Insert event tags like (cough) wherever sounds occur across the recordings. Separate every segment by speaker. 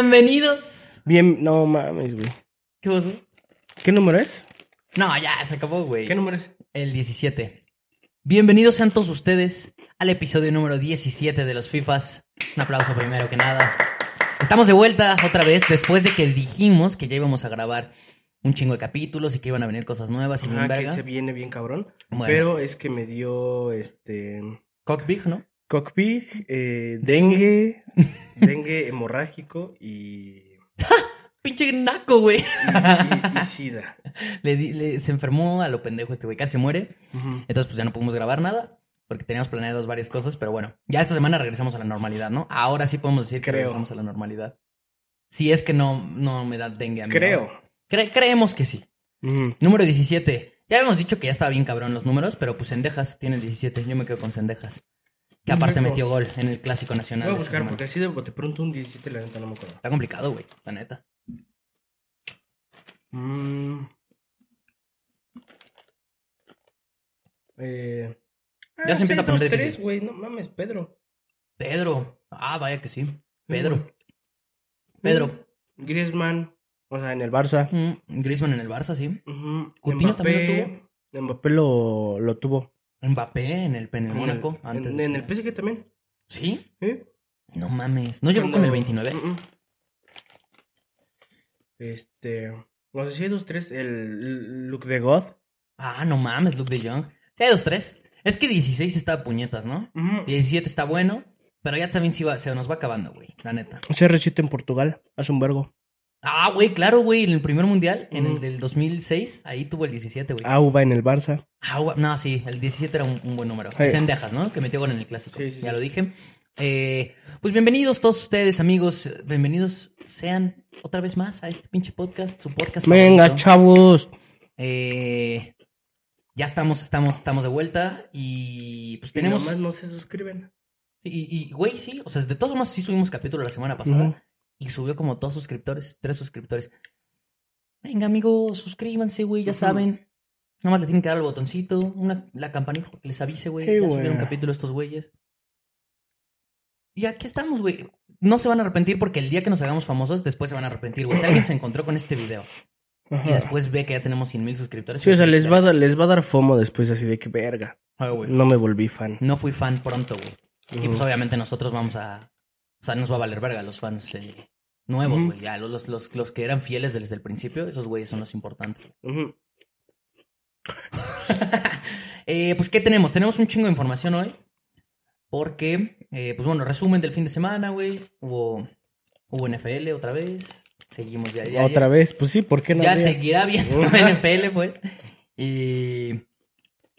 Speaker 1: Bienvenidos.
Speaker 2: Bien, no mames, güey.
Speaker 1: ¿Qué pasó?
Speaker 2: ¿Qué número es?
Speaker 1: No, ya, se acabó, güey.
Speaker 2: ¿Qué número es?
Speaker 1: El 17. Bienvenidos sean todos ustedes al episodio número 17 de los FIFAs. Un aplauso primero que nada. Estamos de vuelta otra vez después de que dijimos que ya íbamos a grabar un chingo de capítulos y que iban a venir cosas nuevas y bien
Speaker 2: Ah, que
Speaker 1: verga.
Speaker 2: se viene bien cabrón.
Speaker 1: Bueno.
Speaker 2: Pero es que me dio este.
Speaker 1: Cockpit, ¿no?
Speaker 2: Cockpit,
Speaker 1: (laughs)
Speaker 2: eh, dengue, dengue hemorrágico y. y-
Speaker 1: Pinche naco, güey.
Speaker 2: y- y sida.
Speaker 1: Le di- le- se enfermó a lo pendejo este güey, casi se muere. (laughs)
Speaker 2: Ujú.
Speaker 1: Entonces, pues ya no pudimos grabar nada porque teníamos planeadas varias cosas, pero bueno, ya esta semana regresamos a la normalidad, ¿no? Ahora sí podemos decir que
Speaker 2: Creo.
Speaker 1: regresamos a la normalidad. Si es que no, no me da dengue a mí.
Speaker 2: Creo.
Speaker 1: ¿no? Cre- creemos que sí.
Speaker 2: Ujú.
Speaker 1: Número 17. Ya habíamos dicho que ya estaba bien cabrón los números, pero pues Sendejas tiene el 17. Yo me quedo con Sendejas. Que aparte
Speaker 2: Perfecto.
Speaker 1: metió gol en el Clásico Nacional.
Speaker 2: Voy a
Speaker 1: de esta
Speaker 2: buscar
Speaker 1: semana.
Speaker 2: porque así de bote pronto un 17, la neta no me acuerdo.
Speaker 1: Está complicado, güey, la neta.
Speaker 2: Mm. Eh,
Speaker 1: Ya
Speaker 2: ah,
Speaker 1: se empieza a poner
Speaker 2: seis, dos,
Speaker 1: difícil.
Speaker 2: tres, güey, no mames, Pedro.
Speaker 1: Pedro. Ah, vaya que sí.
Speaker 2: Mm.
Speaker 1: Pedro. Pedro.
Speaker 2: Griezmann, o sea, en el Barça.
Speaker 1: Mm, Griezmann en el Barça, sí.
Speaker 2: Ujú.
Speaker 1: Mm. Coutinho
Speaker 2: Mbappé,
Speaker 1: también
Speaker 2: Mbappé lo, lo tuvo.
Speaker 1: Mbappé en el, en el Mónaco.
Speaker 2: En,
Speaker 1: antes
Speaker 2: en,
Speaker 1: de-
Speaker 2: en el PSG también.
Speaker 1: ¿Sí?
Speaker 2: ¿eh?
Speaker 1: No mames. ¿No llegó
Speaker 2: Cuando-
Speaker 1: con el 29?
Speaker 2: Mm, mm. Este. No sé si hay dos, tres. El Look de God.
Speaker 1: Ah, no mames, Luke de Jong. Sí, hay dos, tres. Es que 16 está a puñetas, ¿no?
Speaker 2: Ujú.
Speaker 1: 17 está bueno, pero ya también se, va- se nos va acabando, güey, la neta.
Speaker 2: CR7 en Portugal. Hace un vergo.
Speaker 1: Ah, güey, claro, güey, en el primer mundial, en el
Speaker 2: Ujú.
Speaker 1: del 2006, ahí tuvo el 17, güey.
Speaker 2: Auba en el Barça.
Speaker 1: Ah, güey, no, sí, el 17 era un, un buen número.
Speaker 2: Sí.
Speaker 1: Sendejas, ¿no? Que metió gol en el clásico.
Speaker 2: Sí, sí,
Speaker 1: ya
Speaker 2: sí.
Speaker 1: lo dije. Eh, pues bienvenidos todos ustedes, amigos. Bienvenidos sean otra vez más a este pinche podcast, su podcast.
Speaker 2: Venga,
Speaker 1: favorito.
Speaker 2: chavos.
Speaker 1: Eh, ya estamos, estamos, estamos de vuelta y pues
Speaker 2: Y
Speaker 1: tenemos...
Speaker 2: nomás no se suscriben.
Speaker 1: Y, y, güey, sí, o sea, de todos modos sí subimos capítulo la semana pasada
Speaker 2: Ujú.
Speaker 1: y subió como dos suscriptores, tres suscriptores. Venga, amigos, suscríbanse, güey, ya
Speaker 2: Ujú.
Speaker 1: saben. Nomás le tienen que dar el botoncito, una, la campanita para que les avise, güey.
Speaker 2: Sí,
Speaker 1: ya
Speaker 2: güey.
Speaker 1: subieron capítulo estos güeyes. Y aquí estamos, güey. No se van a arrepentir porque el día que nos hagamos famosos, después se van a arrepentir, güey. Si alguien se encontró con este video y
Speaker 2: Ajá.
Speaker 1: después ve que ya tenemos 100 mil suscriptores.
Speaker 2: Sí, o sea, les va, a dar, les va a dar fomo después así de que verga.
Speaker 1: Ah, güey.
Speaker 2: No me volví fan.
Speaker 1: No fui fan pronto, güey. Y pues
Speaker 2: Ujú.
Speaker 1: obviamente nosotros vamos a... O sea, nos va a valer verga los fans eh, nuevos,
Speaker 2: Ujú.
Speaker 1: güey. Ya los, los, los que eran fieles desde el principio, esos güeyes son los importantes.
Speaker 2: Ujú.
Speaker 1: Eh, pues, ¿qué tenemos? Tenemos un chingo de información hoy. Porque, eh, pues bueno, resumen del fin de semana, güey. Hubo, hubo NFL otra vez. Seguimos ya. ya
Speaker 2: Otra vez, pues sí, ¿por qué no?
Speaker 1: Ya
Speaker 2: habría?
Speaker 1: seguirá viendo
Speaker 2: Ujú.
Speaker 1: NFL, pues. Y,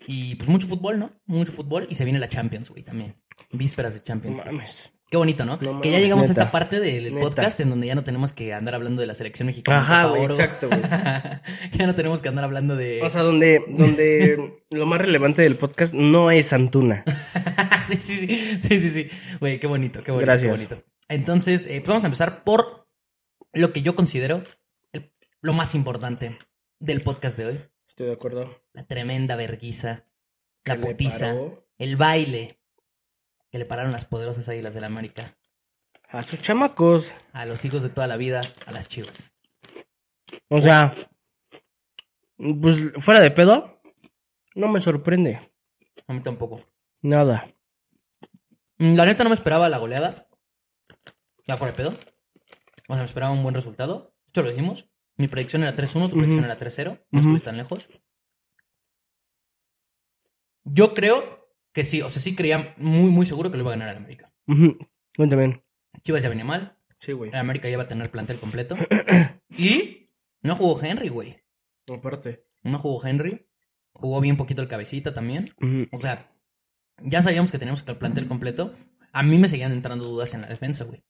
Speaker 1: y pues mucho fútbol, ¿no? Mucho fútbol. Y se viene la Champions, güey, también. Vísperas de
Speaker 2: No
Speaker 1: Champions. League.
Speaker 2: mames.
Speaker 1: Qué bonito, ¿no?
Speaker 2: No
Speaker 1: que ya
Speaker 2: mames,
Speaker 1: llegamos a esta
Speaker 2: neta.
Speaker 1: parte del
Speaker 2: Neta.
Speaker 1: podcast en donde ya no tenemos que andar hablando de la selección mexicana.
Speaker 2: Ajá,
Speaker 1: Copa
Speaker 2: güey,
Speaker 1: Oro.
Speaker 2: exacto, güey.
Speaker 1: (laughs) ya no tenemos que andar hablando de...
Speaker 2: O sea, donde, (laughs) donde lo más relevante del podcast no es Antuna.
Speaker 1: (laughs) sí, sí, sí, sí, sí, sí. Güey, qué bonito, qué bonito.
Speaker 2: Gracias.
Speaker 1: qué bonito. Entonces, eh, pues vamos a empezar por lo que yo considero el- lo más importante del podcast de hoy.
Speaker 2: Estoy de acuerdo.
Speaker 1: La tremenda verguiza,
Speaker 2: Que
Speaker 1: la
Speaker 2: le
Speaker 1: putiza,
Speaker 2: paró
Speaker 1: el baile que le pararon las poderosas águilas del América
Speaker 2: A sus chamacos.
Speaker 1: a los hijos de toda la vida, a las chivas.
Speaker 2: O sea, pues fuera de pedo, no me sorprende.
Speaker 1: A mí tampoco.
Speaker 2: Nada.
Speaker 1: Mm, La neta no me esperaba la goleada. Ya fuera de pedo. O sea, me esperaba un buen resultado. De hecho, lo dijimos. Mi predicción era 3-1, tu predicción era 3-0. No
Speaker 2: Ujú.
Speaker 1: estuviste tan lejos. Yo creo que sí. O sea, sí creía muy, muy seguro que lo iba a ganar el América.
Speaker 2: Ujú. Yo también.
Speaker 1: Chivas ya venía mal.
Speaker 2: Sí, güey.
Speaker 1: El América ya iba a tener plantel
Speaker 2: (clears throat)
Speaker 1: completo. y no jugó Henry, güey.
Speaker 2: Aparte.
Speaker 1: No jugó Henry. Jugó bien poquito el cabecita también.
Speaker 2: Ujú.
Speaker 1: O sea, ya sabíamos que teníamos que el plantel completo. A mí me seguían entrando dudas en la defensa, güey.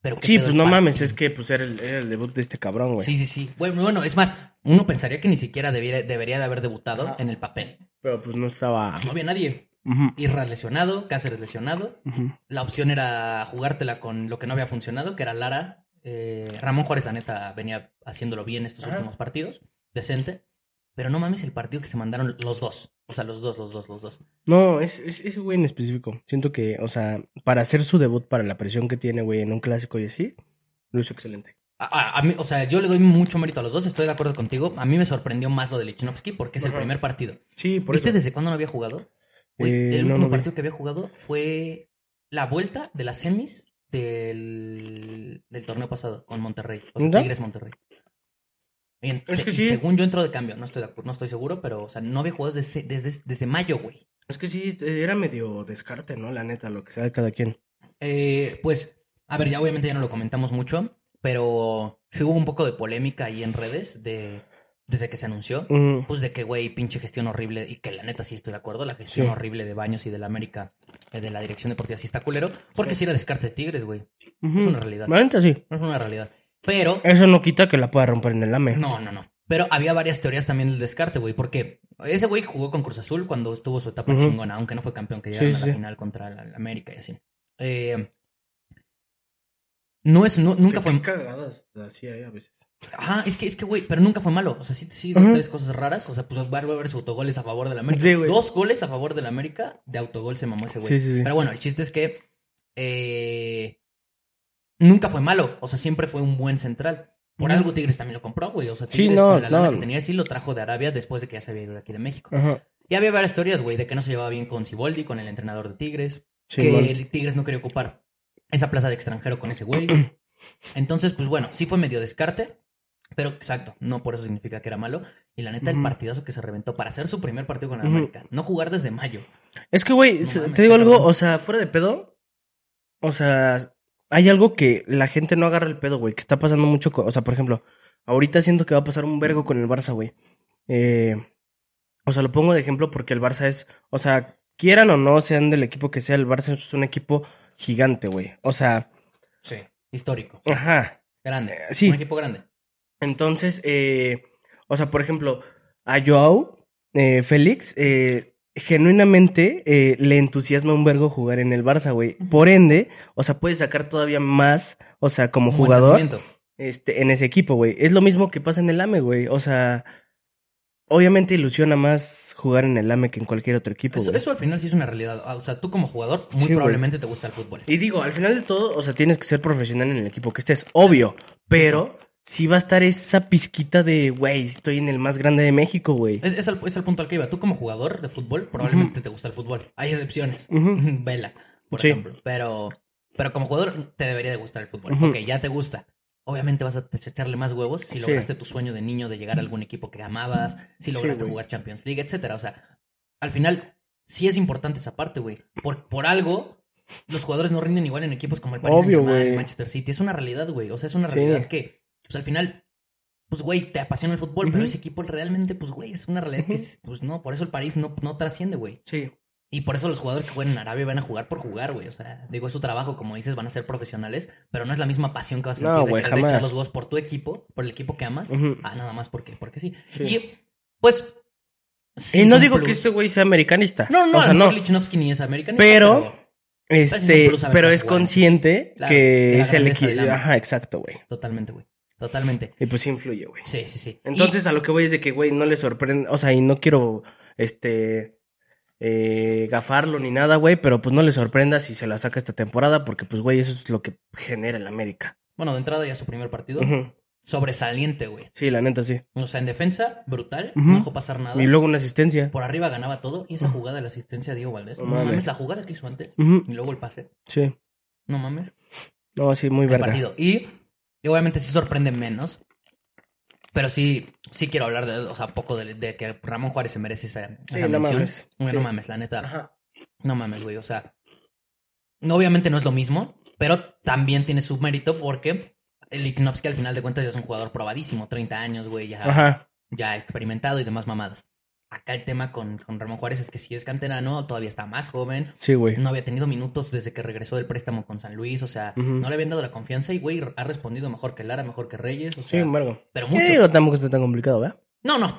Speaker 1: Pero qué
Speaker 2: Sí,
Speaker 1: pedo
Speaker 2: pues
Speaker 1: el
Speaker 2: no
Speaker 1: par-
Speaker 2: mames, es que pues era el, era el debut de este cabrón, güey.
Speaker 1: Sí, sí, sí. Bueno, bueno, es más, uno pensaría que ni siquiera debiera- debería de haber debutado
Speaker 2: Ajá.
Speaker 1: en el papel. Ah,
Speaker 2: Pero pues no estaba.
Speaker 1: No había nadie.
Speaker 2: Ujú.
Speaker 1: Irras lesionado, Cáceres lesionado.
Speaker 2: Ujú.
Speaker 1: La opción era jugártela con lo que no había funcionado, que era Lara. Eh, Ramón Juárez, la neta, venía haciéndolo bien estos
Speaker 2: Ajá.
Speaker 1: últimos partidos. Decente. Pero no mames el partido que se mandaron los dos. O sea, los dos, los dos, los dos.
Speaker 2: No, es, es, ese güey en específico. Siento que, o sea, para hacer su debut, para la presión que tiene, güey, en un clásico y así, Lo hizo excelente.
Speaker 1: A- a- a mí- o sea, yo le doy mucho mérito a los dos, estoy de acuerdo contigo. A mí me sorprendió más lo de Lichnowsky porque es el
Speaker 2: Ajá.
Speaker 1: primer partido.
Speaker 2: Sí, por
Speaker 1: ¿Viste
Speaker 2: eso.
Speaker 1: desde cuándo no había jugado? Güey,
Speaker 2: Eh,
Speaker 1: el
Speaker 2: no,
Speaker 1: último
Speaker 2: no vi.
Speaker 1: partido que había jugado fue la vuelta de las semis del, del torneo pasado con Monterrey. O sea,
Speaker 2: ¿Neta?
Speaker 1: Tigres Monterrey. Bien,
Speaker 2: Es
Speaker 1: se-
Speaker 2: que
Speaker 1: y
Speaker 2: sí.
Speaker 1: según yo entro de cambio, no estoy, de acu- no estoy seguro, pero o sea, no había jugado desde, desde, desde mayo, güey.
Speaker 2: Es que sí, este, era medio descarte, ¿no? La neta, lo que sea de cada quien.
Speaker 1: Eh, pues, a ver, ya obviamente ya no lo comentamos mucho, pero sí hubo un poco de polémica ahí en redes de, desde que se anunció.
Speaker 2: Mm,
Speaker 1: Pues de que, güey, pinche gestión horrible, y que la neta sí estoy de acuerdo, la gestión
Speaker 2: Sí.
Speaker 1: horrible de Baños y de la América, eh, de la dirección deportiva, sí está culero, porque si era descarte de Tigres, güey.
Speaker 2: ujú.
Speaker 1: Es una realidad.
Speaker 2: La neta, sí.
Speaker 1: No es una realidad. Pero,
Speaker 2: Eso no quita que la pueda romper en el E. AME. (laughs)
Speaker 1: no, no, no. Pero había varias teorías también del descarte, güey, porque ese güey jugó con Cruz Azul cuando estuvo su etapa
Speaker 2: Ujú.
Speaker 1: chingona, aunque no fue campeón, que
Speaker 2: Sí,
Speaker 1: llegaron a
Speaker 2: sí,
Speaker 1: la
Speaker 2: sí.
Speaker 1: final contra la, la América y así. Eh, no es, no- nunca fue.
Speaker 2: cagadas así hay a veces.
Speaker 1: Ajá, es que, es que, güey, pero nunca fue malo. O sea, sí, sí, dos,
Speaker 2: Ajá.
Speaker 1: tres cosas raras. O sea, pues va a haber autogoles a favor del América.
Speaker 2: Sí, güey.
Speaker 1: dos goles a favor del América de autogol se mamó ese güey.
Speaker 2: Sí, sí, sí.
Speaker 1: Pero bueno, el chiste es que eh, nunca fue malo. O sea, siempre fue un buen central. Por
Speaker 2: Ujú.
Speaker 1: algo Tigres también lo compró, güey. O sea,
Speaker 2: Sí,
Speaker 1: Tigres
Speaker 2: no,
Speaker 1: con la lana
Speaker 2: no.
Speaker 1: que tenía sí lo trajo de Arabia después de que ya se había ido de aquí de México.
Speaker 2: Ajá.
Speaker 1: Y había varias teorías, güey, de que no se llevaba bien con Siboldi, con el entrenador de Tigres
Speaker 2: Sí,
Speaker 1: que
Speaker 2: igual.
Speaker 1: el Tigres no quería ocupar esa plaza de extranjero con ese güey.
Speaker 2: (clears throat)
Speaker 1: Entonces, pues bueno, sí fue medio descarte, pero exacto, no por eso significa que era malo. Y la neta, el
Speaker 2: Ujú.
Speaker 1: partidazo que se reventó para hacer su primer partido con la
Speaker 2: Ujú.
Speaker 1: América, no jugar desde mayo.
Speaker 2: Es que, güey,
Speaker 1: No
Speaker 2: se-
Speaker 1: mames,
Speaker 2: te digo
Speaker 1: está
Speaker 2: algo,
Speaker 1: cabrón.
Speaker 2: o sea, fuera de pedo, o sea, hay algo que la gente no agarra el pedo, güey, que está pasando mucho, co- o sea, por ejemplo, ahorita siento que va a pasar un vergo con el Barça, güey. Eh, o sea, lo pongo de ejemplo porque el Barça es, o sea, quieran o no, sean del equipo que sea, el Barça es un equipo gigante, güey. O sea,
Speaker 1: Sí. Histórico.
Speaker 2: ajá.
Speaker 1: Grande.
Speaker 2: Eh, sí.
Speaker 1: Un equipo grande.
Speaker 2: Entonces, eh, o sea, por ejemplo, a Joao eh, Félix, eh, genuinamente eh, le entusiasma un vergo jugar en el Barça, güey. Por ende, o sea, puede sacar todavía más, o sea, como
Speaker 1: Un buen
Speaker 2: jugador
Speaker 1: rendimiento.
Speaker 2: este, en ese equipo, güey. Es lo mismo que pasa en el AME, güey. O sea, obviamente ilusiona más jugar en el AME que en cualquier otro equipo,
Speaker 1: Eso,
Speaker 2: güey.
Speaker 1: eso al final sí es una realidad. Ah, O sea, tú como jugador, muy
Speaker 2: pues Sí, güey.
Speaker 1: probablemente te gusta el fútbol.
Speaker 2: Y digo, al final de todo, o sea, tienes que ser profesional en el equipo que estés, obvio, pero... Sí va a estar esa pizquita de, güey, estoy en el más grande de México, güey.
Speaker 1: Es, es, al, es al punto al que iba. Tú como jugador de fútbol, probablemente te gusta el fútbol. Hay excepciones.
Speaker 2: Ujú.
Speaker 1: (laughs) Vela, por
Speaker 2: Sí.
Speaker 1: ejemplo. Pero, pero como jugador te debería de gustar el fútbol.
Speaker 2: Ujú.
Speaker 1: Porque ya te gusta. Obviamente vas a te- echarle más huevos si
Speaker 2: Sí.
Speaker 1: lograste tu sueño de niño de llegar a algún equipo que amabas, si
Speaker 2: Sí,
Speaker 1: lograste
Speaker 2: güey.
Speaker 1: jugar Champions League, etcétera. O sea, al final sí es importante esa parte, güey. Por, por algo, los jugadores no rinden igual en equipos como el Paris
Speaker 2: Obvio,
Speaker 1: Saint-Germain, el
Speaker 2: güey.
Speaker 1: Manchester City. Es una realidad, güey. O sea, es una
Speaker 2: Sí.
Speaker 1: realidad que, pues al final, pues güey, te apasiona el fútbol, pero
Speaker 2: Ujú.
Speaker 1: ese equipo realmente, pues güey, es una realidad que,
Speaker 2: Ujú.
Speaker 1: es- pues no, por eso el París no, no trasciende, güey.
Speaker 2: Sí.
Speaker 1: Y por eso los jugadores que juegan en Arabia van a jugar por jugar, güey. O sea, digo, es su trabajo, como dices, van a ser profesionales, pero no es la misma pasión que vas a
Speaker 2: No,
Speaker 1: sentir de
Speaker 2: güey,
Speaker 1: querer echar
Speaker 2: jamás.
Speaker 1: los huevos por tu equipo, por el equipo que amas, ah, nada más porque, porque sí.
Speaker 2: Sí.
Speaker 1: Y, pues, sí
Speaker 2: y
Speaker 1: es
Speaker 2: no
Speaker 1: un
Speaker 2: digo que
Speaker 1: plus.
Speaker 2: este güey sea americanista.
Speaker 1: No, no,
Speaker 2: O sea,
Speaker 1: a lo
Speaker 2: no.
Speaker 1: mejor Lichnowsky ni es americanista,
Speaker 2: Pero-
Speaker 1: pero Ese es un
Speaker 2: Este,
Speaker 1: plus saber
Speaker 2: pero
Speaker 1: más
Speaker 2: es
Speaker 1: jugar.
Speaker 2: consciente
Speaker 1: Claro, de
Speaker 2: que
Speaker 1: la
Speaker 2: es el
Speaker 1: grandeza del
Speaker 2: equipo.
Speaker 1: ama.
Speaker 2: Ajá, exacto, güey.
Speaker 1: totalmente, güey. Totalmente.
Speaker 2: Y pues sí influye, güey.
Speaker 1: Sí, sí, sí. Y-
Speaker 2: Entonces a lo que voy es de que, güey, no le sorprende. O sea, y no quiero, este, eh, gafarlo ni nada, güey. Pero pues no le sorprenda si se la saca esta temporada. Porque, pues, güey, eso es lo que genera el América.
Speaker 1: bueno, de entrada ya su primer partido.
Speaker 2: Ujú.
Speaker 1: Sobresaliente, güey.
Speaker 2: Sí, la neta, sí.
Speaker 1: O sea, en defensa, brutal,
Speaker 2: Ujú.
Speaker 1: no dejó pasar nada.
Speaker 2: Y luego una asistencia.
Speaker 1: Por arriba ganaba todo. Y esa jugada de la asistencia de Diego Valdés. No
Speaker 2: No mames.
Speaker 1: mames, la jugada que hizo antes.
Speaker 2: Ujú.
Speaker 1: Y luego el pase.
Speaker 2: Sí.
Speaker 1: No mames.
Speaker 2: No, sí, muy
Speaker 1: el
Speaker 2: verga.
Speaker 1: partido. Y, y obviamente sí sorprende menos. Pero sí, sí quiero hablar de, o sea, poco de, de que Ramón Juárez se merece esa,
Speaker 2: Sí,
Speaker 1: esa
Speaker 2: no
Speaker 1: mención.
Speaker 2: mames.
Speaker 1: Güey,
Speaker 2: Sí.
Speaker 1: No mames, la neta.
Speaker 2: Ajá.
Speaker 1: No mames, güey. O sea, no, obviamente no es lo mismo, pero también tiene su mérito porque el Lichnowsky al final de cuentas ya es un jugador probadísimo. 30 años, güey, ya,
Speaker 2: Ajá.
Speaker 1: ya experimentado y demás mamadas. Acá el tema con, con Ramón Juárez es que si es canterano, todavía está más joven.
Speaker 2: Sí, güey.
Speaker 1: No había tenido minutos desde que regresó del préstamo con San Luis. O sea,
Speaker 2: Ujú.
Speaker 1: no le habían dado la confianza y, güey, ha respondido mejor que Lara, mejor que Reyes. O
Speaker 2: Sí,
Speaker 1: sea,
Speaker 2: embargo.
Speaker 1: pero
Speaker 2: ¿Qué
Speaker 1: mucho.
Speaker 2: digo? Tampoco está tan complicado, ¿verdad?
Speaker 1: No, no.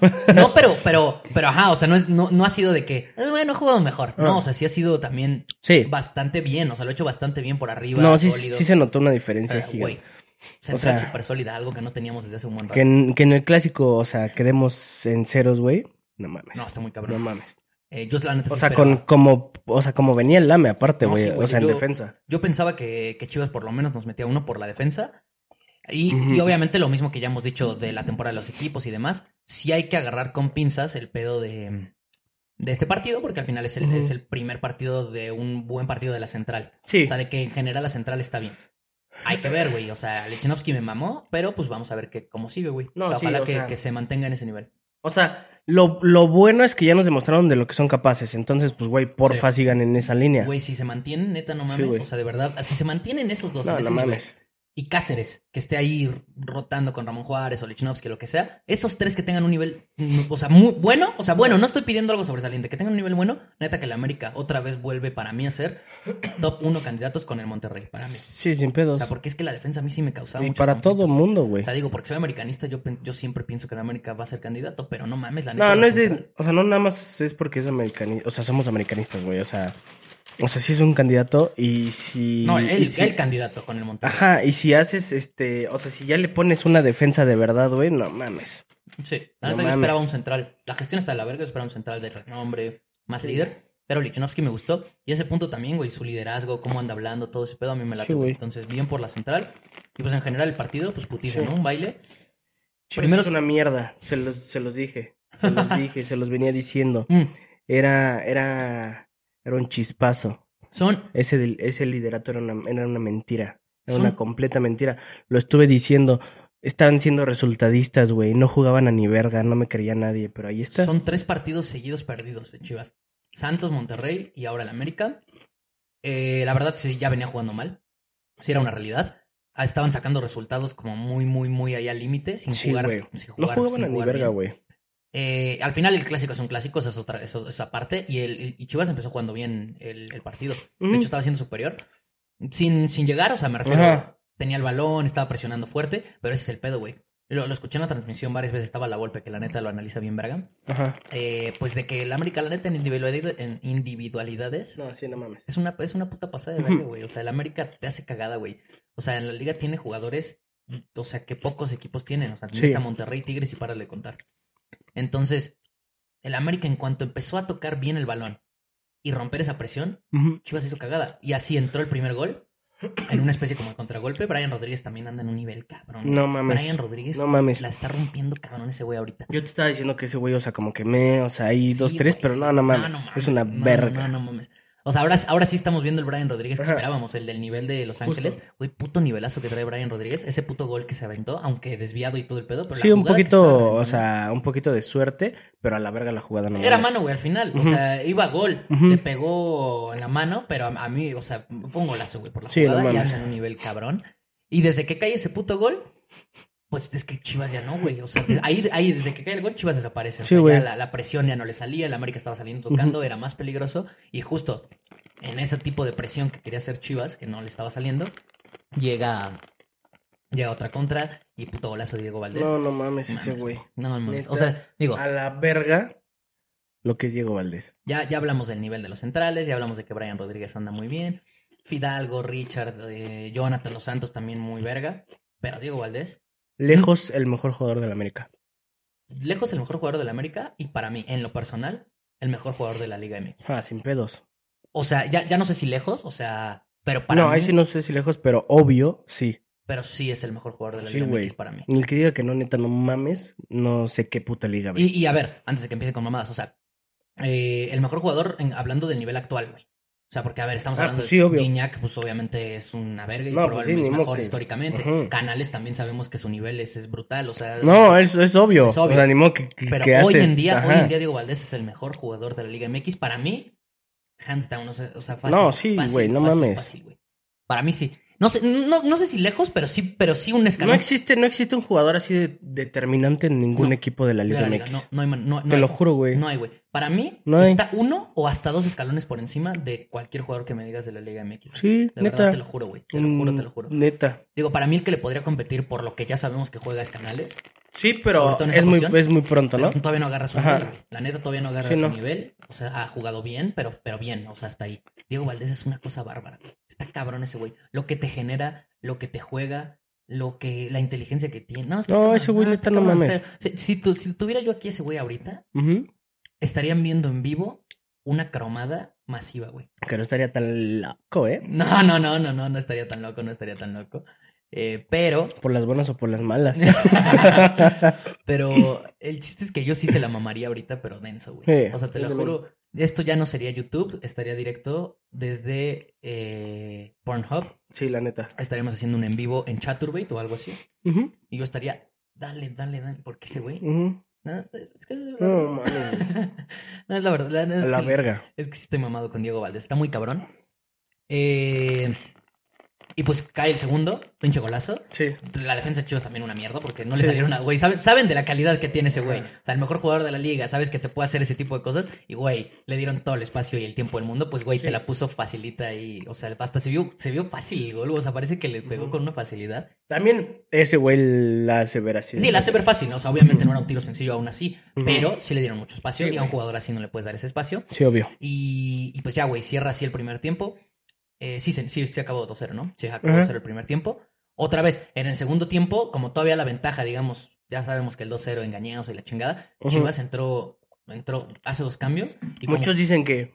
Speaker 1: No,
Speaker 2: (laughs)
Speaker 1: pero, pero, pero ajá, o sea, no es, no, no ha sido de que, "Eh, bueno, he jugado mejor. No,
Speaker 2: Ah.
Speaker 1: o sea, sí ha sido también
Speaker 2: Sí.
Speaker 1: bastante bien, o sea, lo he hecho bastante bien por arriba.
Speaker 2: No, sí,
Speaker 1: sólido.
Speaker 2: sí se notó una
Speaker 1: Ah,
Speaker 2: diferencia
Speaker 1: güey.
Speaker 2: gigante.
Speaker 1: Central
Speaker 2: O sea-
Speaker 1: súper sólida, algo que no teníamos desde hace un buen rato.
Speaker 2: Que en, que en el clásico, o sea, quedemos en ceros, güey. No mames.
Speaker 1: No,
Speaker 2: No,
Speaker 1: está muy cabrón.
Speaker 2: mames.
Speaker 1: Eh, yo, la neta,
Speaker 2: O
Speaker 1: sí
Speaker 2: sea,
Speaker 1: esperaba.
Speaker 2: con, como, o sea, como venía el lame aparte,
Speaker 1: No,
Speaker 2: güey.
Speaker 1: sí, güey,
Speaker 2: o sea, en
Speaker 1: yo-
Speaker 2: defensa.
Speaker 1: Yo pensaba que, que Chivas por lo menos nos metía uno por la defensa. Y,
Speaker 2: Ujú.
Speaker 1: y obviamente lo mismo que ya hemos dicho de la temporada de los equipos y demás, sí hay que agarrar con pinzas el pedo de, de este partido, porque al final es el,
Speaker 2: Ujú.
Speaker 1: es el primer partido de un buen partido de la central.
Speaker 2: Sí.
Speaker 1: O sea, de que en general la central está bien. Hay que ver, güey. O sea, Lechinovsky me mamó, pero pues vamos a ver que, cómo sigue, güey.
Speaker 2: No,
Speaker 1: o sea,
Speaker 2: sí,
Speaker 1: ojalá
Speaker 2: o
Speaker 1: que,
Speaker 2: sea.
Speaker 1: que se mantenga en ese nivel.
Speaker 2: O sea, lo, lo bueno es que ya nos demostraron de lo que son capaces. Entonces, pues, güey, porfa, sigan en esa línea.
Speaker 1: Güey, si se mantienen, neta, no
Speaker 2: Sí,
Speaker 1: mames.
Speaker 2: güey.
Speaker 1: o sea, de verdad, si se mantienen esos dos
Speaker 2: no,
Speaker 1: en
Speaker 2: no
Speaker 1: ese nivel,
Speaker 2: mames.
Speaker 1: y Cáceres, que esté ahí rotando con Ramón Juárez o Lichnowsky o lo que sea, esos tres que tengan un nivel, mm, o sea, muy bueno, o sea, bueno, no estoy pidiendo algo sobresaliente, que tengan un nivel bueno, neta que la América otra vez vuelve para mí a ser top uno candidatos con el Monterrey, para mí.
Speaker 2: Sí, sin
Speaker 1: O
Speaker 2: pedos.
Speaker 1: sea, porque es que la defensa a mí sí me causaba
Speaker 2: y
Speaker 1: muchos
Speaker 2: para
Speaker 1: conflictos.
Speaker 2: todo mundo,
Speaker 1: O
Speaker 2: güey.
Speaker 1: sea, digo, porque soy americanista, yo, pen- yo siempre pienso que la América va a ser candidato, pero no mames, la neta,
Speaker 2: No,
Speaker 1: la
Speaker 2: no es
Speaker 1: central-
Speaker 2: de... O sea, no nada más es porque es americanista. O sea, somos americanistas, güey. O sea, o sea, sí es un candidato y si...
Speaker 1: No,
Speaker 2: y
Speaker 1: el,
Speaker 2: si-
Speaker 1: el candidato con el Monterrey.
Speaker 2: Ajá, y si haces, este... O sea, si ya le pones una defensa de verdad, güey, no mames.
Speaker 1: Sí, la
Speaker 2: No
Speaker 1: neta yo
Speaker 2: mames.
Speaker 1: esperaba un central. La gestión está de la verga, yo esperaba un central de renombre, más líder. Pero Lichnowsky me gustó. Y ese punto también, güey, su liderazgo, cómo anda hablando, todo ese pedo a mí me late.
Speaker 2: Sí,
Speaker 1: güey.
Speaker 2: güey.
Speaker 1: Entonces, bien por la central. Y pues en general el partido, pues putiza,
Speaker 2: Sí.
Speaker 1: ¿no? Un baile.
Speaker 2: Primero es una mierda. Se los, se los dije. Se los dije, se los venía diciendo.
Speaker 1: Mm,
Speaker 2: Era... Era... Era un chispazo.
Speaker 1: son,
Speaker 2: Ese, del- ese liderato era una, era una mentira. Era
Speaker 1: Son-
Speaker 2: una completa mentira. Lo estuve diciendo. Estaban siendo resultadistas, güey. No jugaban a ni verga. No me creía nadie. Pero ahí está.
Speaker 1: son tres partidos seguidos perdidos de Chivas. Santos, Monterrey y ahora el América. Eh, la verdad, sí, ya venía jugando mal. Sí, era una realidad. Ah, Estaban sacando resultados como muy, muy, muy allá al límite, sin,
Speaker 2: Sí,
Speaker 1: jugar,
Speaker 2: güey.
Speaker 1: sin
Speaker 2: No
Speaker 1: jugar.
Speaker 2: jugaban
Speaker 1: sin
Speaker 2: a ni
Speaker 1: jugar
Speaker 2: verga,
Speaker 1: bien.
Speaker 2: güey.
Speaker 1: Eh, al final el clásico es un clásico, esa es otra, eso- esa parte. Y, el, y Chivas empezó jugando bien el, el partido. De
Speaker 2: Mm.
Speaker 1: hecho, estaba siendo superior. Sin, sin llegar, o sea, me refiero.
Speaker 2: Ajá.
Speaker 1: Tenía el balón, estaba presionando fuerte, pero ese es el pedo, güey. Lo, lo escuché en la transmisión varias veces, estaba la golpe, que la neta lo analiza bien, verga.
Speaker 2: Ajá.
Speaker 1: Eh, pues de que el América, la neta, en individualidad- en individualidades,
Speaker 2: No, sí, no mames.
Speaker 1: es una, es una puta pasada de
Speaker 2: Ujú.
Speaker 1: verga, güey. O sea, el América te hace cagada, güey. O sea, en la liga tiene jugadores, o sea, que pocos equipos tienen. O sea,
Speaker 2: Sí.
Speaker 1: neta, Monterrey, Tigres y para de contar. Entonces, el América en cuanto empezó a tocar bien el balón y romper esa presión, Chivas hizo cagada. Y así entró el primer gol en una especie como de contragolpe. Brian Rodríguez también anda en un nivel cabrón.
Speaker 2: No mames.
Speaker 1: Brian Rodríguez
Speaker 2: No mames.
Speaker 1: la está rompiendo cabrón ese güey ahorita.
Speaker 2: Yo te estaba diciendo que ese güey, o sea, como que me, o sea, ahí
Speaker 1: Sí,
Speaker 2: dos, tres,
Speaker 1: güey,
Speaker 2: pero
Speaker 1: sí.
Speaker 2: no, no mames. Es una
Speaker 1: no, No, no,
Speaker 2: verga.
Speaker 1: no mames. O sea, ahora, ahora sí estamos viendo el Brian Rodríguez que
Speaker 2: Ajá.
Speaker 1: esperábamos, el del nivel de Los
Speaker 2: Justo.
Speaker 1: Ángeles. Güey, puto nivelazo que trae Brian Rodríguez. Ese puto gol que se aventó, aunque desviado y todo el pedo. Pero la
Speaker 2: Sí, un
Speaker 1: jugada que
Speaker 2: poquito,
Speaker 1: estaba aventando-
Speaker 2: o sea, un poquito de suerte, pero a la verga la jugada no
Speaker 1: Era
Speaker 2: mames.
Speaker 1: mano, güey, al final. O
Speaker 2: Ujú.
Speaker 1: sea, iba a gol.
Speaker 2: Ujú.
Speaker 1: Le pegó en la mano, pero a, a mí, o sea, fue un golazo, güey, por la
Speaker 2: Sí, no
Speaker 1: jugada. y
Speaker 2: mames.
Speaker 1: anda en un nivel cabrón. Y desde que cae ese puto gol, pues es que Chivas ya no, güey. O sea, de- ahí, ahí desde que cae el gol, Chivas desaparece. O
Speaker 2: Sí,
Speaker 1: sea,
Speaker 2: güey.
Speaker 1: ya la, la presión ya no le salía, el América estaba saliendo tocando, era más peligroso. Y justo en ese tipo de presión que quería hacer Chivas, que no le estaba saliendo, llega, llega otra contra y puto golazo de Diego Valdés.
Speaker 2: No, no mames ese
Speaker 1: Mames,
Speaker 2: güey.
Speaker 1: No, no, mames.
Speaker 2: Neta.
Speaker 1: O sea, digo,
Speaker 2: A la verga lo que es Diego Valdés.
Speaker 1: Ya, ya hablamos del nivel de los centrales, ya hablamos de que Brian Rodríguez anda muy bien. Fidalgo, Richard, eh, Jonathan Los Santos también muy verga. Pero Diego Valdés,
Speaker 2: Lejos el mejor jugador de la América.
Speaker 1: lejos el mejor jugador de la América y para mí, en lo personal, el mejor jugador de la Liga MX.
Speaker 2: Ah, sin pedos.
Speaker 1: O sea, ya, ya no sé si lejos, o sea, pero para
Speaker 2: no,
Speaker 1: mí,
Speaker 2: ahí sí no sé si lejos, pero obvio, sí.
Speaker 1: pero sí es el mejor jugador de la
Speaker 2: Sí,
Speaker 1: Liga
Speaker 2: güey.
Speaker 1: MX para mí.
Speaker 2: Y el que diga que no, neta, no mames, no sé qué puta liga, güey.
Speaker 1: Y, y a ver, antes de que empiece con mamadas, o sea, eh, el mejor jugador, en- hablando del nivel actual, güey. O sea, porque, a ver, estamos
Speaker 2: Ah,
Speaker 1: hablando
Speaker 2: pues sí,
Speaker 1: de
Speaker 2: obvio.
Speaker 1: Gignac, pues obviamente es una verga y
Speaker 2: No, pues
Speaker 1: probablemente
Speaker 2: sí,
Speaker 1: es
Speaker 2: ni
Speaker 1: mejor
Speaker 2: modo que-
Speaker 1: históricamente.
Speaker 2: Ujú.
Speaker 1: Canales también sabemos que su nivel es, es brutal, o sea...
Speaker 2: No, es, es obvio.
Speaker 1: Es obvio.
Speaker 2: O sea, ni modo que, que-
Speaker 1: Pero
Speaker 2: que
Speaker 1: hoy
Speaker 2: hace-
Speaker 1: en día, hoy
Speaker 2: Ajá.
Speaker 1: en día Diego Valdés es el mejor jugador de la Liga MX. Para mí, hands down, o sea, o sea, fácil.
Speaker 2: No, sí,
Speaker 1: fácil,
Speaker 2: güey, no
Speaker 1: fácil,
Speaker 2: mames.
Speaker 1: fácil, güey. Para mí sí. No sé, no, no sé si lejos, pero sí, pero sí un
Speaker 2: No
Speaker 1: escalón.
Speaker 2: existe, no existe un jugador así de determinante en ningún
Speaker 1: No.
Speaker 2: equipo de la
Speaker 1: de
Speaker 2: Liga
Speaker 1: la
Speaker 2: MX.
Speaker 1: Liga. No, no hay man- no- no
Speaker 2: Te
Speaker 1: hay-
Speaker 2: lo juro, güey.
Speaker 1: No hay, güey. Para mí,
Speaker 2: No hay.
Speaker 1: está uno o hasta dos escalones por encima de cualquier jugador que me digas de la Liga MX.
Speaker 2: sí,
Speaker 1: De
Speaker 2: neta.
Speaker 1: verdad, te lo juro, güey. Te lo juro, te lo juro.
Speaker 2: Mm, Neta.
Speaker 1: Digo, para mí el que le podría competir por lo que ya sabemos que juega es Canales.
Speaker 2: Sí,
Speaker 1: Sobre
Speaker 2: pero
Speaker 1: todo en esa
Speaker 2: es muy,
Speaker 1: posición.
Speaker 2: es muy pronto,
Speaker 1: Pero (laughs)
Speaker 2: ¿no?
Speaker 1: todavía no agarra su
Speaker 2: Ajá.
Speaker 1: nivel, güey. La neta todavía no agarra
Speaker 2: Sí,
Speaker 1: su
Speaker 2: no.
Speaker 1: nivel. O sea, ha jugado bien, pero, pero bien. O sea, hasta ahí. Diego Valdés es una cosa bárbara. güey. Está cabrón ese güey. Lo que te genera, lo que te juega, lo que, la inteligencia que tiene. No, está
Speaker 2: No,
Speaker 1: cabrón, Ah,
Speaker 2: ese güey
Speaker 1: está
Speaker 2: neta no
Speaker 1: cabrón,
Speaker 2: mames.
Speaker 1: está- Si, si tu- si tuviera yo aquí a ese güey ahorita,
Speaker 2: Ujú.
Speaker 1: estarían viendo en vivo una cromada masiva, güey.
Speaker 2: Que no estaría tan loco, ¿eh?
Speaker 1: No, no, no, no, no, no estaría tan loco, no estaría tan loco. Eh, pero, (laughs)
Speaker 2: Por las buenas o por las malas.
Speaker 1: pero el chiste es que yo sí se la mamaría ahorita, pero denso, güey.
Speaker 2: Sí,
Speaker 1: o sea, te
Speaker 2: yo
Speaker 1: lo
Speaker 2: también.
Speaker 1: juro, esto ya no sería YouTube, estaría directo desde eh, Pornhub.
Speaker 2: sí, la neta.
Speaker 1: Estaríamos haciendo un en vivo en Chaturbate o algo así.
Speaker 2: Ujú,
Speaker 1: Y yo estaría, dale, dale, dale. ¿Por qué ese güey?
Speaker 2: ujú.
Speaker 1: No, es que es
Speaker 2: No, mames, güey.
Speaker 1: (laughs) No, es la verdad. la neta
Speaker 2: A
Speaker 1: es
Speaker 2: la
Speaker 1: que-
Speaker 2: verga.
Speaker 1: es que sí estoy mamado con Diego Valdés. Está muy cabrón. Eh, y pues cae el segundo, pinche golazo.
Speaker 2: Sí.
Speaker 1: La defensa de Chivas también una mierda porque no le
Speaker 2: Sí.
Speaker 1: salieron a güey. ¿Saben, saben de la calidad que tiene ese güey. O
Speaker 2: Ajá.
Speaker 1: sea, el mejor jugador de la liga, sabes que te puede hacer ese tipo de cosas. Y güey, le dieron todo el espacio y el tiempo del mundo. Pues güey,
Speaker 2: Sí.
Speaker 1: te la puso facilita y, o sea, hasta se vio, se vio fácil el gol. O sea, parece que le pegó
Speaker 2: Ujú.
Speaker 1: con una facilidad.
Speaker 2: También ese güey la aseveración.
Speaker 1: Sí, la hace ver fácil. ¿no? O sea, obviamente no era un tiro sencillo aún así,
Speaker 2: Ujú.
Speaker 1: pero sí le dieron mucho espacio
Speaker 2: Sí,
Speaker 1: y a un
Speaker 2: güey.
Speaker 1: jugador así no le puedes dar ese espacio.
Speaker 2: Sí, obvio.
Speaker 1: Y, y pues ya, güey, cierra así el primer tiempo. Eh, sí, se, sí, se acabó 2-0, ¿no? Se acabó
Speaker 2: Ajá.
Speaker 1: 2-0 el primer tiempo. Otra vez, en el segundo tiempo, como todavía la ventaja, digamos, ya sabemos que el 2-0 engañados y la chingada,
Speaker 2: Ujú.
Speaker 1: Chivas entró, entró, hace dos cambios. Y como-
Speaker 2: Muchos dicen que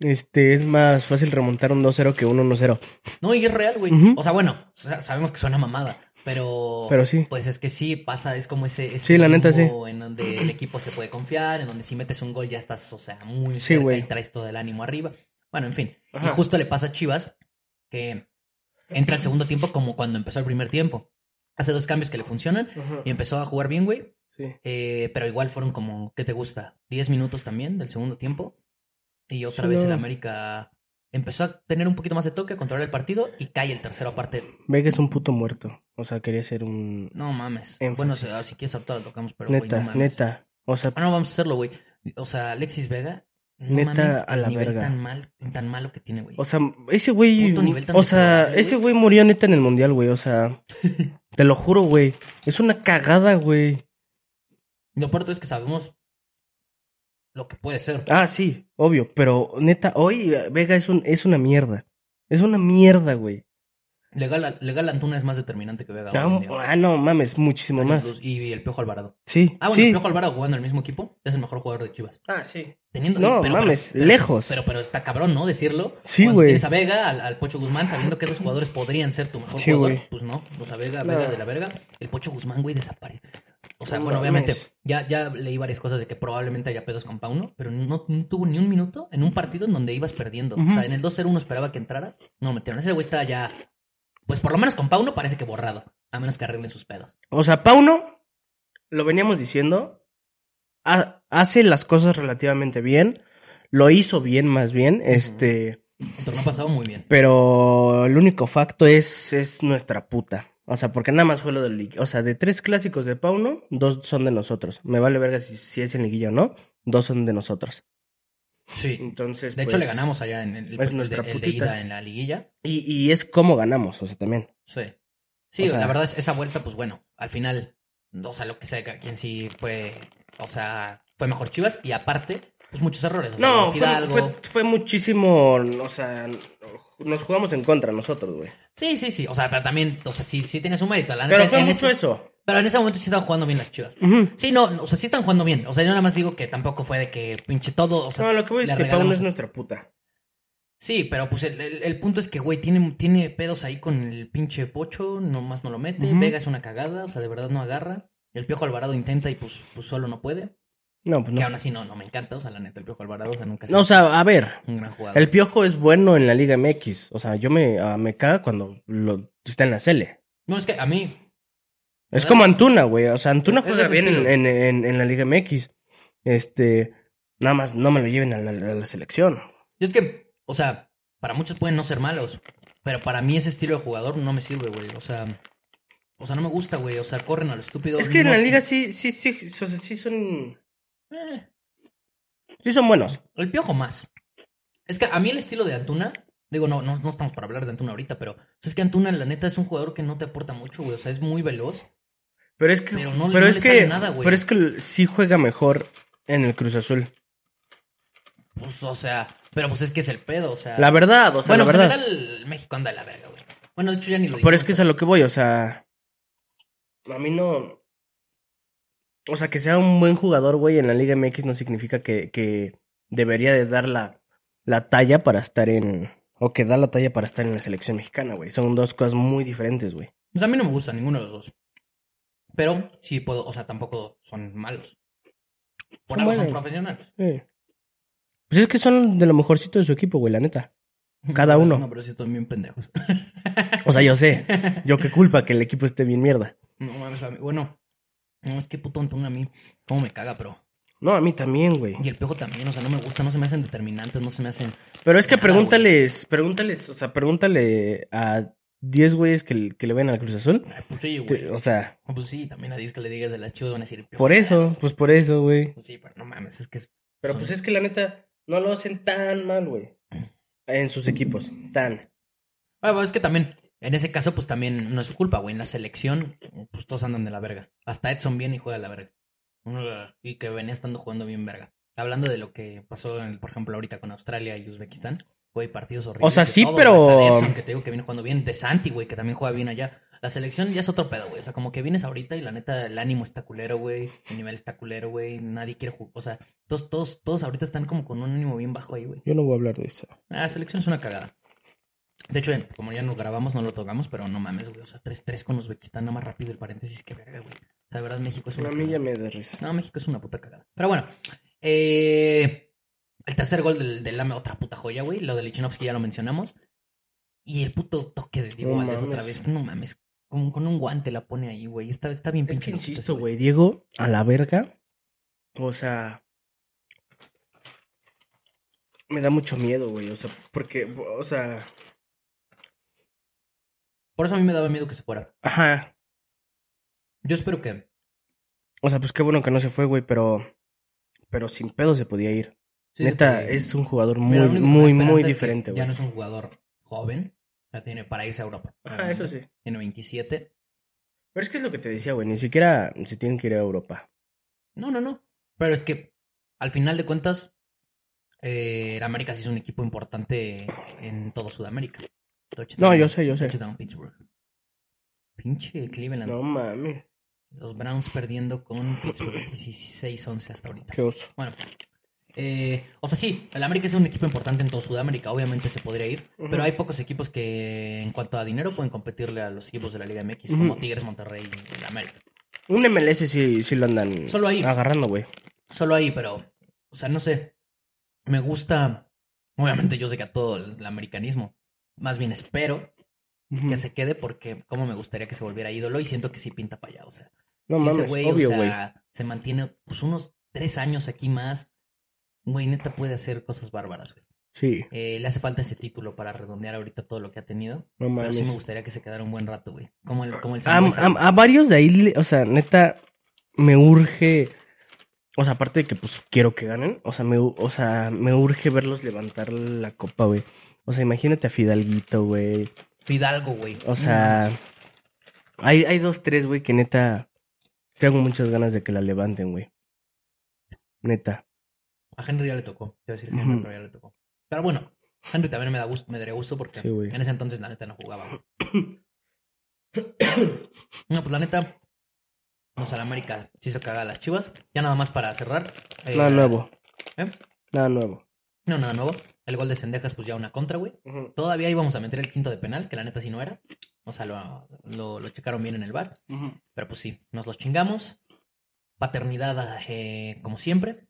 Speaker 2: este es más fácil remontar un 2-0 que un 1-0.
Speaker 1: No, y es real, güey.
Speaker 2: Ujú.
Speaker 1: O sea, bueno, sa- sabemos que suena mamada, pero...
Speaker 2: Pero sí.
Speaker 1: Pues es que sí, pasa, es como ese... ese
Speaker 2: Sí, la neta, sí.
Speaker 1: limbo En donde el equipo se puede confiar, en donde si metes un gol ya estás, o sea, muy
Speaker 2: Sí,
Speaker 1: cerca
Speaker 2: güey.
Speaker 1: y traes todo el ánimo arriba. Bueno, en fin.
Speaker 2: Ajá.
Speaker 1: Y justo le pasa a Chivas que entra al segundo tiempo como cuando empezó el primer tiempo. Hace dos cambios que le funcionan y
Speaker 2: eh,
Speaker 1: empezó a jugar bien, güey.
Speaker 2: Sí.
Speaker 1: Eh, pero igual fueron como, ¿qué te gusta? 10 minutos también del segundo tiempo. Y otra
Speaker 2: Sí,
Speaker 1: vez
Speaker 2: no.
Speaker 1: el América empezó a tener un poquito más de toque, a controlar el partido y cae el tercero aparte.
Speaker 2: Vega es un puto muerto. O sea, quería ser un.
Speaker 1: No mames.
Speaker 2: Énfasis.
Speaker 1: Bueno, o sea, si quieres ahorita lo tocamos, pero güey,
Speaker 2: neta,
Speaker 1: no mames.
Speaker 2: neta. O sea,
Speaker 1: Ah, no, vamos a hacerlo, güey. O sea, Alexis Vega, no
Speaker 2: Neta,
Speaker 1: mames,
Speaker 2: a
Speaker 1: el
Speaker 2: la
Speaker 1: nivel
Speaker 2: verga.
Speaker 1: tan mal, tan malo que tiene, güey.
Speaker 2: o sea, ese güey.
Speaker 1: Puto nivel tan
Speaker 2: O sea,
Speaker 1: deplorable,
Speaker 2: ese güey murió neta en el mundial, güey.
Speaker 1: (laughs)
Speaker 2: O sea, te lo juro, güey. Es una cagada, güey.
Speaker 1: Lo peor es que sabemos lo que puede ser.
Speaker 2: Ah, sí, obvio. Pero neta, hoy eh, Vega es, un, es una mierda. Es una mierda, güey.
Speaker 1: Legal, legal Antuna es más determinante que Vega. hoy en
Speaker 2: Ah,
Speaker 1: día.
Speaker 2: ah, no, mames, muchísimo
Speaker 1: Año
Speaker 2: más.
Speaker 1: plus. Y el Piojo Alvarado.
Speaker 2: Sí,
Speaker 1: Ah, bueno,
Speaker 2: sí.
Speaker 1: el Piojo Alvarado jugando en el mismo equipo es el mejor jugador de Chivas.
Speaker 2: Ah, sí.
Speaker 1: Teniendo,
Speaker 2: No, mames, lejos.
Speaker 1: Pero, pero está cabrón, ¿no? Decirlo.
Speaker 2: Sí,
Speaker 1: Cuando
Speaker 2: güey.
Speaker 1: Tienes a Vega, al, al Pocho Guzmán, sabiendo que esos jugadores podrían ser tu mejor
Speaker 2: Sí,
Speaker 1: jugador.
Speaker 2: güey.
Speaker 1: Pues no. O sea, Vega,
Speaker 2: No.
Speaker 1: Vega de la verga. El Pocho Guzmán, güey, desaparece. O sea,
Speaker 2: No
Speaker 1: bueno, obviamente,
Speaker 2: mames.
Speaker 1: ya, ya leí varias cosas de que probablemente haya pedos con Pauno, pero no, no tuvo ni un minuto en un partido en donde ibas perdiendo. O
Speaker 2: Ujú.
Speaker 1: sea, en el 2-0 uno esperaba que entrara. No lo metieron. Ese güey está ya. Pues por lo menos con Pauno parece que borrado. A menos que arreglen sus pedos.
Speaker 2: O sea, Pauno, lo veníamos diciendo, ha- hace las cosas relativamente bien, lo hizo bien más bien, este,
Speaker 1: El torneo pasado muy bien.
Speaker 2: pero el único facto es, es nuestra puta. O sea, porque nada más fue lo del lig- O sea, de tres clásicos de Pauno, dos son de nosotros. Me vale verga si, si es en liguilla o no, dos son de nosotros.
Speaker 1: Sí.
Speaker 2: Entonces,
Speaker 1: De hecho,
Speaker 2: pues,
Speaker 1: le ganamos allá en el, el-
Speaker 2: es
Speaker 1: el de,
Speaker 2: nuestra
Speaker 1: el de
Speaker 2: putita.
Speaker 1: ida en la liguilla.
Speaker 2: Y, y es como ganamos, o sea, también.
Speaker 1: Sí. Sí,
Speaker 2: O sea-
Speaker 1: la verdad es esa vuelta, pues bueno, al final, o sea, lo que sea, quien sí fue, o sea, fue mejor Chivas y aparte, pues muchos errores. o sea, Miguel
Speaker 2: No, fue,
Speaker 1: Fidalgo.
Speaker 2: fue, fue muchísimo, o sea, nos jugamos en contra nosotros, güey.
Speaker 1: Sí, sí, sí. O sea, pero también, o sea, sí, sí tiene su mérito. La
Speaker 2: Pero
Speaker 1: neta,
Speaker 2: fue
Speaker 1: Ah, en
Speaker 2: mucho
Speaker 1: ese-
Speaker 2: eso.
Speaker 1: pero en ese momento sí estaban jugando bien las Chivas.
Speaker 2: Ujú.
Speaker 1: Sí, no, o sea, sí están jugando bien. O sea, yo nada más digo que tampoco fue de que pinche todo. O sea,
Speaker 2: No, lo que voy
Speaker 1: le
Speaker 2: es que
Speaker 1: regalamos-
Speaker 2: Pauno es nuestra puta.
Speaker 1: Sí, pero pues el, el- el punto es que, güey, tiene, tiene pedos ahí con el pinche pocho, nomás no lo mete.
Speaker 2: Ujú.
Speaker 1: Vega es una cagada, o sea, de verdad no agarra. El Piojo Alvarado intenta y pues, pues solo no puede.
Speaker 2: No, pues
Speaker 1: Que
Speaker 2: no.
Speaker 1: aún así no, no me encanta, o sea, la neta, el Piojo Alvarado, o sea, nunca ha
Speaker 2: No, O
Speaker 1: sido
Speaker 2: sea, a ver,
Speaker 1: un gran jugador.
Speaker 2: el piojo es bueno en la Liga MX. O sea, yo me, ah, me caga cuando lo, está en la Cele.
Speaker 1: No, es que a mí,
Speaker 2: Es
Speaker 1: ¿Verdad?
Speaker 2: como Antuna, güey. O sea, Antuna
Speaker 1: Es de
Speaker 2: juega
Speaker 1: ese
Speaker 2: bien en,
Speaker 1: estilo.
Speaker 2: en, en- en la Liga MX. Este, nada más no me lo lleven a la, a la selección.
Speaker 1: yo es que, o sea, para muchos pueden no ser malos, pero para mí ese estilo de jugador no me sirve, güey, o sea, o sea, no me gusta, güey, o sea, corren a lo estúpido.
Speaker 2: Es que en
Speaker 1: no
Speaker 2: la
Speaker 1: sé.
Speaker 2: Liga sí, sí, sí, o sea, sí son...
Speaker 1: Eh.
Speaker 2: Sí son buenos.
Speaker 1: El piojo más. Es que a mí el estilo de Antuna, digo, no, no, no estamos para hablar de Antuna ahorita, pero o sea, es que Antuna, la neta, es un jugador que no te aporta mucho, güey. O sea, es muy veloz.
Speaker 2: Pero es que,
Speaker 1: Pero no-
Speaker 2: pero
Speaker 1: no
Speaker 2: es
Speaker 1: le
Speaker 2: que,
Speaker 1: sale nada, güey.
Speaker 2: pero es que sí juega mejor en el Cruz Azul.
Speaker 1: Pues, o sea, pero pues es que es el pedo, o sea.
Speaker 2: La verdad, o sea,
Speaker 1: bueno,
Speaker 2: la verdad.
Speaker 1: en general, México anda de la verga, güey. Bueno, de hecho ya ni lo digo.
Speaker 2: Pero es que es a lo que voy, o sea. A mí no. O sea, que sea un buen jugador, güey, en la Liga MX no significa que, que debería de dar la, la talla para estar en. O que da la talla para estar en la selección mexicana, güey. Son dos cosas muy diferentes, güey.
Speaker 1: O sea, a mí no me gusta ninguno de los dos. Pero sí puedo, o sea, tampoco son malos. Por
Speaker 2: Son
Speaker 1: algo son
Speaker 2: buenos.
Speaker 1: profesionales.
Speaker 2: Eh. Pues es que son de lo mejorcito de su equipo, güey, la neta. Cada
Speaker 1: (laughs)
Speaker 2: uno.
Speaker 1: No, pero sí están bien pendejos. (laughs)
Speaker 2: O sea, yo sé. Yo qué culpa que el equipo esté bien mierda.
Speaker 1: No mames, a mí- bueno. No, es que puto Antón a mí. Cómo me caga, pero.
Speaker 2: No, a mí también, güey.
Speaker 1: Y el piojo también, o sea, no me gusta, no se me hacen determinantes, no se me hacen.
Speaker 2: Pero es que
Speaker 1: Nada,
Speaker 2: pregúntales, pregúntales, o sea, pregúntale a 10 güeyes que, que le ven al Cruz Azul.
Speaker 1: Ay, Pues sí,
Speaker 2: Te-
Speaker 1: güey.
Speaker 2: O sea,
Speaker 1: No, Pues sí, también a 10 que le digas de las chivas van a decir.
Speaker 2: por eso, pues por eso, güey.
Speaker 1: Pues sí, pero no mames, es que es.
Speaker 2: Pero pues es que la neta, no lo hacen tan mal, güey. En sus equipos, tan.
Speaker 1: Ah, bueno, es que también, en ese caso, pues también no es su culpa, güey. En la selección, pues todos andan de la verga. Hasta Edson viene y juega de la verga. Ugh, Y que venía estando jugando bien verga. Hablando de lo que pasó, en- por ejemplo, ahorita con Australia y Uzbekistán. Güey, partidos horribles.
Speaker 2: O sea,
Speaker 1: de
Speaker 2: sí,
Speaker 1: todo,
Speaker 2: pero-
Speaker 1: hasta de Edson, que te digo que viene jugando bien. De Santi, güey, que también juega bien allá. La selección ya es otro pedo, güey. O sea, como que vienes ahorita y la neta, el ánimo está culero, güey. El nivel está culero, güey. Nadie quiere jugar. O sea, todos, todos, todos ahorita están como con un ánimo bien bajo ahí, güey.
Speaker 2: Yo no voy a hablar de eso.
Speaker 1: La Ah, selección es una cagada. De hecho, en- como ya no grabamos, no lo tocamos, pero no mames, güey. O sea, 3-3 con Uzbekistán, nada más rápido el paréntesis que verga, güey. La verdad, México es una.
Speaker 2: A mí
Speaker 1: cagada.
Speaker 2: ya me da risa.
Speaker 1: No, México es una puta cagada. Pero bueno, eh, el tercer gol del, del Lame, otra puta joya, güey. Lo de Lichinovsky ya lo mencionamos. Y el puto toque de Diego
Speaker 2: No
Speaker 1: Valdés otra
Speaker 2: mames.
Speaker 1: vez. No mames. Con, con un guante la pone ahí, güey. Está, está bien
Speaker 2: Es que
Speaker 1: loquito
Speaker 2: insisto,
Speaker 1: ese
Speaker 2: güey, Diego, a la verga. O sea. Me da mucho miedo, güey. O sea, porque, o sea.
Speaker 1: Por eso a mí me daba miedo que se fuera.
Speaker 2: Ajá.
Speaker 1: Yo espero que.
Speaker 2: O sea, pues qué bueno que no se fue, güey, pero. Pero sin pedo se podía ir.
Speaker 1: sí se
Speaker 2: Neta,
Speaker 1: puede-
Speaker 2: es un jugador muy,
Speaker 1: Mira, lo único que me da
Speaker 2: muy,
Speaker 1: esperanza
Speaker 2: muy
Speaker 1: es que
Speaker 2: diferente,
Speaker 1: Ya
Speaker 2: güey.
Speaker 1: no es un jugador joven. Ya tiene para irse a Europa.
Speaker 2: Ajá, Ah, eso sí.
Speaker 1: Tiene 27.
Speaker 2: Pero es que es lo que te decía, güey. Ni siquiera se tienen que ir a Europa.
Speaker 1: No, no, no. Pero es que, al final de cuentas, eh, el América sí es un equipo importante en todo Sudamérica. Touchdown-
Speaker 2: No, yo sé, yo sé.
Speaker 1: Touchdown Pittsburgh. Pinche Cleveland.
Speaker 2: No mames.
Speaker 1: Los Browns perdiendo con Pittsburgh 16-11 hasta ahorita.
Speaker 2: Qué oso.
Speaker 1: Bueno. eh, o sea, sí, el América es un equipo importante en toda Sudamérica, obviamente se podría ir,
Speaker 2: Ujú.
Speaker 1: pero hay pocos equipos que en cuanto a dinero pueden competirle a los equipos de la Liga MX,
Speaker 2: Ujú.
Speaker 1: como Tigres, Monterrey y el América.
Speaker 2: Un MLS sí, sí lo andan
Speaker 1: Solo ahí.
Speaker 2: agarrando, güey.
Speaker 1: Solo ahí, pero, o sea, no sé, me gusta, obviamente yo sé que a todo el, el americanismo, más bien espero que se quede porque como me gustaría que se volviera ídolo y siento que sí pinta para allá, o sea,
Speaker 2: No
Speaker 1: si
Speaker 2: mames,
Speaker 1: ese güey,
Speaker 2: obvio,
Speaker 1: o
Speaker 2: güey.
Speaker 1: sea, se mantiene pues unos tres años aquí más, güey, neta puede hacer cosas bárbaras, güey.
Speaker 2: Sí,
Speaker 1: Eh, le hace falta ese título para redondear ahorita todo lo que ha tenido.
Speaker 2: no
Speaker 1: Pero
Speaker 2: mames.
Speaker 1: sí me gustaría que se quedara un buen rato, güey. Como el, como el
Speaker 2: A,
Speaker 1: Sambuesa.
Speaker 2: a- a varios de ahí, le- o sea, neta, me urge. O sea, aparte de que pues quiero que ganen, o sea, me, u- o sea, me urge verlos levantar la copa, güey. O sea, imagínate a Fidalguito, güey.
Speaker 1: Fidalgo, güey. Mm.
Speaker 2: O sea, hay, hay dos, tres, güey, que neta. Tengo muchas ganas de que la levanten, güey. Neta.
Speaker 1: A Henry ya le tocó. Te iba a decir Henry,
Speaker 2: Ujú.
Speaker 1: pero ya le tocó. Pero bueno, Henry también me da gusto, me daría gusto porque
Speaker 2: Sí, güey.
Speaker 1: en ese entonces la neta no jugaba, güey.
Speaker 2: (coughs)
Speaker 1: no, pues la neta. Vamos a la América. Sí se caga a las chivas. Ya nada más para cerrar. eh,
Speaker 2: Nada nuevo.
Speaker 1: ¿eh?
Speaker 2: Nada nuevo.
Speaker 1: No, nada nuevo. El gol de Sendejas, pues ya una contra, güey.
Speaker 2: Ujú,
Speaker 1: Todavía íbamos a meter el quinto de penal, que la neta sí no era. O sea, lo, lo, lo checaron bien en el bar.
Speaker 2: ujú.
Speaker 1: Pero pues sí, nos los chingamos. Paternidad, eh, como siempre.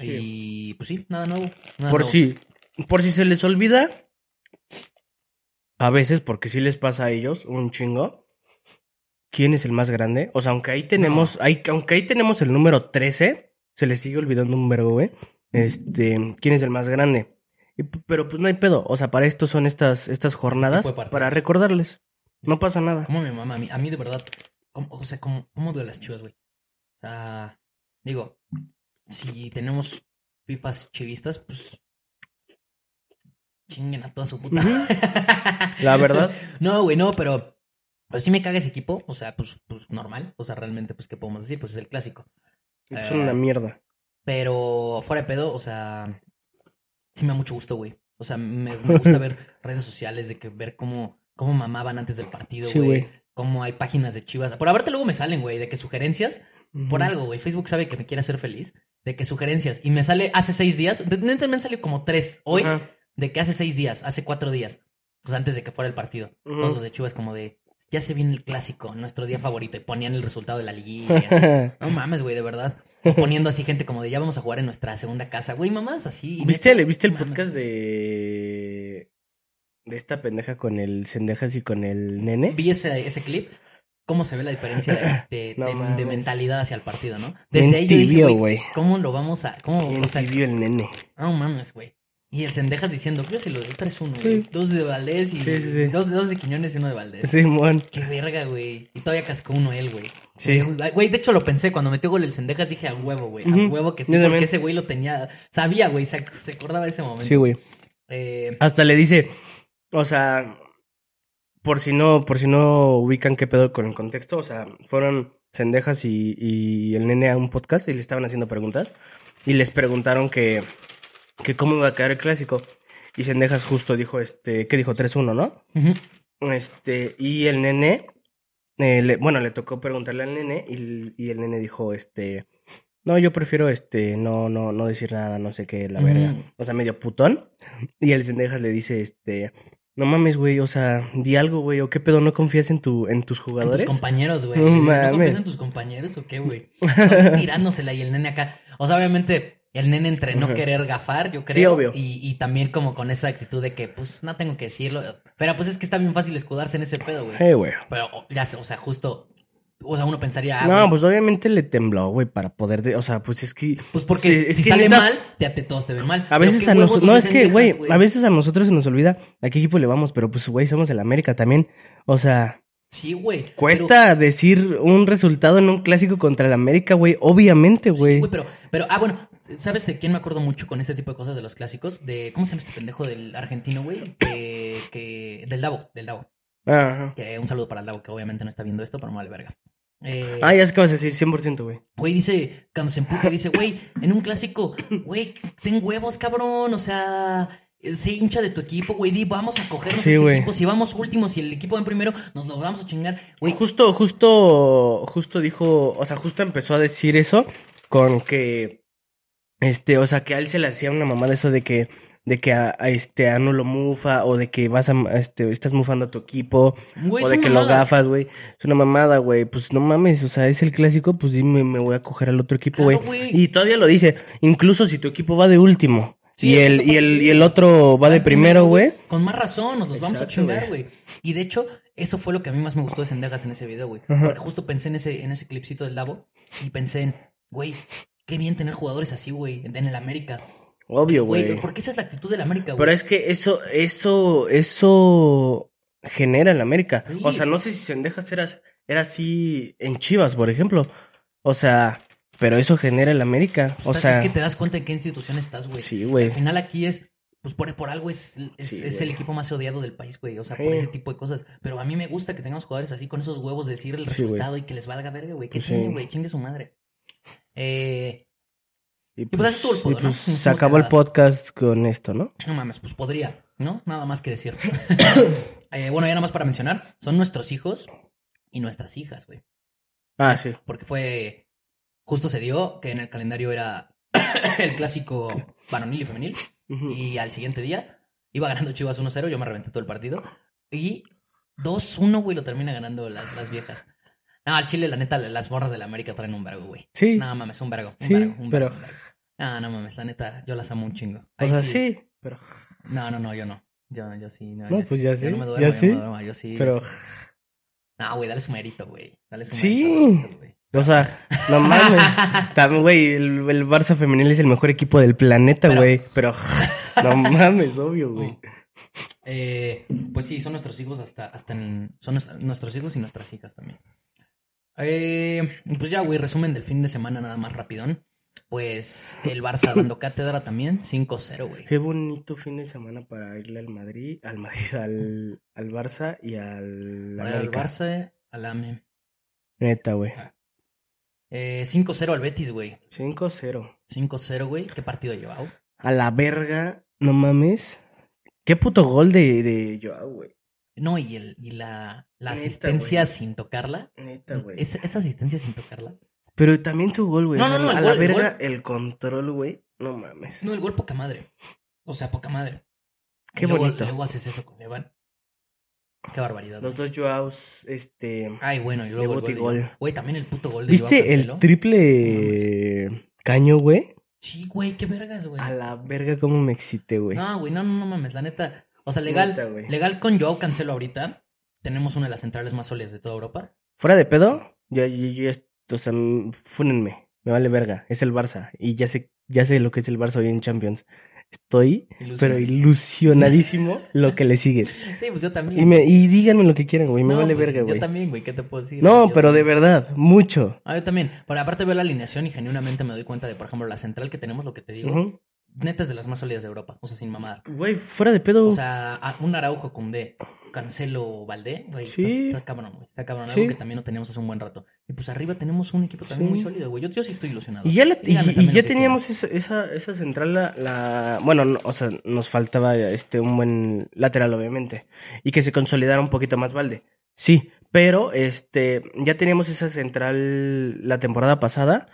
Speaker 1: Y pues sí, nada nuevo. nada
Speaker 2: Por
Speaker 1: nuevo.
Speaker 2: si. Por si se les olvida. A veces, porque sí les pasa a ellos un chingo. ¿Quién es el más grande? O sea, aunque ahí tenemos. ahí- aunque ahí tenemos el número 13. Se les sigue olvidando un verbo, güey. Este. ¿Quién es el más grande? Y p- pero pues no hay pedo. O sea, para esto son estas, estas jornadas.
Speaker 1: Este tipo de partidos.
Speaker 2: para recordarles. No pasa nada.
Speaker 1: Como mi mamá, a mí, a mí de verdad. como- o sea, como, como de las chivas, güey. O sea, digo, si tenemos fifas chivistas, pues. Chinguen a toda su puta.
Speaker 2: La verdad.
Speaker 1: (laughs) No, güey, no, pero. Pero sí me caga ese equipo. O sea, pues, pues normal. O sea, realmente, pues, ¿qué podemos decir? Pues es el clásico.
Speaker 2: pues, Es
Speaker 1: Eh,
Speaker 2: una mierda.
Speaker 1: Pero fuera de pedo, o sea, sí me da mucho gusto, güey. O sea, me, me
Speaker 2: (laughs)
Speaker 1: gusta ver redes sociales de que ver cómo, cómo mamaban antes del partido,
Speaker 2: Sí,
Speaker 1: güey.
Speaker 2: güey.
Speaker 1: Cómo hay páginas de chivas. Por aparte luego me salen, güey, de que sugerencias. Por
Speaker 2: Ujú.
Speaker 1: algo, güey. Facebook sabe que me quiere hacer feliz. De que sugerencias. Y me sale hace seis días. de- Neta me han salido como tres. Hoy,
Speaker 2: Ajá.
Speaker 1: de que hace seis días, hace cuatro días. O sea, antes de que fuera el partido.
Speaker 2: Ujú.
Speaker 1: Todos los de chivas como de... ya se viene el clásico, nuestro día favorito, y ponían el resultado de la liguilla. y así. (laughs)
Speaker 2: (laughs)
Speaker 1: No mames, güey, de verdad. O Poniendo así gente como de ya vamos a jugar en nuestra segunda casa, güey, mamás, así.
Speaker 2: ¿Viste
Speaker 1: neta,
Speaker 2: el, ¿Viste el
Speaker 1: mames.
Speaker 2: podcast de. de esta pendeja con el Cendejas y con el nene?
Speaker 1: Vi ese, ese clip, cómo se ve la diferencia de,
Speaker 2: (laughs)
Speaker 1: de-
Speaker 2: No
Speaker 1: de- de
Speaker 2: mames.
Speaker 1: mentalidad hacia el partido, ¿no?
Speaker 2: Bien
Speaker 1: Desde ahí yo dije,
Speaker 2: tibio,
Speaker 1: güey,
Speaker 2: güey.
Speaker 1: ¿cómo lo vamos a...? ¿Cómo?
Speaker 2: Bien
Speaker 1: o sea,
Speaker 2: tibio el nene.
Speaker 1: No mames, güey. Y el Sendejas diciendo, creo si lo de 3-1,
Speaker 2: Sí.
Speaker 1: güey. Dos de Valdés y
Speaker 2: Sí, sí, sí.
Speaker 1: Dos, dos de Quiñones y uno de Valdés.
Speaker 2: Simón.
Speaker 1: Qué verga, güey. Y todavía cascó uno él, güey.
Speaker 2: Sí.
Speaker 1: Porque, Güey, de hecho lo pensé. Cuando metió gol el Sendejas dije a huevo, güey. A
Speaker 2: Ujú.
Speaker 1: huevo que sí.
Speaker 2: Yo
Speaker 1: Porque
Speaker 2: también.
Speaker 1: ese güey lo tenía. Sabía, güey. Se, se acordaba de ese momento.
Speaker 2: Sí, güey.
Speaker 1: Eh,
Speaker 2: Hasta le dice. O sea. Por si no, por si no ubican qué pedo con el contexto. O sea, fueron Cendejas y, y el nene a un podcast y le estaban haciendo preguntas. Y les preguntaron que. que cómo iba a quedar el clásico. Y Cendejas justo dijo este. ¿Qué dijo? 3-1, ¿no?
Speaker 1: ujú.
Speaker 2: Este, y el nene, eh, le- bueno, le tocó preguntarle al nene y, l- y el nene dijo, este, no, yo prefiero, este, no, no, no decir nada, no sé qué, la
Speaker 1: Ujú.
Speaker 2: verga. O sea, medio putón. (laughs) Y el Cendejas le dice, este, no mames, güey, o sea, di algo, güey, o qué pedo, no confías en, tu,
Speaker 1: En
Speaker 2: en tus
Speaker 1: tus
Speaker 2: jugadores.
Speaker 1: compañeros, güey.
Speaker 2: No
Speaker 1: ¿No
Speaker 2: mames.
Speaker 1: confías en tus compañeros o qué, güey? Estaba Tirándosela y el nene acá. O sea, obviamente, el nene entre no
Speaker 2: Ujú.
Speaker 1: querer gafar, yo creo.
Speaker 2: obvio.
Speaker 1: Y, y también como con esa actitud de que, pues, no tengo que decirlo. Pero pues es que está bien fácil escudarse en ese pedo, güey.
Speaker 2: Eh, güey.
Speaker 1: Pero o- ya sé, o sea, justo. O sea, uno pensaría. ah,
Speaker 2: no,
Speaker 1: güey,
Speaker 2: pues obviamente le tembló, güey, para poder, de- o sea, pues es que...
Speaker 1: pues porque
Speaker 2: sí, es
Speaker 1: si
Speaker 2: que
Speaker 1: sale
Speaker 2: neta-
Speaker 1: mal, ya te, todos te ven mal.
Speaker 2: A
Speaker 1: Pero
Speaker 2: veces
Speaker 1: qué
Speaker 2: a
Speaker 1: huevos
Speaker 2: nosotros, no,
Speaker 1: los
Speaker 2: es que, güey,
Speaker 1: Cendejas,
Speaker 2: a veces a nosotros se nos olvida a qué equipo le vamos, pero pues, güey, somos el América también. O sea,
Speaker 1: Sí, güey.
Speaker 2: Cuesta decir un resultado en un clásico contra el América, güey. Obviamente,
Speaker 1: Pero, sí,
Speaker 2: güey.
Speaker 1: güey, pero, pero, ah, bueno, ¿sabes de quién me acuerdo mucho con este tipo de cosas de los clásicos? De, ¿cómo se llama este pendejo del argentino, güey? Que, que, del Davo, del Davo.
Speaker 2: Ajá.
Speaker 1: Que un saludo para el Davo, que obviamente no está viendo esto, pero no vale verga. Eh,
Speaker 2: Ah, ya sé qué vas a decir, 100%, güey.
Speaker 1: Güey dice, cuando se empuja, dice, güey, en un clásico, güey, ten huevos, cabrón, o sea, eh, sé hincha de tu equipo, güey, di, vamos a cogernos
Speaker 2: Sí,
Speaker 1: este
Speaker 2: güey.
Speaker 1: equipo, si vamos últimos si el equipo en primero, nos lo vamos a chingar, güey,
Speaker 2: Justo, justo, justo dijo, o sea, justo empezó a decir eso con que, este, o sea, que a él se le hacía una mamada eso de que, de que a, a este, a no lo mufa o de que vas a, este, estás mufando a tu equipo
Speaker 1: güey,
Speaker 2: o
Speaker 1: es
Speaker 2: de
Speaker 1: una
Speaker 2: que lo
Speaker 1: mamada.
Speaker 2: gafas, güey. Es una mamada, güey. Pues no mames, o sea, es el clásico, pues dime, me voy a coger al otro equipo, güey.
Speaker 1: Claro, güey.
Speaker 2: y todavía lo dice, incluso si tu equipo va de último
Speaker 1: Sí,
Speaker 2: y,
Speaker 1: es
Speaker 2: el,
Speaker 1: justo
Speaker 2: y,
Speaker 1: para
Speaker 2: el,
Speaker 1: ti.
Speaker 2: y el otro va de primero, güey.
Speaker 1: Con más razón, nos los vamos a
Speaker 2: Exacto, güey.
Speaker 1: chingar, güey. Y de hecho, eso fue lo que a mí más me gustó de Sendejas en ese video, güey.
Speaker 2: Ajá.
Speaker 1: Porque justo pensé en ese, en ese clipcito del Davo y pensé en, güey, qué bien tener jugadores así, güey, en el América.
Speaker 2: Obvio,
Speaker 1: Güey,
Speaker 2: güey.
Speaker 1: porque esa es la actitud del América, güey.
Speaker 2: Pero es que eso, eso, eso genera el América.
Speaker 1: Sí.
Speaker 2: O sea, no sé si Sendejas era, era así en Chivas, por ejemplo. O sea, pero eso genera el América.
Speaker 1: Pues,
Speaker 2: O
Speaker 1: tal-
Speaker 2: sea,
Speaker 1: es que te das cuenta en qué institución estás, güey.
Speaker 2: sí, güey.
Speaker 1: Al final aquí es, pues por, por algo es, es,
Speaker 2: Sí,
Speaker 1: es
Speaker 2: güey.
Speaker 1: el equipo más odiado del país, güey. O sea, por
Speaker 2: Sí.
Speaker 1: ese tipo de cosas. Pero a mí me gusta que tengamos jugadores así con esos huevos de decir el
Speaker 2: Sí, güey.
Speaker 1: resultado y que les valga verga, güey. Que
Speaker 2: Sí.
Speaker 1: chingue, güey, chingue su madre. Eh,
Speaker 2: Y
Speaker 1: pues, estuvo el
Speaker 2: y
Speaker 1: podo, ¿no?
Speaker 2: pues
Speaker 1: No (laughs) hicimos
Speaker 2: se acabó el
Speaker 1: nada.
Speaker 2: podcast con esto, ¿no?
Speaker 1: no mames, pues podría, ¿no? Nada más que
Speaker 2: (coughs)
Speaker 1: decir. Eh, bueno, ya nada más para mencionar, son nuestros hijos y nuestras hijas, güey.
Speaker 2: Ah, sí.
Speaker 1: Porque fue, justo se dio que en el calendario era (coughs) el clásico varonil y femenil.
Speaker 2: Ujú.
Speaker 1: Y al siguiente día iba ganando Chivas 1-0, yo me reventé todo el partido. Y 2-1, güey, lo termina ganando las, las viejas. No, al Chile, la neta, las morras de la América traen un vergo, güey.
Speaker 2: Sí.
Speaker 1: No mames, un vergo, un
Speaker 2: Sí,
Speaker 1: vergo, un
Speaker 2: pero-
Speaker 1: vergo. un vergo. Ah, No, no mames, la neta, yo las amo un chingo.
Speaker 2: o
Speaker 1: Ahí
Speaker 2: sea,
Speaker 1: sí.
Speaker 2: sí. pero.
Speaker 1: No, no, no, yo no. Yo, yo sí, no.
Speaker 2: No,
Speaker 1: yo
Speaker 2: pues ya
Speaker 1: Yo
Speaker 2: sí,
Speaker 1: no me duermo,
Speaker 2: ya
Speaker 1: yo no
Speaker 2: sí,
Speaker 1: me duermo, yo sí. yo
Speaker 2: Pero.
Speaker 1: sí. No, güey, dale su mérito, güey. Dale su
Speaker 2: Sí.
Speaker 1: mérito. güey.
Speaker 2: O sea,
Speaker 1: (laughs)
Speaker 2: no mames. Tam- Güey, el, el Barça femenil es el mejor equipo del planeta,
Speaker 1: Pero- Mm.
Speaker 2: güey. Pero. (laughs) No mames, obvio, güey.
Speaker 1: Eh, pues sí, son nuestros hijos hasta, hasta en- son nues- nuestros hijos y nuestras hijas también. Eh, y pues ya, güey, resumen del fin de semana nada más rapidón. Pues el Barça
Speaker 2: (laughs)
Speaker 1: dando cátedra también, 5-0, güey.
Speaker 2: Qué bonito fin de semana para irle al Madrid, al Madrid, (laughs) al, al Barça y al
Speaker 1: Para el
Speaker 2: América.
Speaker 1: Barça, Ah. al AME.
Speaker 2: Neta, güey.
Speaker 1: Eh, 5-0 al Betis, güey.
Speaker 2: 5-0.
Speaker 1: 5-0, güey. ¿Qué partido ha llevado?
Speaker 2: A la verga, no mames. Qué puto gol de, de Joao, güey.
Speaker 1: No, y, el, y la, la
Speaker 2: Neta,
Speaker 1: asistencia
Speaker 2: güey.
Speaker 1: sin tocarla.
Speaker 2: Neta, güey.
Speaker 1: Esa- esa asistencia sin tocarla.
Speaker 2: Pero también su gol, güey.
Speaker 1: No,
Speaker 2: O sea,
Speaker 1: no, no, el
Speaker 2: a
Speaker 1: gol,
Speaker 2: la
Speaker 1: el
Speaker 2: verga, el control, güey. No mames.
Speaker 1: No, el gol poca madre. O sea, poca madre.
Speaker 2: Qué
Speaker 1: Y luego-
Speaker 2: bonito.
Speaker 1: Luego haces eso con Evan. Qué barbaridad.
Speaker 2: Los dos Joaos, este...
Speaker 1: Ay, bueno, y luego el
Speaker 2: Debut y
Speaker 1: gol de-
Speaker 2: gol.
Speaker 1: Güey, también el puto gol de Joao
Speaker 2: ¿Viste
Speaker 1: Cancelo.
Speaker 2: el triple caño, güey?
Speaker 1: Sí, güey, qué vergas, güey.
Speaker 2: A la verga cómo me excité, güey.
Speaker 1: No, güey, no, no, no mames, la neta. O sea, legal,
Speaker 2: Neta, güey.
Speaker 1: legal con Joao Cancelo ahorita. Tenemos una de las centrales más sólidas de toda Europa.
Speaker 2: Fuera de pedo, yo, yo, yo ya- o sea, m- fúnenme. Me vale verga. Es el Barça. Y ya sé, ya sé lo que es el Barça hoy en Champions. Estoy,
Speaker 1: (laughs)
Speaker 2: pero ilusionadísimo lo que le sigue.
Speaker 1: Sí, pues yo también.
Speaker 2: Y, me, y díganme lo que quieran, güey. Me
Speaker 1: No,
Speaker 2: vale
Speaker 1: pues,
Speaker 2: verga, güey.
Speaker 1: Yo también, güey, ¿qué te puedo decir?
Speaker 2: No,
Speaker 1: Yo
Speaker 2: pero de
Speaker 1: también.
Speaker 2: verdad, mucho.
Speaker 1: Ah, yo también. Pero aparte veo la alineación y genuinamente me doy cuenta de, por ejemplo, la central que tenemos, lo que te digo,
Speaker 2: Ujú.
Speaker 1: neta es de las más sólidas de Europa. O sea, sin mamada.
Speaker 2: Güey, fuera de pedo.
Speaker 1: O sea, a- un Araujo con D, Cancelo Valdé, güey,
Speaker 2: Sí.
Speaker 1: está, está cabrón, güey. Está cabrón,
Speaker 2: Sí.
Speaker 1: algo que también no teníamos hace un buen rato. Y pues arriba tenemos un equipo también
Speaker 2: Sí.
Speaker 1: muy sólido, güey. Yo, yo sí estoy ilusionado.
Speaker 2: y ya, la- y-
Speaker 1: Díganme
Speaker 2: y
Speaker 1: también lo
Speaker 2: ya
Speaker 1: que
Speaker 2: teníamos esa, esa, esa central, la, la- Bueno, no, o sea, nos faltaba este un buen lateral, obviamente. Y que se consolidara un poquito más Valde. Sí, pero este ya teníamos esa central la temporada pasada.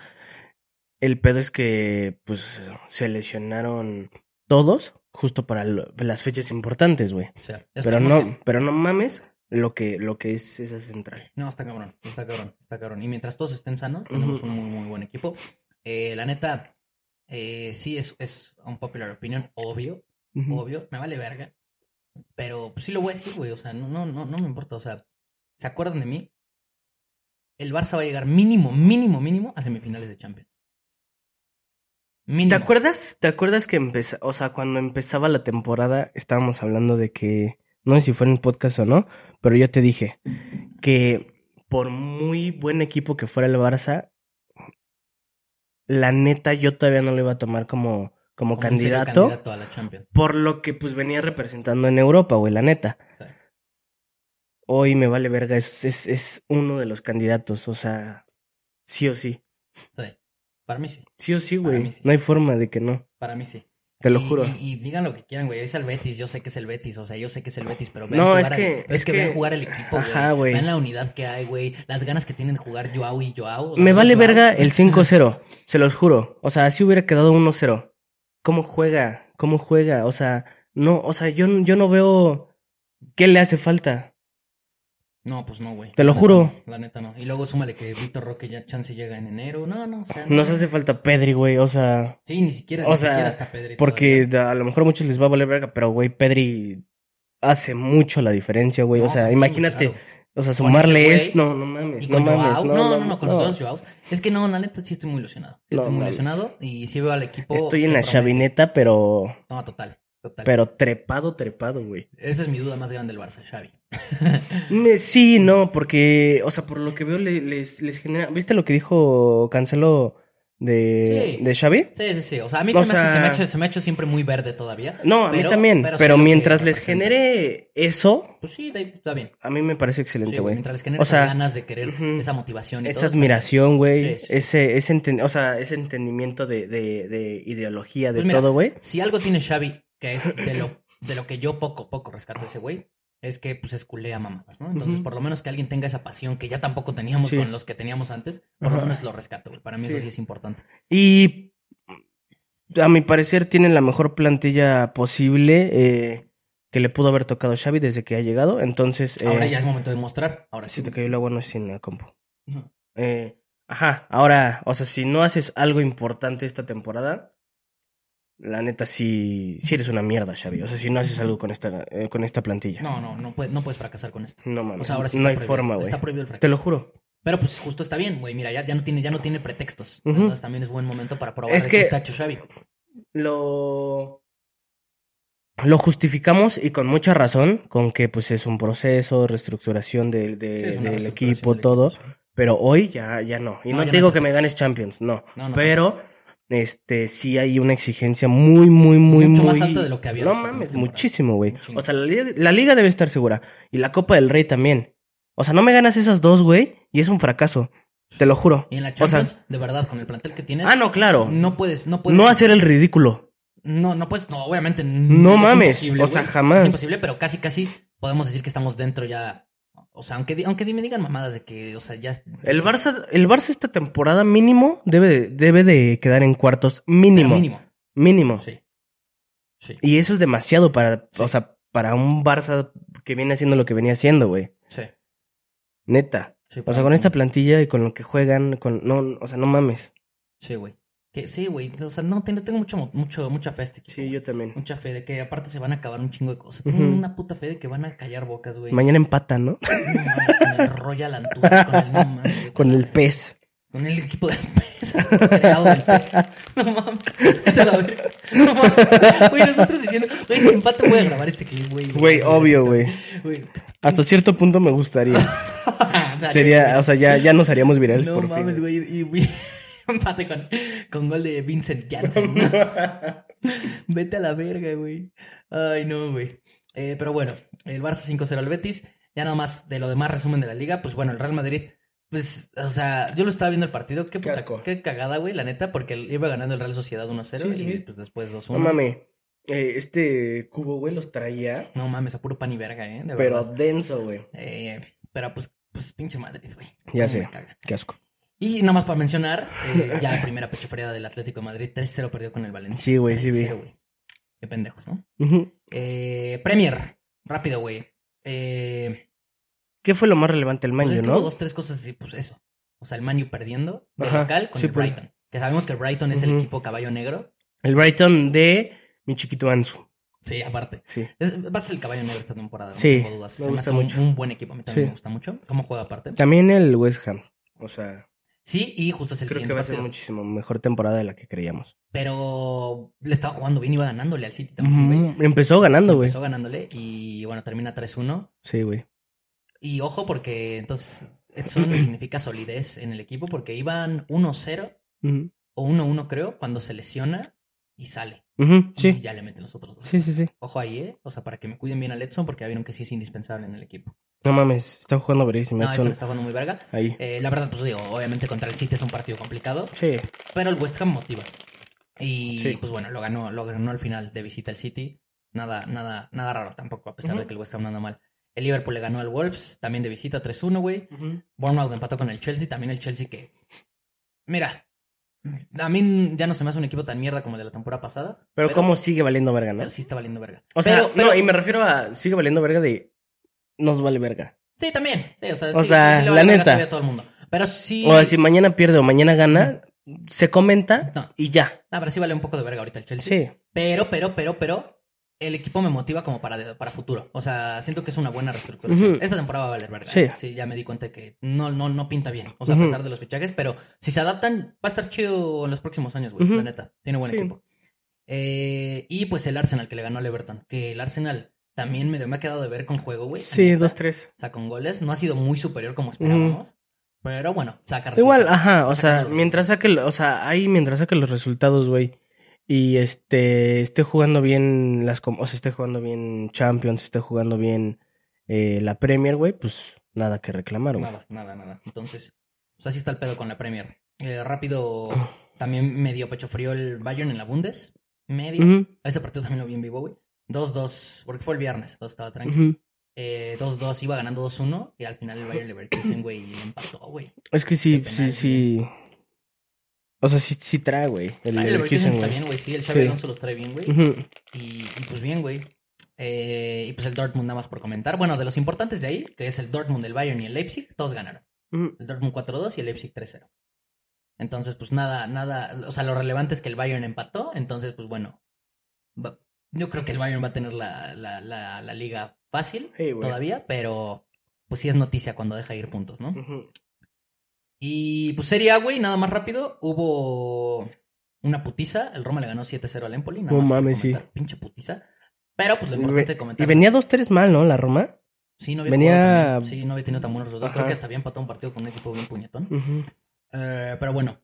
Speaker 2: El pedo es que, pues, se lesionaron todos justo para lo- las fechas importantes, güey.
Speaker 1: O sea,
Speaker 2: Pero
Speaker 1: esperemos que-
Speaker 2: no, pero no mames lo que, lo que es esa central.
Speaker 1: No, está cabrón, está cabrón, está cabrón. Y mientras todos estén sanos, tenemos
Speaker 2: Ujú.
Speaker 1: un muy, muy buen equipo. Eh, la neta, eh, sí es, es un popular opinion, obvio, obvio, me vale verga. Pero pues, sí lo voy a decir, güey, o sea, no, no, no, no me importa, o sea, ¿se acuerdan de mí? El Barça va a llegar mínimo, mínimo, mínimo a semifinales de Champions. Mínimo.
Speaker 2: ¿Te acuerdas? ¿Te acuerdas que empezó, o sea, cuando empezaba la temporada estábamos hablando de que no sé si fue en el podcast o no, pero yo te dije que por muy buen equipo que fuera el Barça, la neta yo todavía no lo iba a tomar como como,
Speaker 1: un serio
Speaker 2: candidato,
Speaker 1: candidato a la Champions.
Speaker 2: por lo que pues venía representando en Europa, güey, la neta.
Speaker 1: o sea.
Speaker 2: Hoy me vale verga, es es, es uno de los candidatos, o sea, sí o sí.
Speaker 1: Sí, Para mí sí,
Speaker 2: Sí o sí,
Speaker 1: Para
Speaker 2: güey.
Speaker 1: mí sí.
Speaker 2: No hay forma de que no.
Speaker 1: para mí sí.
Speaker 2: Te lo
Speaker 1: Y-
Speaker 2: juro.
Speaker 1: Y, y digan lo que quieran, güey. Es el Betis, yo sé que es el Betis, o sea, yo sé que es el Betis, pero
Speaker 2: No,
Speaker 1: jugar
Speaker 2: es
Speaker 1: al-
Speaker 2: que-
Speaker 1: es,
Speaker 2: es
Speaker 1: que,
Speaker 2: que-
Speaker 1: vean jugar el equipo, güey.
Speaker 2: Ajá, güey.
Speaker 1: Vean la unidad que hay, güey. Las ganas que tienen de jugar Joao y Joao. o sea,
Speaker 2: Me
Speaker 1: los
Speaker 2: vale
Speaker 1: Joao. (laughs)
Speaker 2: verga el 5-0, se los juro. O sea, así hubiera quedado 1-0. ¿Cómo juega? ¿Cómo juega? O sea, no, o sea, yo, yo no veo qué le hace falta.
Speaker 1: No, pues no, güey.
Speaker 2: Te lo
Speaker 1: La
Speaker 2: juro.
Speaker 1: neta no, La neta no. Y luego súmale que Víctor Roque ya chance llega en enero. No, no, o sea. No.
Speaker 2: Nos hace falta Pedri, güey, o sea,
Speaker 1: Sí, ni siquiera,
Speaker 2: o
Speaker 1: ni
Speaker 2: sea,
Speaker 1: siquiera hasta Pedri.
Speaker 2: porque a lo mejor a muchos les va a valer verga, pero güey, Pedri hace mucho la diferencia, güey.
Speaker 1: todavía. No,
Speaker 2: O sea,
Speaker 1: también,
Speaker 2: imagínate,
Speaker 1: claro.
Speaker 2: o sea,
Speaker 1: Con ese
Speaker 2: sumarle es,
Speaker 1: güey
Speaker 2: no, no mames,
Speaker 1: Y
Speaker 2: no
Speaker 1: con
Speaker 2: mames,
Speaker 1: Joao.
Speaker 2: no,
Speaker 1: No, no, no, con
Speaker 2: no.
Speaker 1: los dos Joaos. Es que no, la neta sí estoy muy ilusionado.
Speaker 2: No
Speaker 1: Estoy muy
Speaker 2: mames.
Speaker 1: ilusionado y sí veo al equipo.
Speaker 2: Estoy en
Speaker 1: que
Speaker 2: la
Speaker 1: oh, promete.
Speaker 2: chavineta, pero
Speaker 1: No, total. Total.
Speaker 2: pero trepado, trepado, güey.
Speaker 1: Esa es mi duda más grande del Barça, Xavi.
Speaker 2: Me- sí, no, porque, o sea, por lo que veo le- les, les genera... ¿Viste lo que dijo Cancelo de,
Speaker 1: Sí.
Speaker 2: de Xavi?
Speaker 1: Sí, sí, sí. O sea, a mí
Speaker 2: O
Speaker 1: se, me hace-
Speaker 2: sea-
Speaker 1: se me ha hecho, se me ha hecho siempre muy verde todavía.
Speaker 2: No, a mí
Speaker 1: Pero-
Speaker 2: también,
Speaker 1: pero
Speaker 2: pero,
Speaker 1: sí lo que
Speaker 2: mientras les
Speaker 1: representa.
Speaker 2: genere eso,
Speaker 1: Pues sí, da- está bien.
Speaker 2: a mí me parece
Speaker 1: Sí,
Speaker 2: excelente,
Speaker 1: güey,
Speaker 2: güey.
Speaker 1: mientras les genere
Speaker 2: O
Speaker 1: esas
Speaker 2: sea,
Speaker 1: ganas de querer
Speaker 2: ujú.
Speaker 1: esa motivación y
Speaker 2: Esa
Speaker 1: todo, está bien.
Speaker 2: admiración, güey,
Speaker 1: Sí, sí, sí.
Speaker 2: ese, ese, enten- o sea, ese entendimiento de, de, de ideología, de
Speaker 1: Pues mira,
Speaker 2: todo, güey.
Speaker 1: Si algo tiene Xavi, que es de lo, de lo que yo poco poco rescato a ese güey, es que pues es culé a mamadas, ¿no? Entonces,
Speaker 2: Ujú.
Speaker 1: por lo menos que alguien tenga esa pasión que ya tampoco teníamos
Speaker 2: Sí.
Speaker 1: con los que teníamos antes, por lo
Speaker 2: Ajá.
Speaker 1: menos lo rescato, güey. Para mí eso
Speaker 2: Sí.
Speaker 1: sí es importante.
Speaker 2: Y a mi parecer tienen la mejor plantilla posible eh, que le pudo haber tocado Xavi desde que ha llegado, entonces... eh,
Speaker 1: Ahora ya es momento de mostrar. Ahora sí.
Speaker 2: Si te cayó el agua no es sin la compu.
Speaker 1: Ujú.
Speaker 2: Eh, ajá, ahora, o sea, si no haces algo importante esta temporada, la neta sí, sí eres una mierda, Xavi. O sea, si no haces algo con esta, eh, con esta plantilla.
Speaker 1: No, no, no, puede- no puedes fracasar con esto.
Speaker 2: No mames.
Speaker 1: O sea, ahora sí está
Speaker 2: no hay
Speaker 1: prohibido.
Speaker 2: forma, güey.
Speaker 1: Está prohibido el fracaso.
Speaker 2: Te lo juro.
Speaker 1: Pero pues justo está bien, güey. Mira, ya, ya, no tiene, ya no tiene pretextos.
Speaker 2: Ujú.
Speaker 1: Entonces también es buen momento para probar
Speaker 2: Es
Speaker 1: de
Speaker 2: que-
Speaker 1: qué está hecho Xavi.
Speaker 2: Lo. Lo justificamos y con mucha razón, con que pues es un proceso, reestructuración del- de-
Speaker 1: Sí, es una
Speaker 2: del
Speaker 1: reestructuración
Speaker 2: equipo,
Speaker 1: del
Speaker 2: todo.
Speaker 1: sí.
Speaker 2: Pero hoy ya, ya no. Y
Speaker 1: No,
Speaker 2: no,
Speaker 1: ya
Speaker 2: te
Speaker 1: no
Speaker 2: digo
Speaker 1: hay
Speaker 2: que me
Speaker 1: pretextos.
Speaker 2: ganes Champions, no.
Speaker 1: No, no,
Speaker 2: pero este sí hay una exigencia muy, muy, muy,
Speaker 1: Mucho
Speaker 2: muy.
Speaker 1: más alta de lo que había
Speaker 2: No
Speaker 1: las últimas
Speaker 2: mames,
Speaker 1: temporadas.
Speaker 2: muchísimo, güey.
Speaker 1: Muchísimo.
Speaker 2: O sea, la liga, la liga debe estar segura. Y la Copa del Rey también. O sea, no me ganas esas dos, güey. Y es un fracaso. Te lo juro.
Speaker 1: Y en la
Speaker 2: o sea-
Speaker 1: Champions, de verdad, con el plantel que tienes,
Speaker 2: Ah, no, claro. No,
Speaker 1: no puedes, no puedes.
Speaker 2: hacer el ridículo.
Speaker 1: No, no puedes, no, obviamente.
Speaker 2: No mames, o sea,
Speaker 1: güey.
Speaker 2: jamás.
Speaker 1: Es imposible, pero casi, casi podemos decir que estamos dentro ya. O sea, aunque, di- aunque di- me digan mamadas de que, o sea, ya.
Speaker 2: El Barça, el Barça esta temporada mínimo debe de, debe de quedar en cuartos. Mínimo.
Speaker 1: Pero
Speaker 2: Mínimo.
Speaker 1: mínimo. Sí. Sí.
Speaker 2: Y eso es demasiado para,
Speaker 1: Sí.
Speaker 2: o sea, para un Barça porque viene haciendo lo que venía haciendo, güey.
Speaker 1: Sí.
Speaker 2: Neta.
Speaker 1: sí
Speaker 2: O sea, con esta plantilla y con lo que juegan, con no, o sea, no mames.
Speaker 1: Sí, güey. Que, sí, güey. O sea, no, tengo, tengo mucho, mo- mucho, mucha fe a este equipo,
Speaker 2: Sí, yo también.
Speaker 1: Mucha fe de que aparte se van a acabar un chingo de cosas. Tengo
Speaker 2: Ujú.
Speaker 1: una puta fe de que van a callar bocas, güey.
Speaker 2: Mañana empatan, ¿no? (laughs)
Speaker 1: No mames, con el Royal Antwerp, con el no mames, güey.
Speaker 2: Con el E pez.
Speaker 1: Con el equipo del PES. Creado (laughs) del PES. No mames. Vete a la verga. No mames. Güey, nosotros diciendo, güey, sin empate voy a grabar este clip, güey.
Speaker 2: Güey, obvio, güey.
Speaker 1: Güey. (laughs)
Speaker 2: Hasta cierto punto me (laughs) gustaría.
Speaker 1: Sale,
Speaker 2: Sería, o sea, ya, ya nos haríamos virales
Speaker 1: No
Speaker 2: por
Speaker 1: mames,
Speaker 2: fin.
Speaker 1: güey. Y (laughs) güey, empate con, con gol de Vincent Janssen. (laughs) Vete a la verga, güey. Ay, no, güey. Eh, pero bueno, el Barça 5-0 al Betis. Ya nada más de lo demás resumen de la liga. Pues bueno, el Real Madrid. Pues, o sea, yo lo estaba viendo el partido. Qué, puta,
Speaker 2: asco.
Speaker 1: qué cagada, güey, la neta. Porque iba ganando el Real Sociedad 1-0
Speaker 2: Sí, sí,
Speaker 1: y
Speaker 2: sí.
Speaker 1: pues después 2-1.
Speaker 2: (laughs) No mames. Eh, este cubo, güey, los traía,
Speaker 1: No mames, a puro pan y verga, ¿eh? De
Speaker 2: pero
Speaker 1: verdad.
Speaker 2: denso, güey.
Speaker 1: Eh, pero pues, pues pinche Madrid, güey.
Speaker 2: Ya
Speaker 1: Cómo
Speaker 2: sé.
Speaker 1: me caga.
Speaker 2: Qué asco.
Speaker 1: Y nada más para mencionar, eh, ya la primera pechofreada del Atlético de Madrid, 3-0 perdió con el Valencia.
Speaker 2: Sí, güey, sí,
Speaker 1: 3-0, güey. Qué pendejos, ¿no?
Speaker 2: Ujú.
Speaker 1: Eh, Premier, rápido, güey. Eh,
Speaker 2: ¿Qué fue lo más relevante el
Speaker 1: pues
Speaker 2: Manju,
Speaker 1: es que
Speaker 2: no?
Speaker 1: hubo dos, tres cosas así, pues eso. O sea, el Manu perdiendo de
Speaker 2: Ajá,
Speaker 1: local con
Speaker 2: sí,
Speaker 1: el
Speaker 2: pues.
Speaker 1: Brighton. Que sabemos que el Brighton es el
Speaker 2: Ujú.
Speaker 1: equipo caballo negro.
Speaker 2: El Brighton de mi chiquito Ansu.
Speaker 1: Sí, aparte.
Speaker 2: Sí.
Speaker 1: Es- va a ser el caballo negro esta temporada, no
Speaker 2: Sí,
Speaker 1: tengo dudas. Se
Speaker 2: me
Speaker 1: me
Speaker 2: gusta
Speaker 1: hace un-
Speaker 2: mucho.
Speaker 1: Un, buen equipo, a mí también
Speaker 2: Sí.
Speaker 1: me gusta mucho. ¿Cómo juega aparte?
Speaker 2: También el West Ham. O sea,
Speaker 1: Sí, y justo es el
Speaker 2: creo que
Speaker 1: siguiente
Speaker 2: va a ser
Speaker 1: partido.
Speaker 2: muchísimo mejor temporada de la que creíamos.
Speaker 1: Pero le estaba jugando bien, iba ganándole al City también, güey.
Speaker 2: Ujú. Empezó ganando, güey.
Speaker 1: Empezó ganándole y bueno, termina 3-1.
Speaker 2: Sí, güey.
Speaker 1: Y ojo porque entonces Edson (clears throat) significa solidez en el equipo porque iban 1-0
Speaker 2: Ujú.
Speaker 1: o 1-1 creo cuando se lesiona y sale.
Speaker 2: Ujú,
Speaker 1: Y
Speaker 2: Sí.
Speaker 1: ya le meten los otros dos.
Speaker 2: Sí, sí, sí.
Speaker 1: Ojo ahí, ¿eh? O sea, para que me cuiden bien al Edson porque ya vieron que sí es indispensable en el equipo.
Speaker 2: No mames, está jugando verísimo.
Speaker 1: No, Edson
Speaker 2: Edson.
Speaker 1: está jugando muy verga.
Speaker 2: Ahí.
Speaker 1: Eh, la verdad, pues digo, obviamente contra el City es un partido complicado,
Speaker 2: Sí.
Speaker 1: pero el West Ham motiva. Y
Speaker 2: Sí.
Speaker 1: pues bueno, lo ganó, lo ganó al final de visita al City. Nada, nada, nada raro tampoco, a pesar de
Speaker 2: Ujú.
Speaker 1: que el West Ham no anda mal. El Liverpool le ganó al Wolves, también de visita 3-1, güey. Bournemouth empató con el Chelsea, también el Chelsea que. Mira, a mí ya no se me hace un equipo tan mierda como el de la temporada pasada.
Speaker 2: Mm. Pero, cómo sigue valiendo verga, ¿no?
Speaker 1: pero sí está valiendo verga.
Speaker 2: O sea,
Speaker 1: Pero- pero-
Speaker 2: no, y me refiero a sigue valiendo verga de nos vale verga.
Speaker 1: Sí, también. Sí, o sea,
Speaker 2: O
Speaker 1: sí-
Speaker 2: sea,
Speaker 1: sí le
Speaker 2: la
Speaker 1: vale verga
Speaker 2: neta.
Speaker 1: todavía a todo el mundo. Pero sí.
Speaker 2: O sea, si mañana pierde o mañana gana, se comenta
Speaker 1: No.
Speaker 2: y ya.
Speaker 1: Ah, pero sí vale un poco de verga ahorita el Chelsea.
Speaker 2: Sí.
Speaker 1: Pero, pero, pero, pero. El equipo me motiva como para, de- para futuro. O sea, siento que es una buena reestructuración.
Speaker 2: Ujú.
Speaker 1: Esta temporada va a valer verga.
Speaker 2: Sí.
Speaker 1: ¿eh? Sí, ya me di cuenta de que no, no, no pinta bien. O sea,
Speaker 2: Ujú.
Speaker 1: a pesar de los fichajes, pero si se adaptan, va a estar chido en los próximos años, güey.
Speaker 2: Ujú.
Speaker 1: La neta. Tiene buen
Speaker 2: Sí.
Speaker 1: equipo. Eh, y pues el Arsenal que le ganó al Everton. Que el Arsenal también medio me ha quedado de ver con juego, güey. la
Speaker 2: Sí,
Speaker 1: neta.
Speaker 2: dos, tres.
Speaker 1: O sea, con goles. No ha sido muy superior como esperábamos. Pero bueno, saca resultados.
Speaker 2: Igual, ajá, o sea,
Speaker 1: Sacando los-
Speaker 2: mientras saque, lo- o sea, ahí mientras saque los resultados, güey, y este, esté jugando bien las, com- o sea, esté jugando bien Champions, esté jugando bien eh, la Premier, güey, pues nada que reclamar, güey.
Speaker 1: Nada, nada, nada. Entonces, pues así está el pedo con la Premier. Eh, rápido,
Speaker 2: Ah.
Speaker 1: también medio pecho frío el Bayern en la Bundes. Medio.
Speaker 2: Ujú,
Speaker 1: Ese partido también lo vi en vivo, güey. 2-2, porque fue el viernes, 2 estaba tranquilo.
Speaker 2: ujú.
Speaker 1: Eh, 2-2, iba ganando 2-1 y al final el Bayern Leverkusen, güey, le empató, güey.
Speaker 2: Es que sí,
Speaker 1: De penal,
Speaker 2: sí, sí. O sea, sí, sí trae, güey.
Speaker 1: El
Speaker 2: El
Speaker 1: Bayern Leverkusen
Speaker 2: Leverkusen,
Speaker 1: está
Speaker 2: güey.
Speaker 1: bien, güey, sí, el Xavi
Speaker 2: Sí.
Speaker 1: Alonso los trae bien, güey.
Speaker 2: Ujú.
Speaker 1: Y, y pues bien, güey. Eh, y pues el Dortmund nada más por comentar. Bueno, de los importantes de ahí, que es el Dortmund, el Bayern y el Leipzig, todos ganaron.
Speaker 2: Ujú.
Speaker 1: El Dortmund 4-2 y el Leipzig 3-0. Entonces, pues nada, nada. O sea, lo relevante es que el Bayern empató. Entonces, pues bueno. va- yo creo que el Bayern va a tener la, la, la, la liga fácil
Speaker 2: Sí, güey.
Speaker 1: todavía, pero pues sí es noticia cuando deja ir puntos, ¿no?
Speaker 2: Ujú.
Speaker 1: Y pues Serie A, güey, nada más rápido. Hubo una putiza. El Roma le ganó 7-0 al Empoli. Nada
Speaker 2: No
Speaker 1: más por
Speaker 2: mames, sí.
Speaker 1: comentar, Pinche putiza. Pero pues lo
Speaker 2: Y
Speaker 1: importante
Speaker 2: ve-
Speaker 1: de comentar.
Speaker 2: Y venía 2-3 mal, ¿no? La Roma.
Speaker 1: Sí, no había
Speaker 2: venía-
Speaker 1: jugado tan bien, Sí, no había tenido tan buenos resultados. Creo
Speaker 2: Ajá.
Speaker 1: que hasta había empatado un partido con un equipo bien puñetón.
Speaker 2: Ujú.
Speaker 1: Eh, pero bueno,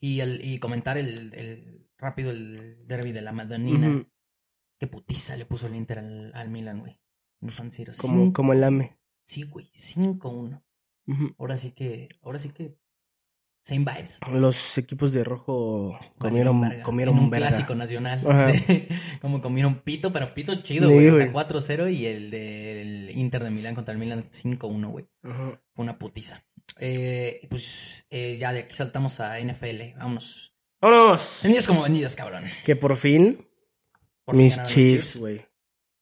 Speaker 1: y, el, y comentar el, el- rápido el derby de la Madonina.
Speaker 2: Ujú.
Speaker 1: Qué putiza le puso el Inter al, al Milan, güey. No San Siro.
Speaker 2: Como,
Speaker 1: Cin-
Speaker 2: como el AME.
Speaker 1: Sí, güey, 5-1.
Speaker 2: Ujú.
Speaker 1: Ahora sí que, ahora sí que. Same vibes.
Speaker 2: Los equipos de rojo
Speaker 1: Valieron
Speaker 2: comieron,
Speaker 1: verga.
Speaker 2: comieron
Speaker 1: en un
Speaker 2: verga.
Speaker 1: clásico nacional.
Speaker 2: Ajá.
Speaker 1: (laughs) sí. Como comieron pito, pero pito chido,
Speaker 2: Sí,
Speaker 1: güey. O sea,
Speaker 2: güey.
Speaker 1: 4-0 y el del Inter de Milán contra el Milan 5-1, güey.
Speaker 2: Ujú.
Speaker 1: Fue una putiza. Eh, pues eh, ya de aquí saltamos a NFL. Vámonos.
Speaker 2: ¡Vámonos!
Speaker 1: Vendidos como vendidos, cabrón.
Speaker 2: Que por fin,
Speaker 1: Por fin
Speaker 2: mis
Speaker 1: ganaron los
Speaker 2: Chiefs, güey.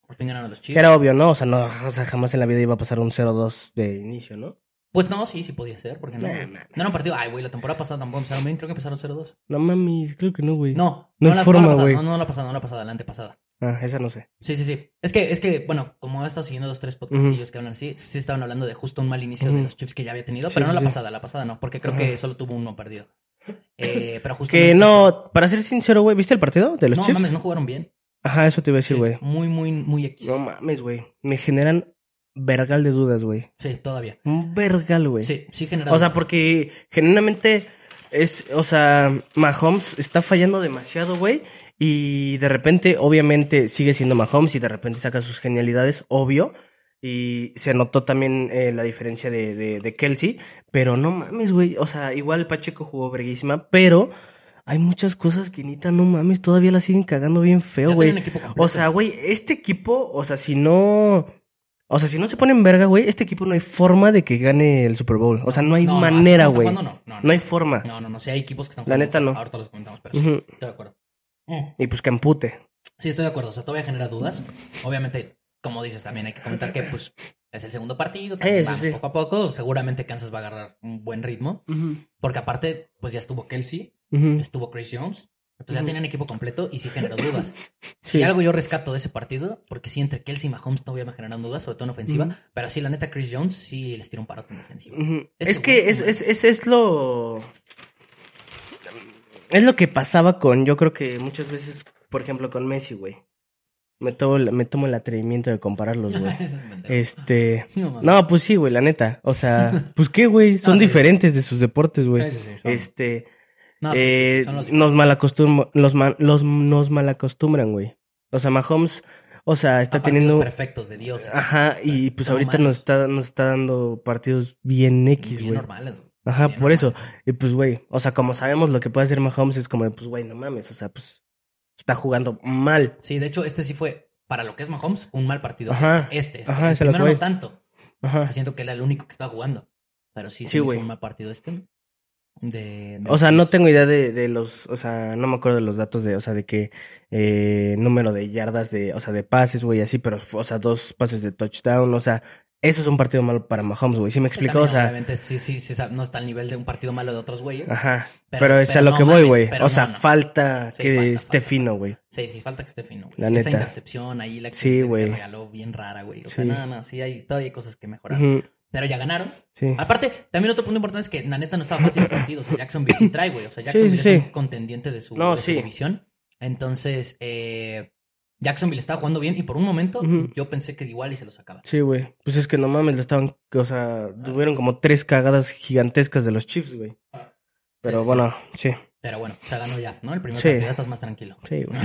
Speaker 1: Por fin ganaron los Chiefs.
Speaker 2: Era obvio, ¿no? O sea, no, o sea, jamás en la vida iba a pasar un 0-2 de inicio, ¿no?
Speaker 1: Pues no, sí, sí podía ser, porque no.
Speaker 2: Nah,
Speaker 1: no
Speaker 2: nah,
Speaker 1: era un partido. Ay, güey, la temporada pasada tampoco empezaron bien, creo que empezaron 0-2.
Speaker 2: No mames, creo que no, güey.
Speaker 1: No,
Speaker 2: No hay
Speaker 1: la,
Speaker 2: forma,
Speaker 1: la pasada,
Speaker 2: güey.
Speaker 1: no, no la pasada, no la pasada, la antepasada.
Speaker 2: Ah, esa no sé.
Speaker 1: Sí, sí, sí. Es que, es que, bueno, como he estado siguiendo dos, tres podcastillos que hablan así, sí estaban hablando de justo un mal inicio de
Speaker 2: Ujú.
Speaker 1: los Chiefs que ya había tenido,
Speaker 2: Sí,
Speaker 1: pero no
Speaker 2: sí,
Speaker 1: la
Speaker 2: sí.
Speaker 1: pasada, la pasada no, porque creo
Speaker 2: Ajá.
Speaker 1: que solo tuvo uno
Speaker 2: (laughs)
Speaker 1: perdido. Eh, pero justo.
Speaker 2: Que no, para ser sincero, güey, ¿viste el partido de los
Speaker 1: no,
Speaker 2: Chiefs?
Speaker 1: mames, no jugaron bien.
Speaker 2: Ajá, eso te iba a decir,
Speaker 1: Sí,
Speaker 2: güey.
Speaker 1: Muy, muy, muy X.
Speaker 2: No mames, güey. Me generan vergal de dudas, güey.
Speaker 1: Sí, todavía.
Speaker 2: Un vergal, güey.
Speaker 1: Sí, sí generaron.
Speaker 2: O sea, porque genuinamente es, o sea, Mahomes está fallando demasiado, güey. Y de repente, obviamente, sigue siendo Mahomes y de repente saca sus genialidades, obvio. Y se notó también eh, la diferencia de, de, de Kelsey. Pero no mames, güey. O sea, igual Pacheco jugó verguísima, pero hay muchas cosas que neta, no mames, todavía la siguen cagando bien
Speaker 1: Ya
Speaker 2: feo,
Speaker 1: tenía
Speaker 2: güey.
Speaker 1: un equipo completo.
Speaker 2: O sea, güey, este equipo, o sea, si no. O sea, si no se ponen verga, güey, este equipo no hay forma de que gane el Super Bowl. O sea, no hay
Speaker 1: No, no, así
Speaker 2: manera,
Speaker 1: como está
Speaker 2: güey.
Speaker 1: jugando, no,
Speaker 2: No,
Speaker 1: no, no.
Speaker 2: hay forma.
Speaker 1: No, pues no, no, sí hay equipos que están
Speaker 2: La neta,
Speaker 1: mejor.
Speaker 2: no.
Speaker 1: Ahorita los comentamos, pero sí,
Speaker 2: Ujú.
Speaker 1: estoy de acuerdo. Mm.
Speaker 2: Y pues que empute.
Speaker 1: Sí, estoy de acuerdo. O sea, todavía genera dudas. Obviamente, como dices, también hay que comentar que, pues, es el segundo partido. también
Speaker 2: Eh, sí,
Speaker 1: vamos
Speaker 2: sí.
Speaker 1: poco a poco. Seguramente Kansas va a agarrar un buen ritmo. Porque aparte, pues ya estuvo Kelsey,
Speaker 2: Ujú.
Speaker 1: estuvo Chris Jones. Entonces ya
Speaker 2: Ujú.
Speaker 1: tenían equipo completo y sí
Speaker 2: (coughs)
Speaker 1: generó dudas. Si
Speaker 2: Sí.
Speaker 1: algo yo rescato de ese partido, porque sí, entre Kelsey y Mahomes todavía me generaron dudas, sobre todo en ofensiva.
Speaker 2: Ujú.
Speaker 1: Pero sí, la neta, Chris Jones sí les tira un parote en defensiva. (laughs)
Speaker 2: Ujú.
Speaker 1: Eso,
Speaker 2: Es que
Speaker 1: güey,
Speaker 2: es,
Speaker 1: no
Speaker 2: es, es, es lo. Es lo que pasaba con, yo creo que muchas veces, por ejemplo, con Messi, güey. Me tomo, el- me tomo el atrevimiento de compararlos, Pues,
Speaker 1: (laughs)
Speaker 2: güey.
Speaker 1: Eso es pendejo.
Speaker 2: este.
Speaker 1: No, mames.
Speaker 2: No, pues sí, güey, la neta.
Speaker 1: (laughs)
Speaker 2: O sea, pues qué, güey. Son
Speaker 1: sí.
Speaker 2: diferentes de sus deportes, güey.
Speaker 1: Sí, sí, sí, son-
Speaker 2: Este.
Speaker 1: no, sí, sí, sí,
Speaker 2: Eh,
Speaker 1: son los-
Speaker 2: nos malacostumbran, los, ma- los nos malacostumbran, güey. O sea, Mahomes, o sea, está
Speaker 1: a partidos
Speaker 2: teniendo.
Speaker 1: perfectos de Dios.
Speaker 2: Ajá, y pues
Speaker 1: Son
Speaker 2: ahorita
Speaker 1: humanos.
Speaker 2: nos está, nos está dando partidos bien X,
Speaker 1: bien
Speaker 2: güey.
Speaker 1: normales. güey.
Speaker 2: Ajá,
Speaker 1: bien
Speaker 2: por eso.
Speaker 1: normales.
Speaker 2: Y pues, güey, o sea, como sabemos lo que puede hacer Mahomes es como de, pues, güey, no mames, o sea, pues, está jugando mal.
Speaker 1: Sí, de hecho, este sí fue, para lo que es Mahomes, fue un mal partido.
Speaker 2: Ajá.
Speaker 1: Este, este. este.
Speaker 2: Ajá,
Speaker 1: el
Speaker 2: se lo
Speaker 1: primero
Speaker 2: doy.
Speaker 1: no tanto.
Speaker 2: Ajá.
Speaker 1: Siento que era el único que estaba jugando. Pero sí,
Speaker 2: Sí,
Speaker 1: sí,
Speaker 2: güey.
Speaker 1: un mal partido este. De, este. de
Speaker 2: O sea,
Speaker 1: los-
Speaker 2: no tengo idea de, de los, o sea, no me acuerdo de los datos de, o sea, de qué eh, número de yardas de, o sea, de pases, güey, así, pero, o sea, dos pases de touchdown, o sea, eso es un partido malo para Mahomes, güey. Sí me
Speaker 1: Sí,
Speaker 2: explico,
Speaker 1: también,
Speaker 2: o sea,
Speaker 1: Obviamente, sí, sí, sí, sa- no está al nivel de un partido malo de otros güeyes.
Speaker 2: ajá. Pero, es a lo
Speaker 1: no
Speaker 2: que voy,
Speaker 1: mames,
Speaker 2: güey.
Speaker 1: pero no,
Speaker 2: O sea,
Speaker 1: no.
Speaker 2: falta
Speaker 1: Sí,
Speaker 2: que
Speaker 1: falta,
Speaker 2: esté
Speaker 1: falta,
Speaker 2: fino, güey.
Speaker 1: Sí, sí, falta que esté fino, güey.
Speaker 2: La
Speaker 1: Esa
Speaker 2: neta.
Speaker 1: intercepción ahí, la que
Speaker 2: Sí,
Speaker 1: le
Speaker 2: güey.
Speaker 1: regaló bien rara, güey. O sea,
Speaker 2: Sí.
Speaker 1: no, no, sí, hay, todavía hay cosas que mejorar.
Speaker 2: Ujú,
Speaker 1: Pero ya ganaron.
Speaker 2: Sí.
Speaker 1: Aparte, también otro punto importante es que la neta no estaba fácil el partido. O sea, Jacksonville sí trae, güey. O sea,
Speaker 2: Sí,
Speaker 1: Jacksonville
Speaker 2: sí,
Speaker 1: es
Speaker 2: sí.
Speaker 1: un contendiente de su,
Speaker 2: No,
Speaker 1: de su
Speaker 2: sí.
Speaker 1: división. Entonces, eh, Jacksonville estaba jugando bien y por un momento
Speaker 2: Ujú.
Speaker 1: yo pensé que igual y se lo sacaba.
Speaker 2: Sí, güey. Pues es que no mames, lo estaban, o sea, tuvieron como tres cagadas gigantescas de los Chiefs, güey.
Speaker 1: Sí,
Speaker 2: Pero
Speaker 1: Ah. sí,
Speaker 2: bueno, sí,
Speaker 1: Pero bueno, se ganó ya, ¿no? El primer
Speaker 2: Sí.
Speaker 1: partido ya estás más tranquilo. (laughs)
Speaker 2: sí, güey.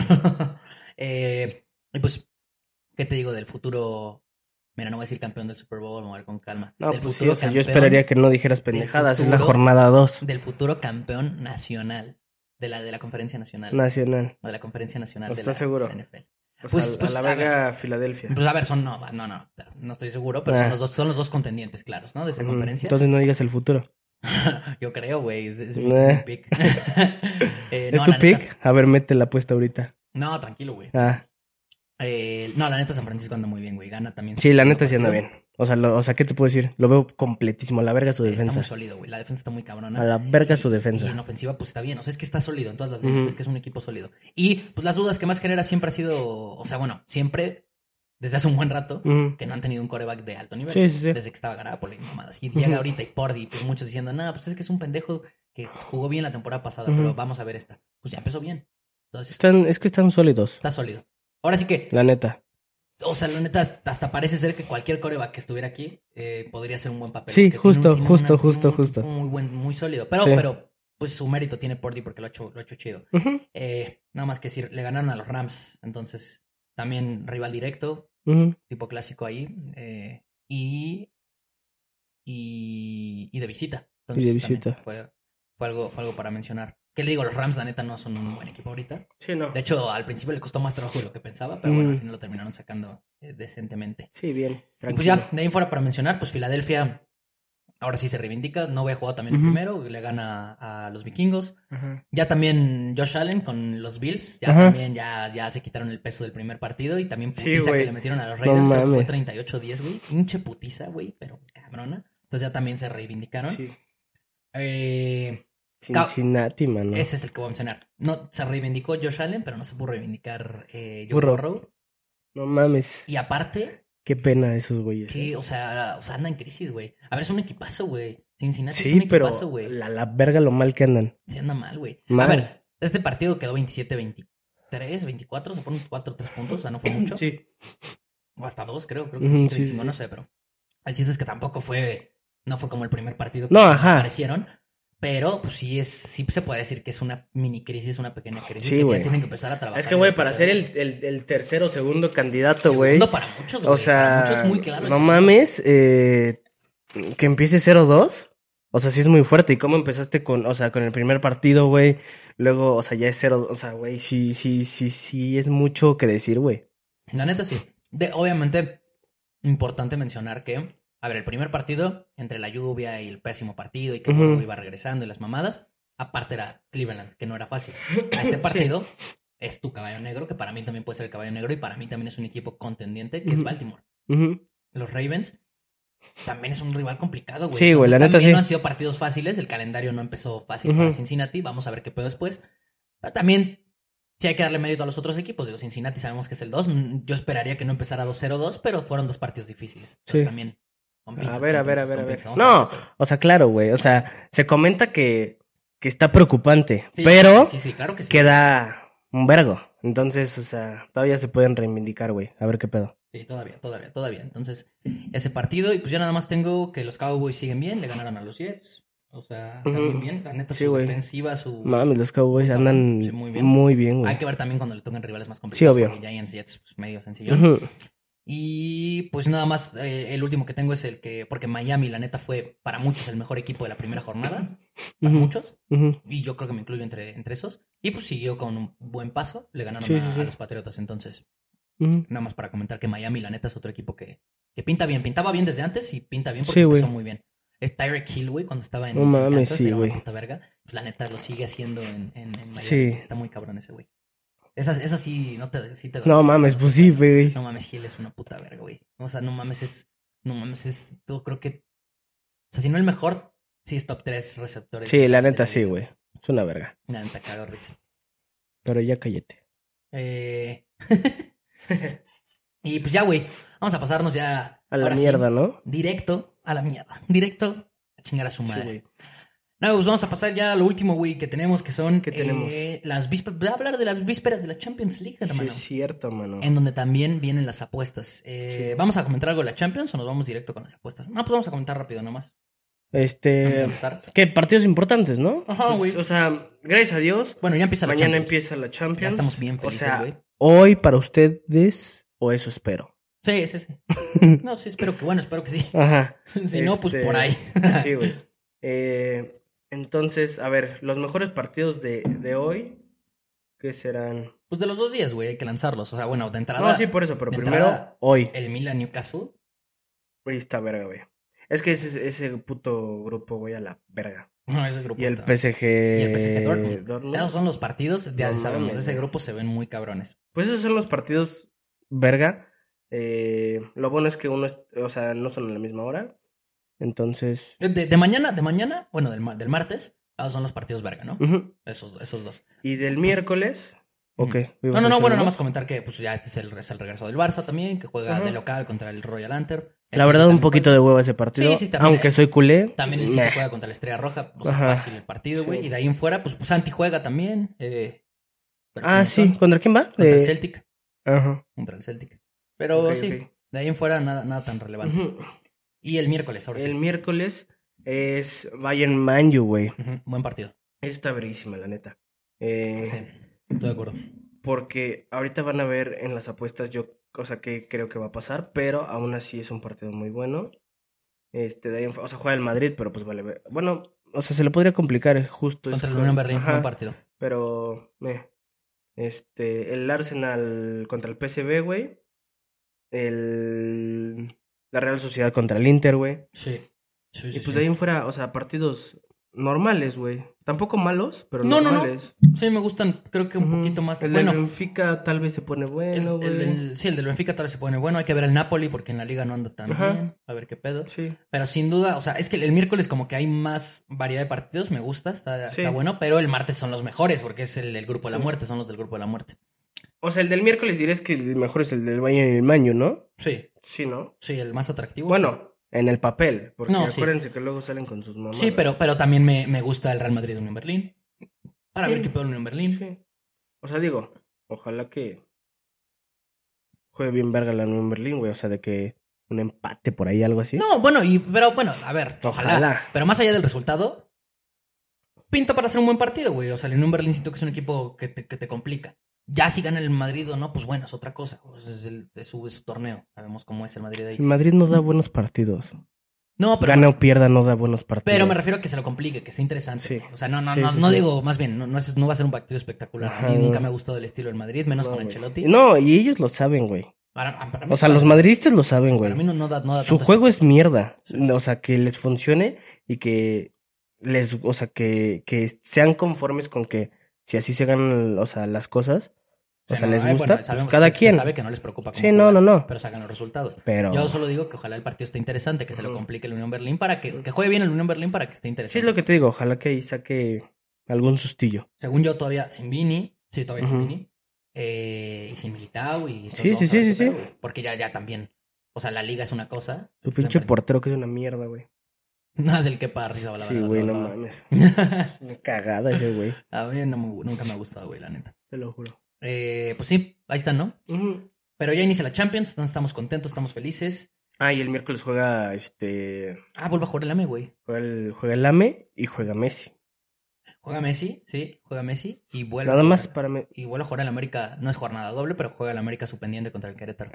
Speaker 1: Eh, y pues, ¿qué te digo del futuro? Mira, no voy a decir campeón del Super Bowl, vamos a ver con calma.
Speaker 2: No,
Speaker 1: del
Speaker 2: pues sí,
Speaker 1: futuro
Speaker 2: o sea, yo
Speaker 1: campeón-
Speaker 2: esperaría que no dijeras pendejadas. Es la
Speaker 1: futuro.
Speaker 2: jornada 2
Speaker 1: Del futuro campeón nacional. De la, de la conferencia nacional.
Speaker 2: nacional.
Speaker 1: De la conferencia nacional.
Speaker 2: ¿No
Speaker 1: de
Speaker 2: estás
Speaker 1: la
Speaker 2: seguro?
Speaker 1: NFL.
Speaker 2: O sea,
Speaker 1: Pues-
Speaker 2: a-
Speaker 1: pues,
Speaker 2: a
Speaker 1: a
Speaker 2: la verga Filadelfia.
Speaker 1: Pues a ver, son no, no, no, no estoy seguro, pero
Speaker 2: Ah.
Speaker 1: son los dos, son los dos contendientes claros, ¿no? De esa
Speaker 2: Ujú.
Speaker 1: conferencia.
Speaker 2: Entonces no digas el futuro.
Speaker 1: Yo creo, güey, es, es mi-
Speaker 2: Nah.
Speaker 1: es mi pick.
Speaker 2: (laughs)
Speaker 1: Eh,
Speaker 2: ¿Es
Speaker 1: no,
Speaker 2: tu
Speaker 1: la
Speaker 2: pick?
Speaker 1: neta-
Speaker 2: A ver, mete la apuesta ahorita.
Speaker 1: no, tranquilo, güey.
Speaker 2: Ah,
Speaker 1: Eh, no, la neta San Francisco anda muy bien, güey. Gana también.
Speaker 2: sí,
Speaker 1: su
Speaker 2: la
Speaker 1: segundo
Speaker 2: neta sí anda
Speaker 1: partido.
Speaker 2: bien. O sea, lo- o sea, ¿qué te puedo decir? Lo veo completísimo. A la verga su
Speaker 1: Está muy
Speaker 2: defensa.
Speaker 1: sólido, güey. La defensa está muy cabrona.
Speaker 2: A la verga
Speaker 1: Y-
Speaker 2: su
Speaker 1: Y en
Speaker 2: defensa.
Speaker 1: ofensiva, pues está bien. O sea, es que está sólido en todas las líneas.
Speaker 2: Ujú.
Speaker 1: Es que es un equipo sólido. Y pues las dudas que más genera siempre ha sido. O sea, bueno, siempre, desde hace un buen rato,
Speaker 2: Ujú.
Speaker 1: que no han tenido un coreback de alto nivel.
Speaker 2: Sí, sí, sí.
Speaker 1: Desde que estaba Garapolo y mamadas. Y llega
Speaker 2: Ujú.
Speaker 1: ahorita y Pordy, pues muchos diciendo, nada, pues es que es un pendejo que jugó bien la temporada pasada,
Speaker 2: Ujú.
Speaker 1: pero vamos a ver esta. Pues ya empezó bien. Entonces,
Speaker 2: Están, es que están sólidos.
Speaker 1: está sólido. Ahora sí que,
Speaker 2: La neta.
Speaker 1: o sea, la neta, hasta parece ser que cualquier coreback que estuviera aquí eh, podría ser un buen papel.
Speaker 2: Sí,
Speaker 1: porque tiene un-
Speaker 2: justo,
Speaker 1: tiene una-
Speaker 2: justo,
Speaker 1: tiene
Speaker 2: justo,
Speaker 1: un
Speaker 2: justo.
Speaker 1: equipo Muy buen, muy sólido. Pero,
Speaker 2: Sí.
Speaker 1: pero, pues su mérito tiene Pordy porque lo ha hecho, lo ha hecho chido.
Speaker 2: Ujú,
Speaker 1: Eh, nada más que decir, le ganaron a los Rams. Entonces, también rival directo,
Speaker 2: ujú.
Speaker 1: tipo clásico ahí. eh, y, y. y de visita.
Speaker 2: Y de
Speaker 1: Entonces, también
Speaker 2: visita.
Speaker 1: Fue, fue algo, fue algo para mencionar. ¿Qué le digo? Los Rams, la neta, no son un buen equipo ahorita.
Speaker 2: Sí, no.
Speaker 1: De hecho, al principio le costó más trabajo de lo que pensaba, pero bueno, al
Speaker 2: Mm.
Speaker 1: final lo terminaron sacando eh, decentemente.
Speaker 2: Sí, bien.
Speaker 1: Y pues ya, de ahí fuera para mencionar, pues Filadelfia Ahora sí se reivindica. Nobe jugó también
Speaker 2: Ujú.
Speaker 1: primero. Le gana a los vikingos.
Speaker 2: Ajá.
Speaker 1: Ya también Josh Allen con los Bills. Ya
Speaker 2: Ajá.
Speaker 1: también ya, ya se quitaron el peso del primer partido. Y también
Speaker 2: Sí,
Speaker 1: putiza que
Speaker 2: güey.
Speaker 1: le metieron a los
Speaker 2: No
Speaker 1: Raiders. creo que fue
Speaker 2: mames.
Speaker 1: 38-10, güey. Pinche putiza, güey. Pero cabrona. Entonces ya también se reivindicaron.
Speaker 2: Sí.
Speaker 1: Eh,
Speaker 2: Cincinnati, mano.
Speaker 1: Ese es el que voy a mencionar. No, se reivindicó Josh Allen, pero no se pudo reivindicar eh, Joe
Speaker 2: Burrow.
Speaker 1: Burrow.
Speaker 2: No mames.
Speaker 1: Y aparte,
Speaker 2: Qué pena esos güeyes. eh.
Speaker 1: Que, o sea, o sea, anda en crisis, güey. A ver, es un equipazo, güey. Cincinnati es
Speaker 2: Sí,
Speaker 1: un
Speaker 2: pero
Speaker 1: equipazo, güey.
Speaker 2: la, la verga lo mal que andan.
Speaker 1: Se anda mal, güey. A
Speaker 2: Mal.
Speaker 1: ver, este partido quedó 27-23, 24, se fueron 4 3 puntos, o sea, no fue mucho.
Speaker 2: Sí.
Speaker 1: O hasta 2, creo, creo que
Speaker 2: Ujú,
Speaker 1: 25,
Speaker 2: sí, sí, sí.
Speaker 1: no sé, pero. El chiste es que tampoco fue, no fue como el primer partido que
Speaker 2: No, ajá.
Speaker 1: aparecieron. Pero, pues sí es, sí se puede decir que es una mini crisis, una pequeña crisis.
Speaker 2: Sí,
Speaker 1: que
Speaker 2: güey.
Speaker 1: ya tienen que empezar a trabajar.
Speaker 2: Es que, güey,
Speaker 1: en
Speaker 2: para
Speaker 1: el-
Speaker 2: ser el, el, el tercer o segundo candidato, güey.
Speaker 1: Segundo para muchos, güey.
Speaker 2: O sea,
Speaker 1: para muchos muy claro.
Speaker 2: no
Speaker 1: ese-
Speaker 2: mames, eh, que empiece 0-2. O sea, sí es muy fuerte. ¿Y cómo empezaste con, o sea, con el primer partido, güey? Luego, o sea, ya es 0 O sea, güey, sí, sí, sí, sí, es mucho que decir, güey.
Speaker 1: La neta sí. De, obviamente, importante mencionar que, a ver, el primer partido, entre la lluvia y el pésimo partido y que
Speaker 2: Ujú.
Speaker 1: luego iba regresando y las mamadas, aparte era Cleveland, que no era fácil. A
Speaker 2: (laughs)
Speaker 1: este partido es tu caballo negro, que para mí también puede ser el caballo negro y para mí también es un equipo contendiente, que es
Speaker 2: Ujú.
Speaker 1: Baltimore.
Speaker 2: Ujú.
Speaker 1: Los Ravens también es un rival complicado, güey.
Speaker 2: Sí, güey, la
Speaker 1: Entonces,
Speaker 2: neta
Speaker 1: también
Speaker 2: sí.
Speaker 1: no han sido partidos fáciles, el calendario no empezó fácil para
Speaker 2: Ujú.
Speaker 1: Cincinnati, vamos a ver qué pedo después. Pero también sí hay que darle mérito a los otros equipos. Digo, Cincinnati sabemos que es el 2, mm, yo esperaría que no empezara 2-0-2, pero fueron dos partidos difíciles. Entonces
Speaker 2: Sí.
Speaker 1: también... con pinzas,
Speaker 2: A ver,
Speaker 1: con
Speaker 2: a ver, a
Speaker 1: pinzas,
Speaker 2: ver, a
Speaker 1: con
Speaker 2: ver.
Speaker 1: pinzas. Vamos a
Speaker 2: No, o sea, claro, güey. O sea, se comenta que, que está preocupante,
Speaker 1: Sí,
Speaker 2: pero
Speaker 1: Sí, sí, claro que sí.
Speaker 2: queda un vergo. Entonces, o sea, todavía se pueden reivindicar, güey. A ver qué pedo.
Speaker 1: Sí, todavía, todavía, todavía. Entonces, ese partido, y pues ya nada más tengo que los Cowboys siguen bien, le ganaron a los Jets. O sea, también
Speaker 2: Ujú.
Speaker 1: bien. La neta,
Speaker 2: Sí,
Speaker 1: su
Speaker 2: güey.
Speaker 1: defensiva, su...
Speaker 2: Mami, los Cowboys
Speaker 1: Puta,
Speaker 2: andan
Speaker 1: sí, muy
Speaker 2: muy
Speaker 1: bien.
Speaker 2: bien,
Speaker 1: Hay
Speaker 2: güey.
Speaker 1: que ver también cuando le toquen rivales más complicados.
Speaker 2: obvio.
Speaker 1: porque Giants Jets, pues, medio sencillo.
Speaker 2: Ujú.
Speaker 1: Y pues nada más, eh, el último que tengo es el que. Porque Miami, la neta, fue para muchos el mejor equipo de la primera jornada. Para
Speaker 2: Ujú.
Speaker 1: muchos.
Speaker 2: Ujú.
Speaker 1: Y yo creo que me incluyo entre, entre esos. Y pues siguió con un buen paso. Le ganaron
Speaker 2: Sí,
Speaker 1: a,
Speaker 2: sí, sí.
Speaker 1: a los Patriotas. Entonces,
Speaker 2: Ujú.
Speaker 1: nada más para comentar que Miami, la neta, es otro equipo que, que pinta bien. Pintaba bien desde antes y pinta bien porque
Speaker 2: Sí, güey.
Speaker 1: empezó muy bien. Es Tyreek Hill, güey, cuando estaba en.
Speaker 2: No mames,
Speaker 1: Kansas,
Speaker 2: sí,
Speaker 1: era una
Speaker 2: güey.
Speaker 1: puta verga. La neta lo sigue haciendo en, en, en Miami.
Speaker 2: Sí.
Speaker 1: Está muy cabrón ese güey. Esa, esa sí, no te, sí te duele.
Speaker 2: No mames, pues sí, güey.
Speaker 1: No mames, Gil es una puta verga, güey. O sea, no mames, es. No mames, es. Yo creo que. O sea, si no el mejor, sí es top 3 receptores.
Speaker 2: Sí, la neta
Speaker 1: Del-
Speaker 2: sí, güey. Es una verga.
Speaker 1: La neta, cago risa.
Speaker 2: Pero ya cállate.
Speaker 1: Eh... (laughs) y pues ya, güey. Vamos a pasarnos ya.
Speaker 2: A la
Speaker 1: ahora sí,
Speaker 2: mierda, ¿no?
Speaker 1: directo a la mierda. Directo a chingar a su
Speaker 2: Sí,
Speaker 1: madre.
Speaker 2: güey.
Speaker 1: no, pues vamos a pasar ya a lo último, güey, que tenemos, que son.
Speaker 2: ¿Qué tenemos?
Speaker 1: eh, las vísperas. Voy a hablar de las vísperas de la Champions League,
Speaker 2: Sí,
Speaker 1: hermano.
Speaker 2: es cierto, mano.
Speaker 1: En donde también vienen las apuestas. Eh,
Speaker 2: Sí.
Speaker 1: ¿Vamos a comentar algo de la Champions o nos vamos directo con las apuestas? No, pues vamos a comentar rápido nomás. Antes de
Speaker 2: Este.
Speaker 1: empezar.
Speaker 2: ¿Qué? Partidos importantes, ¿no?
Speaker 1: Ajá,
Speaker 2: Pues,
Speaker 1: güey.
Speaker 2: O sea, gracias a Dios.
Speaker 1: Bueno, ya empieza la
Speaker 2: Mañana
Speaker 1: Champions.
Speaker 2: empieza la Champions.
Speaker 1: Ya estamos bien felices,
Speaker 2: O sea,
Speaker 1: güey.
Speaker 2: hoy para ustedes, o eso espero.
Speaker 1: Sí, sí, sí.
Speaker 2: (laughs)
Speaker 1: No, sí, espero que, bueno, espero que sí. (laughs)
Speaker 2: Ajá.
Speaker 1: Si no, pues
Speaker 2: Este,
Speaker 1: por ahí.
Speaker 2: (laughs) Sí, güey. Eh, entonces, a ver, los mejores partidos de, de hoy, ¿qué serán?
Speaker 1: Pues de los dos días, güey, hay que lanzarlos. O sea, bueno, de entrada,
Speaker 2: No, sí, por eso, pero
Speaker 1: de
Speaker 2: primero,
Speaker 1: entrada-
Speaker 2: hoy.
Speaker 1: el Milan Newcastle.
Speaker 2: Güey, está verga, güey. Es que ese, ese puto grupo, güey, a la verga.
Speaker 1: No, ese grupo
Speaker 2: Y el
Speaker 1: está-
Speaker 2: PSG.
Speaker 1: Y el PSG Dortmund.
Speaker 2: Dortmund.
Speaker 1: Esos son los partidos, ya
Speaker 2: No
Speaker 1: sabemos,
Speaker 2: mames,
Speaker 1: ese
Speaker 2: güey.
Speaker 1: grupo se ven muy cabrones.
Speaker 2: Pues esos son los partidos verga. Eh, lo bueno es que uno, es- o sea, no son a la misma hora. Entonces.
Speaker 1: De, de mañana, de mañana, bueno, del, ma- del martes, esos son los partidos verga, ¿no?
Speaker 2: ujú.
Speaker 1: Esos, esos dos.
Speaker 2: Y del miércoles. ¿O qué?
Speaker 1: No, no, no, bueno, nada más comentar que pues ya este es el, es el regreso del Barça también, que juega
Speaker 2: Ajá.
Speaker 1: de local contra el Royal Hunter.
Speaker 2: La verdad, un poquito de huevo ese partido.
Speaker 1: Sí, sí, también,
Speaker 2: aunque
Speaker 1: eh.
Speaker 2: soy culé.
Speaker 1: También el City
Speaker 2: nah.
Speaker 1: juega contra la Estrella Roja, o sea,
Speaker 2: Ajá.
Speaker 1: fácil el partido,
Speaker 2: Sí.
Speaker 1: güey. Y de ahí en fuera, pues, pues Santi juega también. eh, pero
Speaker 2: Ah,
Speaker 1: pues,
Speaker 2: sí.
Speaker 1: son
Speaker 2: ¿Contra quién va?
Speaker 1: Contra el
Speaker 2: Eh,
Speaker 1: Celtic,
Speaker 2: Ajá.
Speaker 1: contra el Celtic. Pero
Speaker 2: Ok,
Speaker 1: sí,
Speaker 2: ok.
Speaker 1: de ahí en fuera nada, nada tan relevante.
Speaker 2: Ujú.
Speaker 1: Y el miércoles, ahora
Speaker 2: El
Speaker 1: sí.
Speaker 2: miércoles es Bayern Manju, güey.
Speaker 1: Ujú, Buen partido.
Speaker 2: Está verísima, la neta. Eh,
Speaker 1: Sí, estoy de acuerdo.
Speaker 2: Porque ahorita van a ver en las apuestas yo, o sea, que creo que va a pasar, pero aún así es un partido muy bueno. Este, de ahí en fu- o sea, juega el Madrid, pero pues vale. ver- Bueno, o sea, se le podría complicar eh, justo.
Speaker 1: Contra el
Speaker 2: ese
Speaker 1: Unión
Speaker 2: juego.
Speaker 1: Berlín,
Speaker 2: Ajá,
Speaker 1: buen partido.
Speaker 2: Pero, meh. este, el Arsenal contra el PSV, güey. El, la Real Sociedad contra el Inter, güey.
Speaker 1: Sí. Sí,
Speaker 2: Y
Speaker 1: sí,
Speaker 2: pues
Speaker 1: sí.
Speaker 2: de ahí en fuera, o sea, partidos normales, güey. Tampoco malos, pero
Speaker 1: No, no, no.
Speaker 2: normales.
Speaker 1: Sí, me gustan, creo que un
Speaker 2: Ujú.
Speaker 1: poquito más.
Speaker 2: El
Speaker 1: bueno,
Speaker 2: del Benfica tal vez se pone
Speaker 1: el,
Speaker 2: bueno,
Speaker 1: el
Speaker 2: güey.
Speaker 1: del- sí, el del Benfica todavía se pone bueno. Hay que ver al Napoli porque en la liga no anda tan
Speaker 2: Ajá.
Speaker 1: bien. A ver qué pedo.
Speaker 2: Sí.
Speaker 1: Pero sin duda, o sea, es que el, el miércoles como que hay más variedad de partidos, me gusta, está,
Speaker 2: Sí.
Speaker 1: está bueno, pero el martes son los mejores porque es el del grupo de la
Speaker 2: Sí.
Speaker 1: muerte, son los del grupo de la muerte.
Speaker 2: O sea, el del miércoles dirías que el mejor es el del Bayern y el Maño, ¿no?
Speaker 1: Sí,
Speaker 2: Sí, ¿no?
Speaker 1: sí, el más atractivo.
Speaker 2: Bueno, en el papel. Porque
Speaker 1: No, sí.
Speaker 2: acuérdense que luego salen con sus mamás.
Speaker 1: Sí, Sí, pero, pero también me, me gusta el Real Madrid Unión Berlín. Para
Speaker 2: Sí.
Speaker 1: ver qué pedo en Unión Berlín.
Speaker 2: Sí. O sea, digo, ojalá que juegue bien verga la Unión Berlín, güey. O sea, de que un empate por ahí, algo así.
Speaker 1: No, bueno, y, pero bueno, a ver, ojalá.
Speaker 2: Ojalá.
Speaker 1: Pero más allá del resultado, pinta para hacer un buen partido, güey. O sea, el Unión Berlín siento que es un equipo que te, que te complica. Ya si gana el Madrid o no, pues bueno, es otra cosa. O sea, es, el- es su, es su torneo. Sabemos cómo es el Madrid ahí.
Speaker 2: El Madrid no da buenos partidos.
Speaker 1: No, pero
Speaker 2: Mm, Gana o pierda, no da buenos partidos.
Speaker 1: Pero me refiero a que se lo complique, que esté interesante.
Speaker 2: Sí.
Speaker 1: O sea, no, no,
Speaker 2: Sí,
Speaker 1: no,
Speaker 2: sí,
Speaker 1: no
Speaker 2: sí.
Speaker 1: digo, más bien, no, no, es- no va a ser un partido espectacular. A mí
Speaker 2: Ajá.
Speaker 1: nunca me ha gustado el estilo del Madrid, menos
Speaker 2: No,
Speaker 1: con
Speaker 2: güey.
Speaker 1: Ancelotti.
Speaker 2: No, y ellos lo saben, güey.
Speaker 1: Para- para mí-
Speaker 2: O sea, los madridistas lo saben, güey.
Speaker 1: para mí no, no da, no da
Speaker 2: Su
Speaker 1: tanto
Speaker 2: juego es mierda.
Speaker 1: Sí.
Speaker 2: O sea, que les funcione y que les, o sea, que, que sean conformes con que si así se ganan, o sea, las cosas, o
Speaker 1: estilo.
Speaker 2: sea,
Speaker 1: no,
Speaker 2: les
Speaker 1: eh,
Speaker 2: gusta,
Speaker 1: bueno,
Speaker 2: pues
Speaker 1: sabemos-
Speaker 2: cada
Speaker 1: se- se
Speaker 2: quien.
Speaker 1: sabe que no les preocupa cómo
Speaker 2: Sí, no,
Speaker 1: jugar,
Speaker 2: no, no.
Speaker 1: pero sacan los resultados.
Speaker 2: Pero
Speaker 1: Yo solo digo que ojalá el partido esté interesante, que se lo
Speaker 2: Ujú.
Speaker 1: complique el Unión Berlín para que, que juegue bien el Unión Berlín para que esté
Speaker 2: sí
Speaker 1: interesante.
Speaker 2: es lo que te digo, ojalá que ahí saque algún sustillo.
Speaker 1: Según yo, todavía sin Vini. Sí, todavía sin
Speaker 2: Ujú.
Speaker 1: Vini. eh, y sin Militao. Y entonces
Speaker 2: Sí,
Speaker 1: vamos
Speaker 2: sí,
Speaker 1: a
Speaker 2: sí,
Speaker 1: ver
Speaker 2: sí,
Speaker 1: qué
Speaker 2: sí.
Speaker 1: pedo, güey. Porque ya, ya también. O sea, la liga es una cosa.
Speaker 2: Tu
Speaker 1: se
Speaker 2: pinche
Speaker 1: enfrenta-
Speaker 2: portero que es una mierda, güey.
Speaker 1: (laughs) Nada del que para risa, la
Speaker 2: Sí,
Speaker 1: verdad,
Speaker 2: güey,
Speaker 1: la
Speaker 2: no
Speaker 1: verdad.
Speaker 2: mames. Una cagada ese güey,
Speaker 1: (laughs) A mí no me- nunca me ha gustado, güey, la neta.
Speaker 2: (laughs) te lo juro.
Speaker 1: Eh, pues sí, ahí están, ¿no?
Speaker 2: Ujú.
Speaker 1: Pero ya inicia la Champions, entonces estamos contentos, estamos felices.
Speaker 2: Ah, y el miércoles juega este
Speaker 1: Ah, vuelve a jugar el AME, güey.
Speaker 2: juega el, juega el AME y juega Messi.
Speaker 1: Juega Messi, sí, juega Messi y vuelve.
Speaker 2: Nada
Speaker 1: a
Speaker 2: más
Speaker 1: jugar-
Speaker 2: para me-
Speaker 1: Y vuelve a jugar el América, no es jornada doble, pero juega el América su pendiente contra el Querétaro.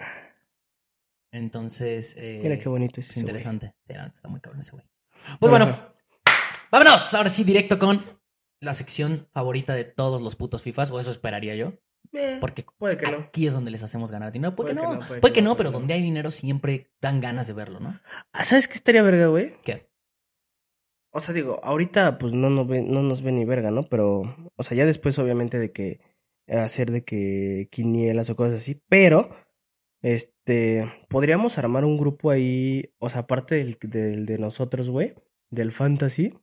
Speaker 1: Entonces, eh,
Speaker 2: Mira qué bonito es
Speaker 1: es
Speaker 2: ese güey.
Speaker 1: interesante. Sí, la neta está muy cabrón ese güey. Pues bueno, vámonos ahora sí directo con la sección favorita de todos los putos FIFAs, o eso esperaría yo,
Speaker 2: Eh,
Speaker 1: porque
Speaker 2: Puede que no.
Speaker 1: Aquí es donde les hacemos ganar dinero. Puede, que, no, puede, que, no,
Speaker 2: puede
Speaker 1: pero
Speaker 2: que no.
Speaker 1: donde hay dinero siempre dan ganas de verlo, ¿no?
Speaker 2: Ah, ¿Sabes qué estaría verga, güey?
Speaker 1: ¿Qué?
Speaker 2: O sea, digo, ahorita pues no nos, ve, no nos ve ni verga, ¿no? Pero, o sea, ya después obviamente de que hacer de que quinielas o cosas así, pero, este, podríamos armar un grupo ahí, o sea, aparte del, del de nosotros, güey, del fantasy,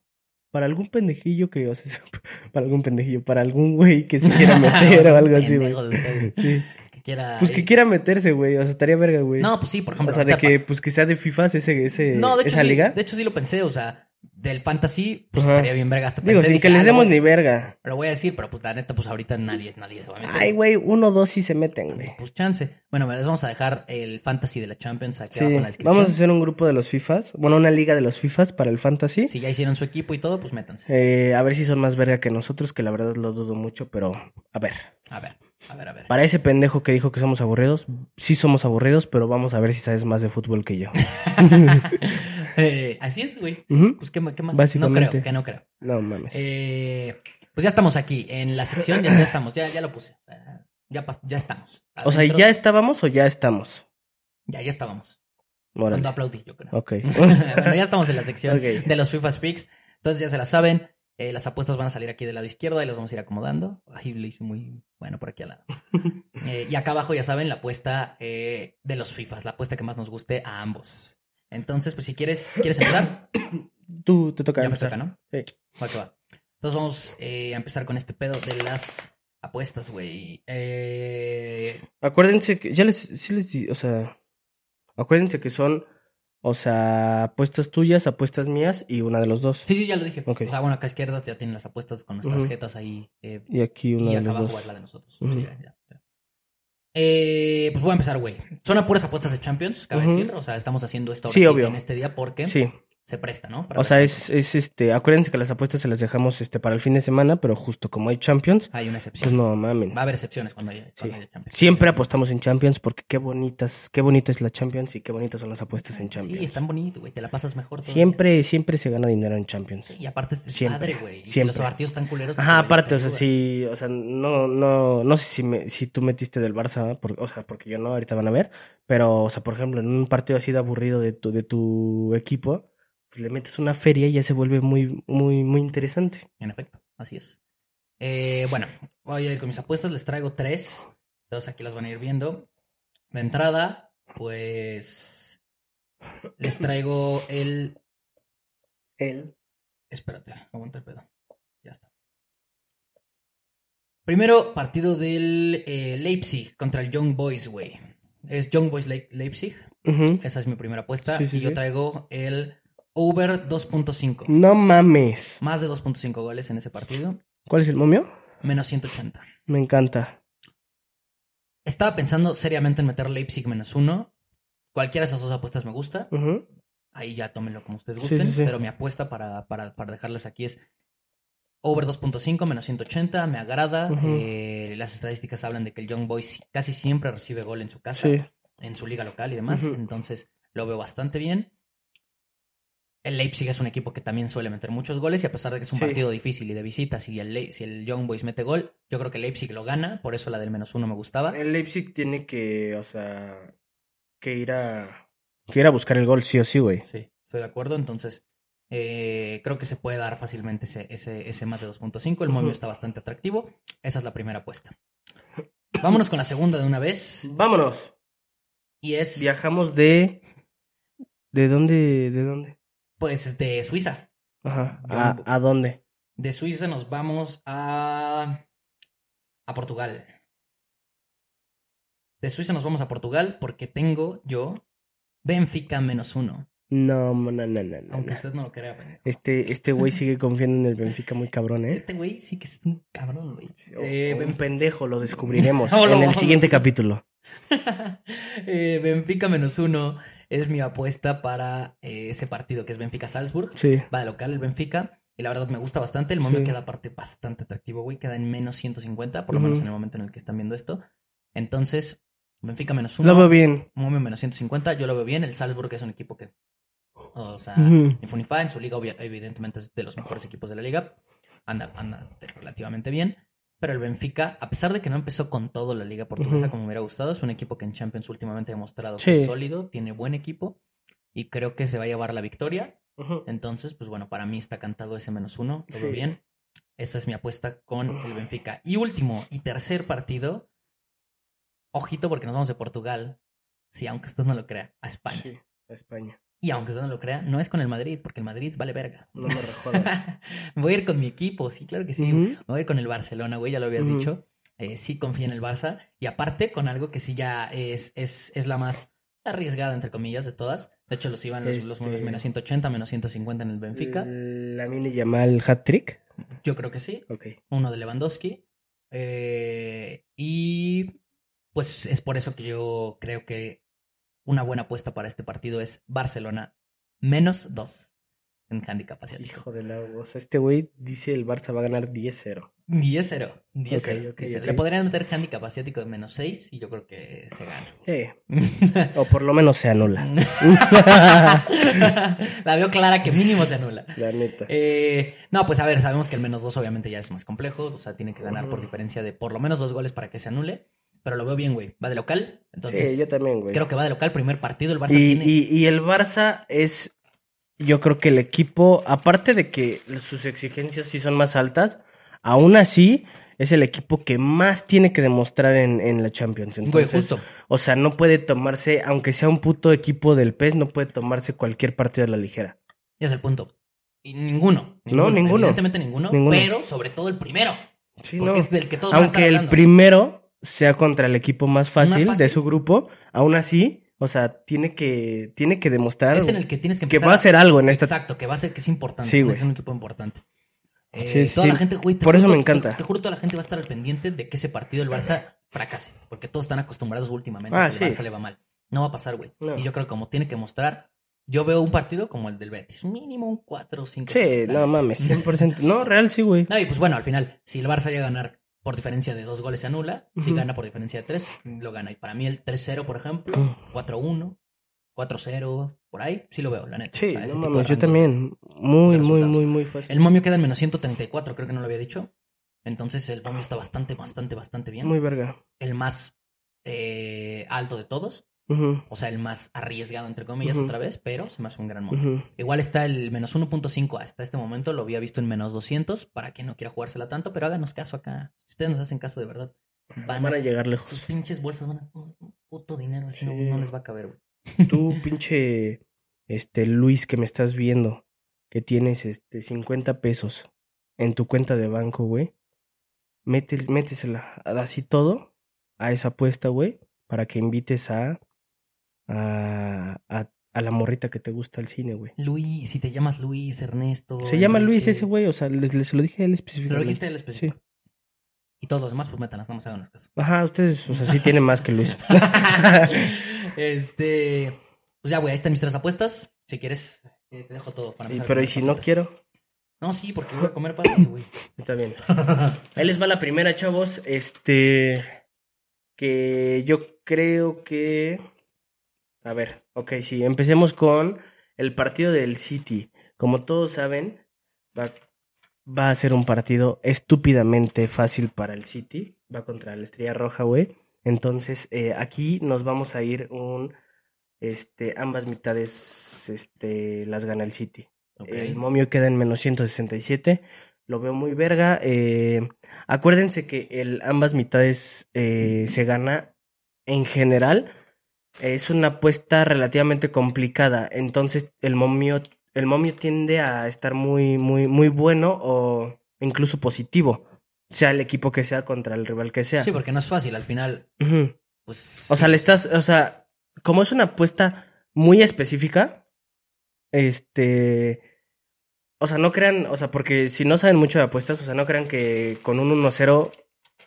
Speaker 2: para algún pendejillo que, o sea, (laughs) para algún pendejillo, para algún güey que se
Speaker 1: (laughs)
Speaker 2: quiera meter o algo así, güey.
Speaker 1: Pendejo de ustedes.
Speaker 2: Sí.
Speaker 1: Que quiera
Speaker 2: Pues
Speaker 1: ahí.
Speaker 2: que quiera meterse, güey, o sea, estaría verga, güey.
Speaker 1: No, pues sí, por
Speaker 2: O
Speaker 1: ejemplo.
Speaker 2: sea, de
Speaker 1: ahorita
Speaker 2: que, pues que sea de FIFA ese,
Speaker 1: pa-
Speaker 2: ese,
Speaker 1: No, de hecho,
Speaker 2: eh, esa
Speaker 1: sí,
Speaker 2: liga.
Speaker 1: de hecho sí lo pensé, o sea, del fantasy, pues
Speaker 2: Ajá.
Speaker 1: estaría bien verga. Hasta
Speaker 2: Digo,
Speaker 1: pensé,
Speaker 2: sin
Speaker 1: dije,
Speaker 2: que
Speaker 1: ah,
Speaker 2: les demos
Speaker 1: lo-
Speaker 2: ni verga.
Speaker 1: Lo voy a decir, pero pues la neta, pues ahorita nadie, nadie se va a meter.
Speaker 2: Ay, güey, uno o dos sí se meten, güey.
Speaker 1: Pues chance. Bueno, les vamos a dejar el fantasy de la Champions aquí
Speaker 2: Sí,
Speaker 1: abajo en la descripción.
Speaker 2: vamos a hacer un grupo de los FIFAs. Bueno, una liga de los FIFAs para el Fantasy.
Speaker 1: Si ya hicieron su equipo y todo, pues métanse.
Speaker 2: Eh, a ver si son más verga que nosotros, que la verdad lo dudo mucho, pero a ver.
Speaker 1: A ver, a ver, a ver.
Speaker 2: Para ese pendejo que dijo que somos aburridos, sí somos aburridos, pero vamos a ver si sabes más de fútbol
Speaker 1: (laughs)
Speaker 2: que yo.
Speaker 1: (laughs) Eh, así es, güey. Sí,
Speaker 2: Ujú.
Speaker 1: Pues ¿qué, ma- qué más. No
Speaker 2: Básicamente.
Speaker 1: creo, que no creo.
Speaker 2: No mames.
Speaker 1: Eh, pues ya estamos aquí, en la sección, ya, ya estamos, ya, ya lo puse. Ah, Ya, pas- ya estamos.
Speaker 2: o sea,
Speaker 1: Adentro-
Speaker 2: ¿ya estábamos o ya estamos?
Speaker 1: Ya, ya estábamos.
Speaker 2: Órale.
Speaker 1: Cuando aplaudí, yo creo. (laughs)
Speaker 2: Ok.
Speaker 1: bueno, ya estamos en la sección
Speaker 2: (laughs) Ok.
Speaker 1: de los FIFA Speaks. Entonces ya se la saben. eh, las apuestas van a salir aquí del lado izquierdo y las vamos a ir acomodando. Ahí lo hice muy bueno por aquí
Speaker 2: (laughs)
Speaker 1: al lado. Eh, y acá abajo, ya saben, la apuesta eh, de los FIFAs, la apuesta que más nos guste a ambos. Entonces, pues si quieres, ¿quieres empezar?
Speaker 2: (coughs) Tú te toca
Speaker 1: Ya me
Speaker 2: empezar.
Speaker 1: toca, ¿no?
Speaker 2: Sí.
Speaker 1: Va que va. Entonces vamos eh, a empezar con este pedo de las apuestas, güey. Eh,
Speaker 2: Acuérdense que, ya les, sí les di, o sea, acuérdense que son, o sea, apuestas tuyas, apuestas mías y una de los dos.
Speaker 1: Sí, sí, ya lo dije.
Speaker 2: Ok.
Speaker 1: O sea, bueno, acá a izquierda ya tienen las apuestas con nuestras
Speaker 2: Ujú.
Speaker 1: tarjetas ahí. eh,
Speaker 2: Y aquí una
Speaker 1: y
Speaker 2: de
Speaker 1: acá
Speaker 2: los
Speaker 1: abajo
Speaker 2: dos.
Speaker 1: es la de nosotros.
Speaker 2: Ujú.
Speaker 1: Sí, ya, ya, ya. Eh, pues voy a empezar, güey. Son a puras apuestas de Champions, cabe
Speaker 2: Ujú.
Speaker 1: decir. O sea, estamos haciendo esto ahora
Speaker 2: Sí,
Speaker 1: sí,
Speaker 2: obvio.
Speaker 1: en este día porque
Speaker 2: Sí,
Speaker 1: se presta, ¿no? Para
Speaker 2: o
Speaker 1: la
Speaker 2: sea,
Speaker 1: Champions.
Speaker 2: es, es este, acuérdense que las apuestas se las dejamos este para el fin de semana, pero justo como hay Champions,
Speaker 1: Hay una
Speaker 2: pues
Speaker 1: excepción.
Speaker 2: no mamen.
Speaker 1: Va a haber excepciones cuando haya, cuando haya Champions.
Speaker 2: Siempre apostamos en Champions porque qué bonitas, qué bonita es la Champions y qué bonitas son las apuestas en
Speaker 1: Sí,
Speaker 2: Champions.
Speaker 1: están bonitos, güey. Te la pasas mejor. todavía.
Speaker 2: Siempre, siempre se gana dinero en Champions.
Speaker 1: Y aparte es padre,
Speaker 2: Siempre,
Speaker 1: güey. Y Si
Speaker 2: siempre.
Speaker 1: los partidos están culeros.
Speaker 2: Ajá,
Speaker 1: pues, güey,
Speaker 2: aparte,
Speaker 1: te
Speaker 2: o sea,
Speaker 1: ayuda.
Speaker 2: sí, o sea, no, no, no sé si, me- si tú metiste del Barça, ¿eh? por- o sea, porque yo no, ahorita van a ver, pero, o sea, por ejemplo, en un partido así de aburrido de tu, de tu equipo, pues le metes una feria y ya se vuelve muy, muy, muy interesante.
Speaker 1: En efecto, así es. Eh, bueno, voy a ir con mis apuestas. Les traigo tres. Dos aquí las van a ir viendo. De entrada, pues. Les traigo el.
Speaker 2: Él.
Speaker 1: Espérate, aguanta el pedo. Ya está. Primero, partido del eh, Leipzig contra el Young Boys, güey. Es Young Boys Le- Leipzig. Esa es mi primera apuesta.
Speaker 2: Sí, sí,
Speaker 1: y yo
Speaker 2: sí. Mm.
Speaker 1: traigo el over 2.5.
Speaker 2: No mames.
Speaker 1: Más de 2.5 goles en ese partido.
Speaker 2: ¿Cuál es el momio?
Speaker 1: Menos 180.
Speaker 2: Me encanta.
Speaker 1: Estaba pensando seriamente en meter Leipzig menos uno. Cualquiera de esas dos apuestas me gusta.
Speaker 2: Ujú.
Speaker 1: Ahí ya tómenlo como ustedes
Speaker 2: Sí,
Speaker 1: gusten.
Speaker 2: sí, sí.
Speaker 1: Pero mi apuesta para, para, para dejarles aquí es over 2.5 menos 180. Me agrada.
Speaker 2: Ujú.
Speaker 1: Eh, las estadísticas hablan de que el Young Boys casi siempre recibe gol en su casa,
Speaker 2: Sí.
Speaker 1: en su liga local y demás.
Speaker 2: Ujú.
Speaker 1: Entonces lo veo bastante bien. El Leipzig es un equipo que también suele meter muchos goles y a pesar de que es un
Speaker 2: Sí.
Speaker 1: partido difícil y de visitas y el, Le- si el Young Boys mete gol, yo creo que el Leipzig lo gana, por eso la del menos uno me gustaba.
Speaker 2: El Leipzig tiene que, o sea, que ir a... Que ir a buscar el gol, sí o sí, güey.
Speaker 1: Sí, estoy de acuerdo. Entonces, eh, creo que se puede dar fácilmente ese, ese, ese más de 2.5. El movimiento
Speaker 2: Ujú.
Speaker 1: está bastante atractivo. Esa es la primera apuesta. Vámonos con la segunda de una vez.
Speaker 2: Vámonos.
Speaker 1: Y es,
Speaker 2: Viajamos de... ¿De dónde? ¿De dónde?
Speaker 1: pues, de Suiza.
Speaker 2: Ajá.
Speaker 1: Yo-
Speaker 2: ¿A, a dónde?
Speaker 1: De Suiza nos vamos a. a Portugal. De Suiza nos vamos a Portugal porque tengo yo Benfica menos uno.
Speaker 2: No, no, no, no, no, no.
Speaker 1: Aunque usted no lo crea, pendejo.
Speaker 2: Este, este güey sigue confiando en el Benfica muy cabrón, (laughs) ¿eh? Oh,
Speaker 1: Este güey sí que es un cabrón, güey.
Speaker 2: O-
Speaker 1: Eh,
Speaker 2: o
Speaker 1: Benfica.
Speaker 2: un pendejo lo (laughs) descubriremos
Speaker 1: No, lo
Speaker 2: en el
Speaker 1: vamos a-
Speaker 2: siguiente capítulo.
Speaker 1: (laughs) Eh, Benfica menos uno es mi apuesta para eh, ese partido que es Benfica-Salzburg.
Speaker 2: Sí.
Speaker 1: Va de local el Benfica. Y la verdad me gusta bastante. El momio
Speaker 2: Sí.
Speaker 1: queda aparte bastante atractivo, güey. Queda en menos 150, por lo menos
Speaker 2: Ujú.
Speaker 1: en el momento en el que están viendo esto. Entonces, Benfica menos uno.
Speaker 2: Lo veo bien.
Speaker 1: Momio menos 150. Yo lo veo bien. El Salzburg es un equipo que. O sea,
Speaker 2: Ujú.
Speaker 1: ni fu ni fa, en su liga, obvia- evidentemente, es de los mejores equipos de la liga. Anda, anda relativamente bien. Pero el Benfica, a pesar de que no empezó con todo la liga portuguesa
Speaker 2: Ujú.
Speaker 1: como me hubiera gustado, es un equipo que en Champions últimamente ha demostrado
Speaker 2: Sí.
Speaker 1: que es sólido, tiene buen equipo y creo que se va a llevar la victoria. Entonces, pues bueno, para mí está cantado ese menos uno, todo
Speaker 2: Sí.
Speaker 1: bien. Esa es mi apuesta con el Benfica. Y último y tercer partido, ojito porque nos vamos de Portugal, sí, aunque usted no lo crea, a España.
Speaker 2: Sí, a (laughs) España.
Speaker 1: Y aunque usted no lo crea, no es con el Madrid, porque el Madrid vale verga. (laughs)
Speaker 2: No me rejodas.
Speaker 1: Voy a ir con mi equipo, sí, claro que sí.
Speaker 2: Ujú.
Speaker 1: Me voy a ir con el Barcelona, güey, ya lo habías
Speaker 2: Ujú.
Speaker 1: dicho. Eh, sí confía en el Barça. Y aparte, con algo que sí ya es, es, es la más arriesgada, entre comillas, de todas. De hecho, los iban los, los
Speaker 2: Este- Eh.
Speaker 1: movios menos 180, menos 150 en el Benfica.
Speaker 2: La mini Yamal hat trick.
Speaker 1: Yo creo que sí.
Speaker 2: Ok.
Speaker 1: Uno de Lewandowski. Eh, y pues es por eso que yo creo que una buena apuesta para este partido es Barcelona menos 2 en handicap asiático.
Speaker 2: Hijo de la voz. Este güey dice el Barça va a ganar 10-0.
Speaker 1: 10-0. 10-0.
Speaker 2: Ok, ok,
Speaker 1: 10-0.
Speaker 2: ok.
Speaker 1: Le podrían meter handicap asiático de menos 6 y yo creo que se
Speaker 2: (laughs)
Speaker 1: gana. (laughs)
Speaker 2: Sí. O por lo menos se anula. (laughs) la
Speaker 1: La veo clara que mínimo se anula.
Speaker 2: neta.
Speaker 1: Eh, no, pues a ver, sabemos que el menos 2 obviamente ya es más complejo. O sea, tiene que ganar por
Speaker 2: Ujú.
Speaker 1: diferencia de por lo menos dos goles para que se anule. Pero lo veo bien, güey. Va de local. Entonces,
Speaker 2: sí, yo también, güey.
Speaker 1: creo que va de local. Primer partido, el Barça
Speaker 2: Y,
Speaker 1: tiene.
Speaker 2: y- y el Barça es, yo creo que el equipo, aparte de que sus exigencias sí son más altas, aún así es el equipo que más tiene que demostrar en, en la Champions.
Speaker 1: Güey,
Speaker 2: Entonces,
Speaker 1: justo.
Speaker 2: O sea, no puede tomarse, aunque sea un puto equipo del PES, no puede tomarse cualquier partido a la ligera.
Speaker 1: Ese es el punto. Y ninguno.
Speaker 2: No, ninguno.
Speaker 1: Evidentemente ninguno,
Speaker 2: Ninguno.
Speaker 1: Pero sobre todo el primero.
Speaker 2: Sí,
Speaker 1: porque es del que todos van a estar
Speaker 2: Aunque el
Speaker 1: hablando.
Speaker 2: primero sea contra el equipo más fácil,
Speaker 1: Más fácil.
Speaker 2: de su grupo, aún así, o sea, tiene que, tiene que demostrar
Speaker 1: Es en el que tienes que
Speaker 2: que
Speaker 1: empezar.
Speaker 2: va a hacer algo en esta.
Speaker 1: Exacto, que va a ser que es importante.
Speaker 2: Sí, güey.
Speaker 1: Es un equipo importante. Eh,
Speaker 2: Sí,
Speaker 1: toda
Speaker 2: sí.
Speaker 1: la gente, güey, te
Speaker 2: Por eso
Speaker 1: juro,
Speaker 2: me encanta.
Speaker 1: Te, te juro, toda la gente va a estar al pendiente de que ese partido del Barça fracase. Porque todos están acostumbrados últimamente
Speaker 2: Ah,
Speaker 1: a que el
Speaker 2: sí.
Speaker 1: Barça le va mal. No va a pasar, güey.
Speaker 2: No.
Speaker 1: Y yo creo que como tiene que mostrar, yo veo un partido como el del Betis. Mínimo un 4 o 5.
Speaker 2: Sí, no mames, 100%. No, real sí, güey.
Speaker 1: No, y pues bueno, al final, si el Barça llega a ganar por diferencia de dos goles se anula, si
Speaker 2: Ujú.
Speaker 1: gana por diferencia de tres, lo gana. Y para mí el 3-0, por ejemplo, 4-1, 4-0, por ahí, sí lo veo, la neta. O
Speaker 2: (clears throat) Sí,
Speaker 1: sea, Ah, ese
Speaker 2: no
Speaker 1: tipo de
Speaker 2: mames, yo
Speaker 1: rangos.
Speaker 2: también. Muy,
Speaker 1: de
Speaker 2: muy,
Speaker 1: resultados.
Speaker 2: muy, muy fácil.
Speaker 1: El momio queda en menos 134, creo que no lo había dicho. Entonces el momio está bastante, bastante, bastante bien.
Speaker 2: Muy verga.
Speaker 1: El más eh, alto de todos.
Speaker 2: Ujú,
Speaker 1: O sea, el más arriesgado, entre comillas,
Speaker 2: Ujú.
Speaker 1: otra vez, pero se me hace un gran mono.
Speaker 2: ujú.
Speaker 1: Igual está el menos 1.5. Hasta este momento lo había visto en menos 200. Para que no quiera jugársela tanto, pero háganos caso acá. Si ustedes nos hacen caso de verdad, van
Speaker 2: Van a
Speaker 1: a-
Speaker 2: llegar
Speaker 1: sus
Speaker 2: lejos.
Speaker 1: pinches bolsas van a. Un un puto dinero, así no,
Speaker 2: Sí.
Speaker 1: no les va a caber, güey.
Speaker 2: Tú, pinche este Luis que me estás viendo, que tienes este 50 pesos en tu cuenta de banco, güey. Métes, métesela así todo a esa apuesta, güey, para que invites a a, a a la morrita que te gusta al cine, güey.
Speaker 1: Luis, si te llamas Luis, Ernesto.
Speaker 2: Se llama
Speaker 1: Enrique,
Speaker 2: Luis ese güey, o sea, les, les lo dije a
Speaker 1: Te
Speaker 2: él
Speaker 1: Lo
Speaker 2: específicamente.
Speaker 1: dijiste el específico.
Speaker 2: Sí.
Speaker 1: Y todos los demás, pues métanlas, no más hagan
Speaker 2: (laughs)
Speaker 1: caso.
Speaker 2: Ajá, ustedes, o sea, sí tienen más que Luis.
Speaker 1: este. Pues ya, güey, ahí están mis tres apuestas. Si quieres, eh, te dejo todo para
Speaker 2: Y-
Speaker 1: empezar
Speaker 2: pero
Speaker 1: con
Speaker 2: y
Speaker 1: las
Speaker 2: si no
Speaker 1: apuestas.
Speaker 2: quiero,
Speaker 1: No, sí, porque voy a comer papas,
Speaker 2: (laughs)
Speaker 1: güey.
Speaker 2: Está bien. Ahí les va la primera, chavos. Este. Que yo creo que. A ver, ok, sí. Empecemos con el partido del City. Como todos saben, va, va a ser un partido estúpidamente fácil para el City. Va contra la Estrella Roja, güey. Entonces, eh, aquí nos vamos a ir un. Este, ambas mitades, este, las gana el City.
Speaker 1: Ok.
Speaker 2: El momio queda en menos 167. Lo veo muy verga. eh, acuérdense que el ambas mitades eh, se gana en general. Es una apuesta relativamente complicada. Entonces el momio, el momio tiende a estar muy, muy, muy bueno o incluso positivo. Sea el equipo que sea contra el rival que sea.
Speaker 1: Sí, porque no es fácil. Al final,
Speaker 2: Ujú.
Speaker 1: pues.
Speaker 2: O sea, le estás, o sea, como es una apuesta muy específica, este, o sea, no crean, o sea, porque si no saben mucho de apuestas, o sea, no crean que con un 1-0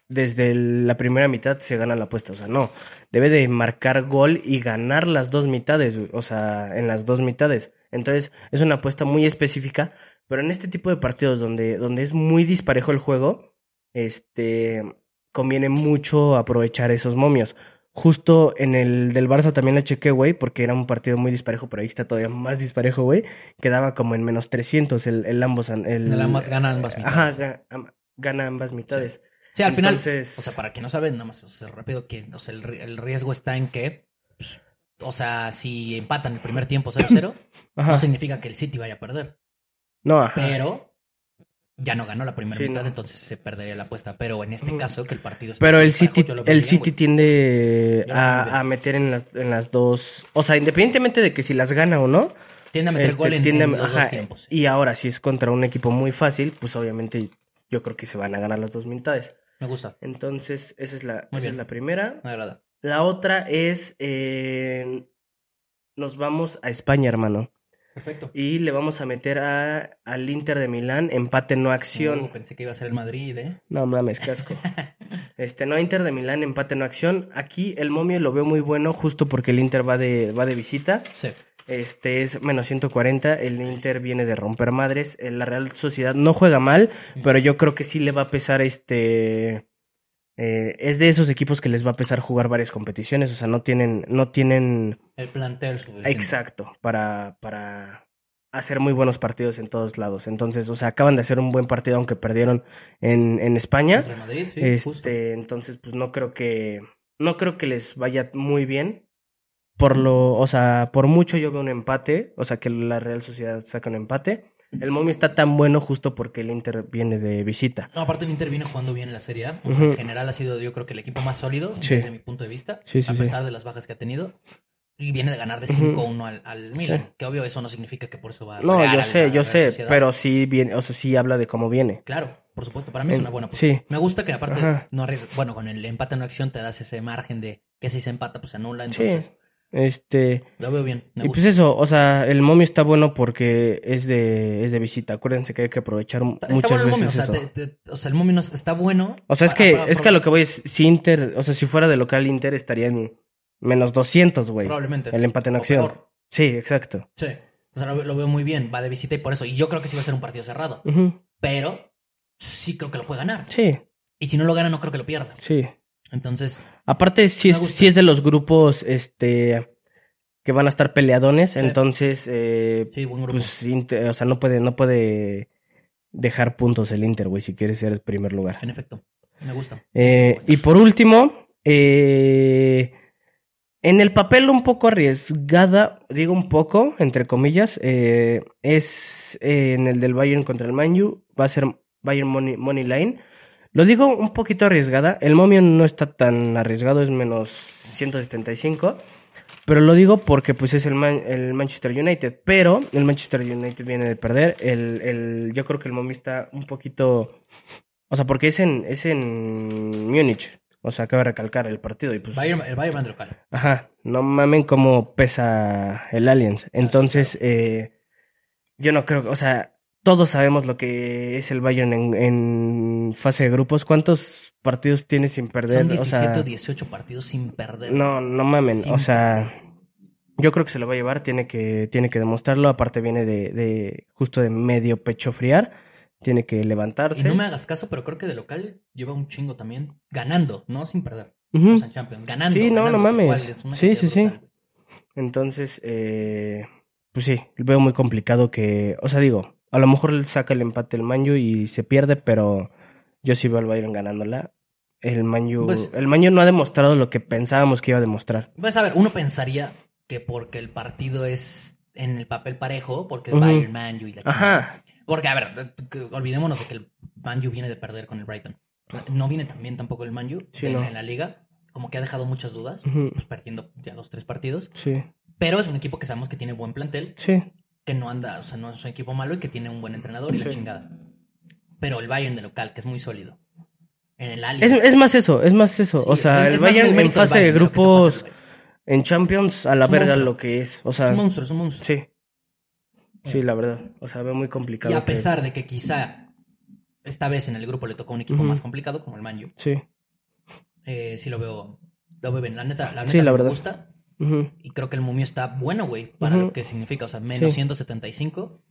Speaker 2: desde el- la primera mitad se gana la apuesta, o sea, no, debe de marcar gol y ganar las dos mitades, güey, o sea, en las dos mitades. Entonces, es una apuesta muy específica, pero en este tipo de partidos donde, donde es muy disparejo el juego, este, conviene mucho aprovechar esos momios. Justo en el del Barça también la chequé, güey, porque era un partido muy disparejo, pero ahí está todavía más disparejo, güey. Quedaba como en menos 300 el, el ambos. El,
Speaker 1: El ambas- gana ambas
Speaker 2: Ajá,
Speaker 1: mitades.
Speaker 2: ga- am- gana ambas mitades.
Speaker 1: Sí, al final.
Speaker 2: Entonces-
Speaker 1: O sea, para que no saben, nada más, o sea, rápido, que o sea, el, ri- el riesgo está en que. pues, o sea, si empatan el primer tiempo 0-0,
Speaker 2: Ajá.
Speaker 1: no significa que el City vaya a perder.
Speaker 2: No, ajá.
Speaker 1: Pero ya no ganó la primera
Speaker 2: Sí,
Speaker 1: mitad,
Speaker 2: no.
Speaker 1: entonces se perdería la apuesta. Pero en este
Speaker 2: Ujú.
Speaker 1: caso, que el partido está
Speaker 2: Pero el
Speaker 1: disparejo,
Speaker 2: City,
Speaker 1: yo lo veo
Speaker 2: el
Speaker 1: bien,
Speaker 2: City
Speaker 1: güey.
Speaker 2: tiende
Speaker 1: Yo lo veo bien.
Speaker 2: a, a meter en las, en las dos. O sea, independientemente de que si las gana o no,
Speaker 1: tiende a meter
Speaker 2: este,
Speaker 1: gol en,
Speaker 2: tiende a-
Speaker 1: en los
Speaker 2: ajá,
Speaker 1: dos tiempos.
Speaker 2: Y ahora, si es contra un equipo muy fácil, pues obviamente yo creo que se van a ganar las dos mitades.
Speaker 1: Me gusta,
Speaker 2: Entonces, esa es la,
Speaker 1: Muy
Speaker 2: esa
Speaker 1: bien.
Speaker 2: es la primera.
Speaker 1: me agrada.
Speaker 2: La otra es. eh, nos vamos a España, hermano.
Speaker 1: Perfecto.
Speaker 2: Y le vamos a meter a, al Inter de Milán empate no acción.
Speaker 1: Uh, pensé que iba a ser el Madrid, ¿eh?
Speaker 2: No mames, casco. Este, no, Inter de Milán, empate no acción. Aquí el momio lo veo muy bueno, justo porque el Inter va de, va de visita.
Speaker 1: Sí.
Speaker 2: Este es menos 140. El Inter viene de romper madres. Eh, La Real Sociedad no juega mal, pero yo creo que sí le va a pesar este. eh, es de esos equipos que les va a pesar jugar varias competiciones. O sea, no tienen, no tienen
Speaker 1: El plantel suficiente.
Speaker 2: exacto para, para hacer muy buenos partidos en todos lados. Entonces, o sea, acaban de hacer un buen partido, aunque perdieron en, en España.
Speaker 1: Contra el Madrid, sí, justo.
Speaker 2: Este, entonces, pues no creo que. No creo que les vaya muy bien. Por lo. O sea, por mucho yo veo un empate. O sea, que la Real Sociedad saca un empate. El momio está tan bueno justo porque el Inter viene de visita.
Speaker 1: No, aparte el Inter viene jugando bien en la Serie A. O sea,
Speaker 2: Ujú.
Speaker 1: En general ha sido, yo creo que el equipo más sólido
Speaker 2: Sí.
Speaker 1: desde mi punto de vista.
Speaker 2: Sí, sí,
Speaker 1: a
Speaker 2: sí.
Speaker 1: pesar de las bajas que ha tenido. Y viene de ganar de
Speaker 2: Ujú.
Speaker 1: 5-1 al, al Milan.
Speaker 2: Sí.
Speaker 1: Que obvio eso no significa que por eso va a
Speaker 2: No,
Speaker 1: golear
Speaker 2: yo
Speaker 1: a la
Speaker 2: sé, yo
Speaker 1: Real
Speaker 2: sé.
Speaker 1: Sociedad.
Speaker 2: Pero sí viene, o sea, sí habla de cómo viene.
Speaker 1: Claro, por supuesto. Para mí es
Speaker 2: En-
Speaker 1: una buena apuesta.
Speaker 2: Sí.
Speaker 1: Me gusta que aparte
Speaker 2: Ajá.
Speaker 1: no arriesgues- Bueno, con el empate en acción te das ese margen de que si se empata, pues se anula.
Speaker 2: Sí.
Speaker 1: Entonces,
Speaker 2: Este.
Speaker 1: lo veo bien. Me
Speaker 2: Y
Speaker 1: gusta.
Speaker 2: pues eso, o sea, el momio está bueno porque es de, es de visita. Acuérdense que hay que aprovechar
Speaker 1: Está- está
Speaker 2: muchas
Speaker 1: bueno el momio. O
Speaker 2: veces
Speaker 1: sea,
Speaker 2: eso.
Speaker 1: te- te- o sea, el momio no- está bueno.
Speaker 2: O sea, es
Speaker 1: Pa-
Speaker 2: que,
Speaker 1: pa-
Speaker 2: es
Speaker 1: pro-
Speaker 2: que a lo que voy es, si Inter, o sea, si fuera de local Inter estaría en menos 200, güey.
Speaker 1: Probablemente.
Speaker 2: El empate en
Speaker 1: O
Speaker 2: acción.
Speaker 1: peor.
Speaker 2: Sí, exacto.
Speaker 1: Sí. O sea, lo, lo veo muy bien. Va de visita y por eso. Y yo creo que sí va a ser un partido cerrado.
Speaker 2: Ujú.
Speaker 1: Pero sí creo que lo puede ganar.
Speaker 2: Sí,
Speaker 1: Y si no lo gana, no creo que lo pierda.
Speaker 2: sí.
Speaker 1: Entonces,
Speaker 2: Aparte, si
Speaker 1: Me
Speaker 2: es,
Speaker 1: gusta.
Speaker 2: si es de los grupos, este, que van a estar peleadones, entonces, eh,
Speaker 1: sí, buen grupo.
Speaker 2: pues, Inter- o sea, no puede, no puede dejar puntos el Inter, güey, si quiere ser el primer lugar.
Speaker 1: en efecto. Me gusta.
Speaker 2: Eh, y por último, eh, En el papel un poco arriesgada, digo un poco, entre comillas, eh, es eh, en el del Bayern contra el Manju, va a ser Bayern Money, Money Line. Lo digo un poquito arriesgada, el momio no está tan arriesgado, es menos 175, pero lo digo porque pues es el, Man- el Manchester United, pero el Manchester United viene de perder, el, el, yo creo que el momio está un poquito, o sea, porque es en, es en Múnich, o sea, acaba de recalcar el partido y pues...
Speaker 1: Bayern- el Bayern va de local.
Speaker 2: Ajá, no mamen cómo pesa el Aliens. Entonces, eh, yo no creo, o sea, todos sabemos lo que es el Bayern en, en fase de grupos. ¿Cuántos partidos tiene sin perder?
Speaker 1: Son
Speaker 2: O
Speaker 1: 17
Speaker 2: sea,
Speaker 1: o 18 partidos sin perder.
Speaker 2: no, no mamen,
Speaker 1: Sin
Speaker 2: o sea, yo creo que se lo va a llevar, tiene que, tiene que demostrarlo. Aparte viene de, de justo de medio pecho friar, tiene que
Speaker 1: y
Speaker 2: levantarse.
Speaker 1: no me hagas caso, pero creo que de local lleva un chingo también. Ganando, no sin perder.
Speaker 2: Ujú.
Speaker 1: O sea, en Champions. Ganando.
Speaker 2: Mm. Sí, no,
Speaker 1: ganando,
Speaker 2: no mames.
Speaker 1: igual es una
Speaker 2: Sí,
Speaker 1: cantidad
Speaker 2: sí, sí.
Speaker 1: brutal.
Speaker 2: Entonces, eh, pues sí, veo muy complicado que, o sea, digo, a lo mejor le saca el empate el Manju y se pierde, pero yo sí veo al Bayern ganándola. El Manju,
Speaker 1: Pues-
Speaker 2: el Manju no ha demostrado lo que pensábamos que iba a demostrar.
Speaker 1: Pues a ver, uno pensaría que porque el partido es en el papel parejo, porque es
Speaker 2: Ujú.
Speaker 1: Bayern, Man U y la chingada.
Speaker 2: Ajá.
Speaker 1: Porque, a ver, que- olvidémonos de que el Man U viene de perder con el Brighton. No viene también tampoco el Man U
Speaker 2: Sí,
Speaker 1: en,
Speaker 2: no.
Speaker 1: en la liga. Como que ha dejado muchas dudas,
Speaker 2: Ujú.
Speaker 1: pues perdiendo ya dos, tres partidos.
Speaker 2: Sí,
Speaker 1: Pero es un equipo que sabemos que tiene buen plantel,
Speaker 2: sí.
Speaker 1: que no anda, o sea, no es un equipo malo y que tiene un buen entrenador y la
Speaker 2: Sí.
Speaker 1: chingada. Pero el Bayern de local, que es muy sólido. En el
Speaker 2: Es,
Speaker 1: Allianz.
Speaker 2: es más eso, es más eso.
Speaker 1: Sí,
Speaker 2: o sea,
Speaker 1: es-
Speaker 2: el
Speaker 1: es más
Speaker 2: Bayern en
Speaker 1: mérito del
Speaker 2: fase de
Speaker 1: Bayern lo que te pasa al
Speaker 2: grupos,
Speaker 1: Bayern.
Speaker 2: en Champions, a la
Speaker 1: Es un
Speaker 2: verga
Speaker 1: monstruo.
Speaker 2: lo que es. O
Speaker 1: Es
Speaker 2: sea,
Speaker 1: un monstruo, es un monstruo.
Speaker 2: sí. Sí, la verdad. O sea, veo muy complicado.
Speaker 1: Y a
Speaker 2: que-
Speaker 1: pesar de que quizá esta vez en el grupo le tocó un equipo
Speaker 2: Ujú.
Speaker 1: más complicado, como el Man U,
Speaker 2: Sí.
Speaker 1: eh, sí lo veo, lo veo bien. La neta, la neta
Speaker 2: Sí, la
Speaker 1: me
Speaker 2: verdad.
Speaker 1: gusta.
Speaker 2: Ujú.
Speaker 1: Y creo que el momio está bueno, güey, para
Speaker 2: Ujú.
Speaker 1: lo que significa. O sea, menos
Speaker 2: Sí.
Speaker 1: 175.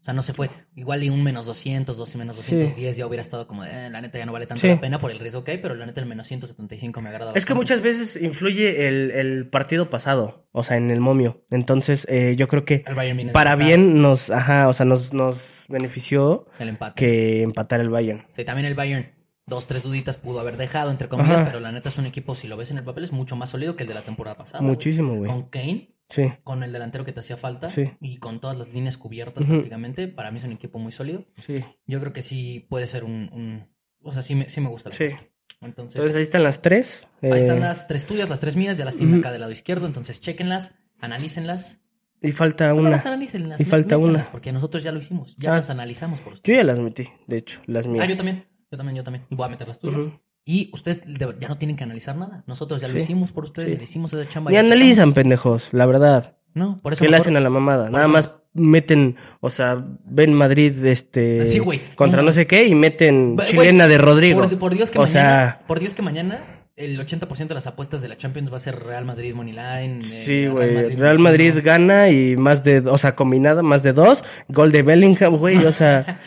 Speaker 1: O sea, no se fue. Igual y un menos 200, dos y menos 210 ya hubiera estado como, de, "Eh, la neta ya no vale tanto
Speaker 2: Sí.
Speaker 1: la pena por el riesgo que hay, pero la neta el menos 175 me agrada.
Speaker 2: Es que
Speaker 1: bastante.
Speaker 2: muchas veces influye el, el partido pasado, o sea, en el momio. Entonces, eh, yo creo que
Speaker 1: El Bayern viene de
Speaker 2: para
Speaker 1: empatar
Speaker 2: bien nos, ajá, o sea, nos, nos benefició
Speaker 1: El empate.
Speaker 2: que empatar el Bayern.
Speaker 1: Sí, también el Bayern, dos, tres duditas pudo haber dejado, entre comillas,
Speaker 2: Ajá.
Speaker 1: pero la neta es un equipo, si lo ves en el papel, es mucho más sólido que el de la temporada pasada. güey.
Speaker 2: Muchísimo, güey.
Speaker 1: Con Kane,
Speaker 2: Sí,
Speaker 1: con el delantero que te hacía falta
Speaker 2: Sí.
Speaker 1: y con todas las líneas cubiertas
Speaker 2: Ujú.
Speaker 1: prácticamente, para mí es un equipo muy sólido.
Speaker 2: sí.
Speaker 1: Yo creo que sí puede ser un... un- o sea, sí me, sí me gusta. la
Speaker 2: Sí.
Speaker 1: apuesta. Entonces,
Speaker 2: Entonces ahí están las tres.
Speaker 1: ahí
Speaker 2: eh,
Speaker 1: están las tres tuyas, las tres mías, ya las tienen
Speaker 2: Ujú.
Speaker 1: acá del lado izquierdo, entonces chequenlas, analícenlas.
Speaker 2: Y falta
Speaker 1: No
Speaker 2: una.
Speaker 1: las analícenlas.
Speaker 2: Y
Speaker 1: mé-
Speaker 2: falta una.
Speaker 1: métanlas, Porque nosotros ya lo hicimos, ya
Speaker 2: Ah,
Speaker 1: las analizamos por
Speaker 2: Yo
Speaker 1: ustedes.
Speaker 2: ya las metí, de hecho, las mías.
Speaker 1: ah, yo también, yo también, yo también. Y voy a meter las tuyas.
Speaker 2: Ujú.
Speaker 1: Y ustedes de- ya no tienen que analizar nada. Nosotros ya lo
Speaker 2: Sí,
Speaker 1: hicimos por ustedes,
Speaker 2: sí.
Speaker 1: ya le hicimos esa chamba.
Speaker 2: Ni
Speaker 1: ya
Speaker 2: analizan, pendejos, la verdad.
Speaker 1: checamos. No, por eso
Speaker 2: ¿Qué le
Speaker 1: mejor-
Speaker 2: hacen a la mamada? Nada
Speaker 1: eso-
Speaker 2: más meten, o sea, ven Madrid, este.
Speaker 1: Sí, güey.
Speaker 2: Contra
Speaker 1: No
Speaker 2: no sé qué y meten
Speaker 1: Güey,
Speaker 2: chilena de Rodrigo.
Speaker 1: Por, por Dios que
Speaker 2: o
Speaker 1: mañana,
Speaker 2: sea-
Speaker 1: por Dios que mañana el 80% de las apuestas de la Champions va a ser Real Madrid Money Line. eh,
Speaker 2: Sí, güey.
Speaker 1: Madrid,
Speaker 2: Real
Speaker 1: Barcelona.
Speaker 2: Madrid gana y más de, o sea, combinada, más de dos. Gol de Bellingham, güey, o
Speaker 1: (laughs)
Speaker 2: sea.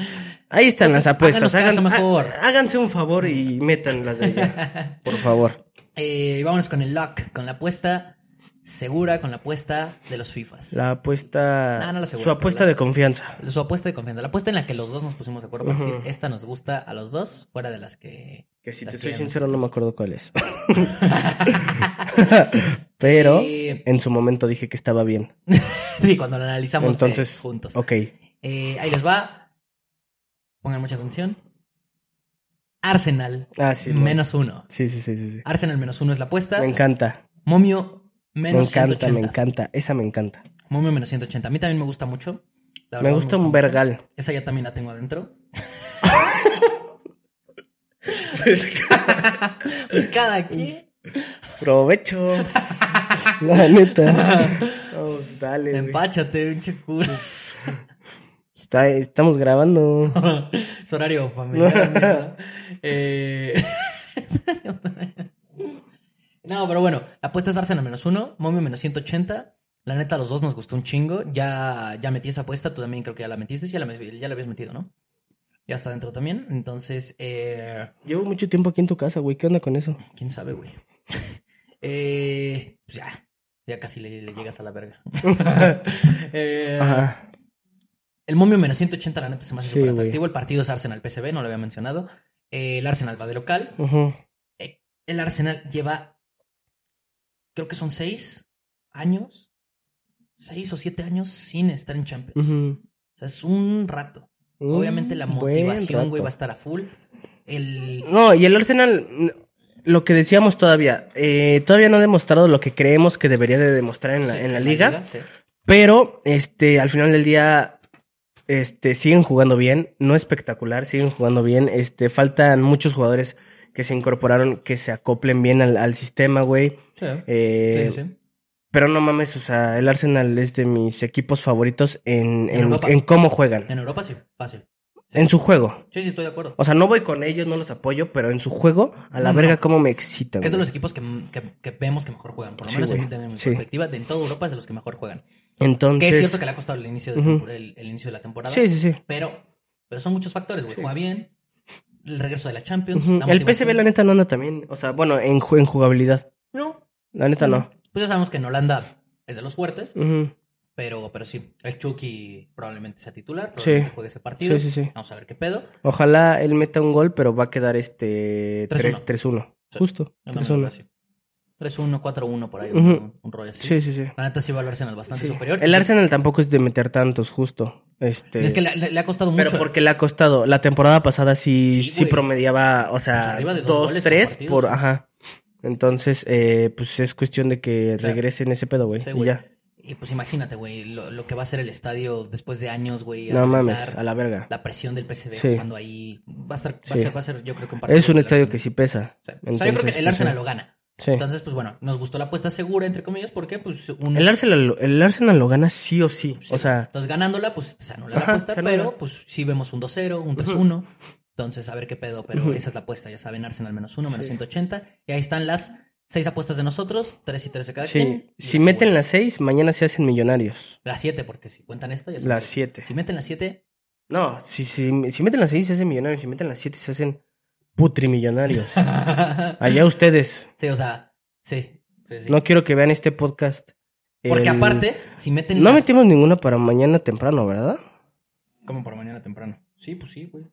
Speaker 2: Ahí están las apuestas.
Speaker 1: háganos
Speaker 2: Hagan-
Speaker 1: caso mejor.
Speaker 2: há- háganse un favor y metan las
Speaker 1: (laughs)
Speaker 2: de allá. Por favor.
Speaker 1: Eh, vámonos con el lock, con la apuesta segura, con la apuesta de los FIFAs.
Speaker 2: La apuesta.
Speaker 1: Ah, no la aseguro,
Speaker 2: su apuesta
Speaker 1: pero la-
Speaker 2: de confianza.
Speaker 1: Su apuesta de confianza, la apuesta en la que los dos nos pusimos de acuerdo para
Speaker 2: Ujú.
Speaker 1: decir, esta nos gusta a los dos, fuera de las que...
Speaker 2: Que si
Speaker 1: las
Speaker 2: te soy
Speaker 1: ya
Speaker 2: sincero,
Speaker 1: hemos
Speaker 2: no me acuerdo cuál es. (laughs) Pero
Speaker 1: Eh,
Speaker 2: en su momento dije que estaba bien.
Speaker 1: sí, cuando la analizamos eh,
Speaker 2: Entonces,
Speaker 1: juntos.
Speaker 2: ok.
Speaker 1: Eh, ahí les va. Pongan mucha atención. Arsenal,
Speaker 2: Ah, sí. no.
Speaker 1: menos uno.
Speaker 2: Sí, sí, sí, sí. sí.
Speaker 1: Arsenal menos uno es la apuesta.
Speaker 2: Me encanta.
Speaker 1: Momio menos
Speaker 2: me encanta,
Speaker 1: 180.
Speaker 2: me encanta. Esa me encanta.
Speaker 1: Momio menos 180. A mí también me gusta mucho. La
Speaker 2: me
Speaker 1: verdad,
Speaker 2: gusta un
Speaker 1: mucho.
Speaker 2: vergal.
Speaker 1: Esa ya también la tengo adentro. Pues cada quien.
Speaker 2: (laughs) Provecho. La neta. Vamos, dale, güey.
Speaker 1: Empáchate, pinche culo.
Speaker 2: Está- estamos grabando.
Speaker 1: Es horario familiar. mierda. Eh, (laughs) no, pero bueno, la apuesta es Arsenal menos uno, Momio menos 180. La neta, a los dos nos gustó un chingo. Ya, ya metí esa apuesta, tú también creo que ya la metiste, ya la, ya la habías metido, ¿no? Ya está dentro también. Entonces, eh,
Speaker 2: Llevo mucho tiempo aquí en tu casa, güey. ¿Qué onda con eso?
Speaker 1: quién sabe, güey. (laughs) Eh, pues ya, ya casi le, le llegas a la
Speaker 2: (laughs)
Speaker 1: verga. Eh,
Speaker 2: Ajá.
Speaker 1: el momio menos 180, la neta, se me hace
Speaker 2: Sí,
Speaker 1: súper
Speaker 2: güey.
Speaker 1: atractivo. El partido es Arsenal-PSV, no lo había mencionado. Eh, el Arsenal va de local.
Speaker 2: Ujú.
Speaker 1: El Arsenal lleva creo que son seis años, seis o siete años sin estar en Champions.
Speaker 2: Ujú.
Speaker 1: O sea, es un rato.
Speaker 2: Un
Speaker 1: Obviamente la
Speaker 2: buen
Speaker 1: motivación, güey,
Speaker 2: rato.
Speaker 1: va a estar a full. El...
Speaker 2: No, y el Arsenal, mm, lo que decíamos todavía, eh, todavía no ha demostrado lo que creemos que debería de demostrar en la,
Speaker 1: sí,
Speaker 2: en la liga,
Speaker 1: sí.
Speaker 2: pero este, al final del día este, siguen jugando bien, no espectacular, siguen jugando bien, este, faltan muchos jugadores que se incorporaron, que se acoplen bien al, al sistema, güey. Eh,
Speaker 1: Sí, sí.
Speaker 2: Pero no mames, o sea, el Arsenal es de mis equipos favoritos en,
Speaker 1: En
Speaker 2: en-
Speaker 1: Europa.
Speaker 2: en cómo juegan,
Speaker 1: En Europa sí, fácil.
Speaker 2: en su juego.
Speaker 1: Sí, sí, estoy de acuerdo.
Speaker 2: O sea, no voy con ellos, no los apoyo, pero en su juego, a la
Speaker 1: No.
Speaker 2: verga, cómo me excitan.
Speaker 1: Es de
Speaker 2: güey.
Speaker 1: los equipos que, que- que vemos que mejor juegan. Por lo
Speaker 2: Sí,
Speaker 1: menos en,
Speaker 2: güey.
Speaker 1: mi- de mi
Speaker 2: Sí.
Speaker 1: perspectiva, de en toda Europa es de los que mejor juegan. Que
Speaker 2: Entonces.
Speaker 1: es cierto que le ha costado el inicio de,
Speaker 2: Ujú.
Speaker 1: tempo- el, el inicio de la temporada.
Speaker 2: Sí, sí, sí.
Speaker 1: Pero, pero son muchos factores, güey.
Speaker 2: Sí.
Speaker 1: Juega bien, el regreso de la Champions.
Speaker 2: Ujú.
Speaker 1: la
Speaker 2: El
Speaker 1: motivación.
Speaker 2: PSV, la neta, no anda también. O sea, bueno, en, ju- en jugabilidad.
Speaker 1: No.
Speaker 2: La neta, no.
Speaker 1: Pues ya sabemos que en Holanda es de los fuertes,
Speaker 2: Ujú.
Speaker 1: pero, pero sí. El Chucky probablemente sea titular,
Speaker 2: Sí.
Speaker 1: probablemente juegue ese partido.
Speaker 2: Sí, sí, sí.
Speaker 1: Vamos a ver qué pedo.
Speaker 2: Ojalá él meta un gol, pero va a quedar este
Speaker 1: 3-1.
Speaker 2: 3- 3-1.
Speaker 1: Sí.
Speaker 2: Justo.
Speaker 1: Yo también
Speaker 2: 3-1.
Speaker 1: lo veo así. 3-1, 4-1 por ahí,
Speaker 2: Ujú.
Speaker 1: un, un rollo así.
Speaker 2: Sí, sí, sí.
Speaker 1: La neta sí va al Arsenal bastante
Speaker 2: Sí.
Speaker 1: superior.
Speaker 2: El Arsenal tampoco es de meter tantos, justo. Este.
Speaker 1: Es que le, le- le ha costado mucho.
Speaker 2: Pero porque le ha costado. La temporada pasada sí,
Speaker 1: Sí,
Speaker 2: sí
Speaker 1: güey.
Speaker 2: promediaba, o
Speaker 1: Pues
Speaker 2: sea,
Speaker 1: arriba de dos
Speaker 2: dos,
Speaker 1: goles por
Speaker 2: tres
Speaker 1: partido,
Speaker 2: por,
Speaker 1: sí.
Speaker 2: ajá. Entonces, eh, pues es cuestión de que
Speaker 1: Sí.
Speaker 2: regresen ese pedo, güey.
Speaker 1: Sí,
Speaker 2: y
Speaker 1: güey.
Speaker 2: ya.
Speaker 1: Y pues imagínate, güey, lo, lo que va a ser el estadio después de años, güey.
Speaker 2: No
Speaker 1: aguantar
Speaker 2: mames, a la verga.
Speaker 1: La presión del PCB
Speaker 2: Sí.
Speaker 1: cuando ahí va a estar, va a
Speaker 2: Sí.
Speaker 1: ser, va a ser, yo creo que un partido
Speaker 2: Es un
Speaker 1: del
Speaker 2: estadio
Speaker 1: Arsenal.
Speaker 2: que sí pesa.
Speaker 1: Sí. o sea, yo creo que
Speaker 2: Entonces,
Speaker 1: el
Speaker 2: pues,
Speaker 1: Arsenal
Speaker 2: sí.
Speaker 1: lo gana.
Speaker 2: Sí.
Speaker 1: Entonces, pues bueno, nos gustó la apuesta segura, entre comillas, porque pues un... pues,
Speaker 2: El Arsenal, lo- el Arsenal lo gana sí o sí.
Speaker 1: sí.
Speaker 2: O sea,
Speaker 1: Entonces ganándola, pues se anula la
Speaker 2: Ajá,
Speaker 1: apuesta,
Speaker 2: se anula.
Speaker 1: pero pues sí vemos un 2-0, un 3-1. Entonces, a ver qué pedo, pero
Speaker 2: Ujú.
Speaker 1: esa es la apuesta, ya saben, Arsenal menos uno, menos
Speaker 2: Sí.
Speaker 1: 180. Y ahí están las seis apuestas de nosotros, tres y tres de cada quien.
Speaker 2: sí.
Speaker 1: y
Speaker 2: si
Speaker 1: la
Speaker 2: meten
Speaker 1: segura.
Speaker 2: las seis, mañana se hacen millonarios.
Speaker 1: Las siete, porque si cuentan esto, ya son
Speaker 2: Las
Speaker 1: seis.
Speaker 2: siete.
Speaker 1: Si meten las siete,
Speaker 2: (laughs) No, si, si, si meten las seis se hacen millonarios. Si meten las siete se hacen
Speaker 1: (laughs)
Speaker 2: putrimillonarios. Allá ustedes.
Speaker 1: sí, o sea, sí. sí, sí.
Speaker 2: No quiero que vean este podcast.
Speaker 1: Porque
Speaker 2: el-
Speaker 1: aparte, si meten
Speaker 2: No
Speaker 1: las-
Speaker 2: metimos ninguna para mañana temprano, ¿verdad?
Speaker 1: Como para mañana temprano. Sí, pues sí, güey.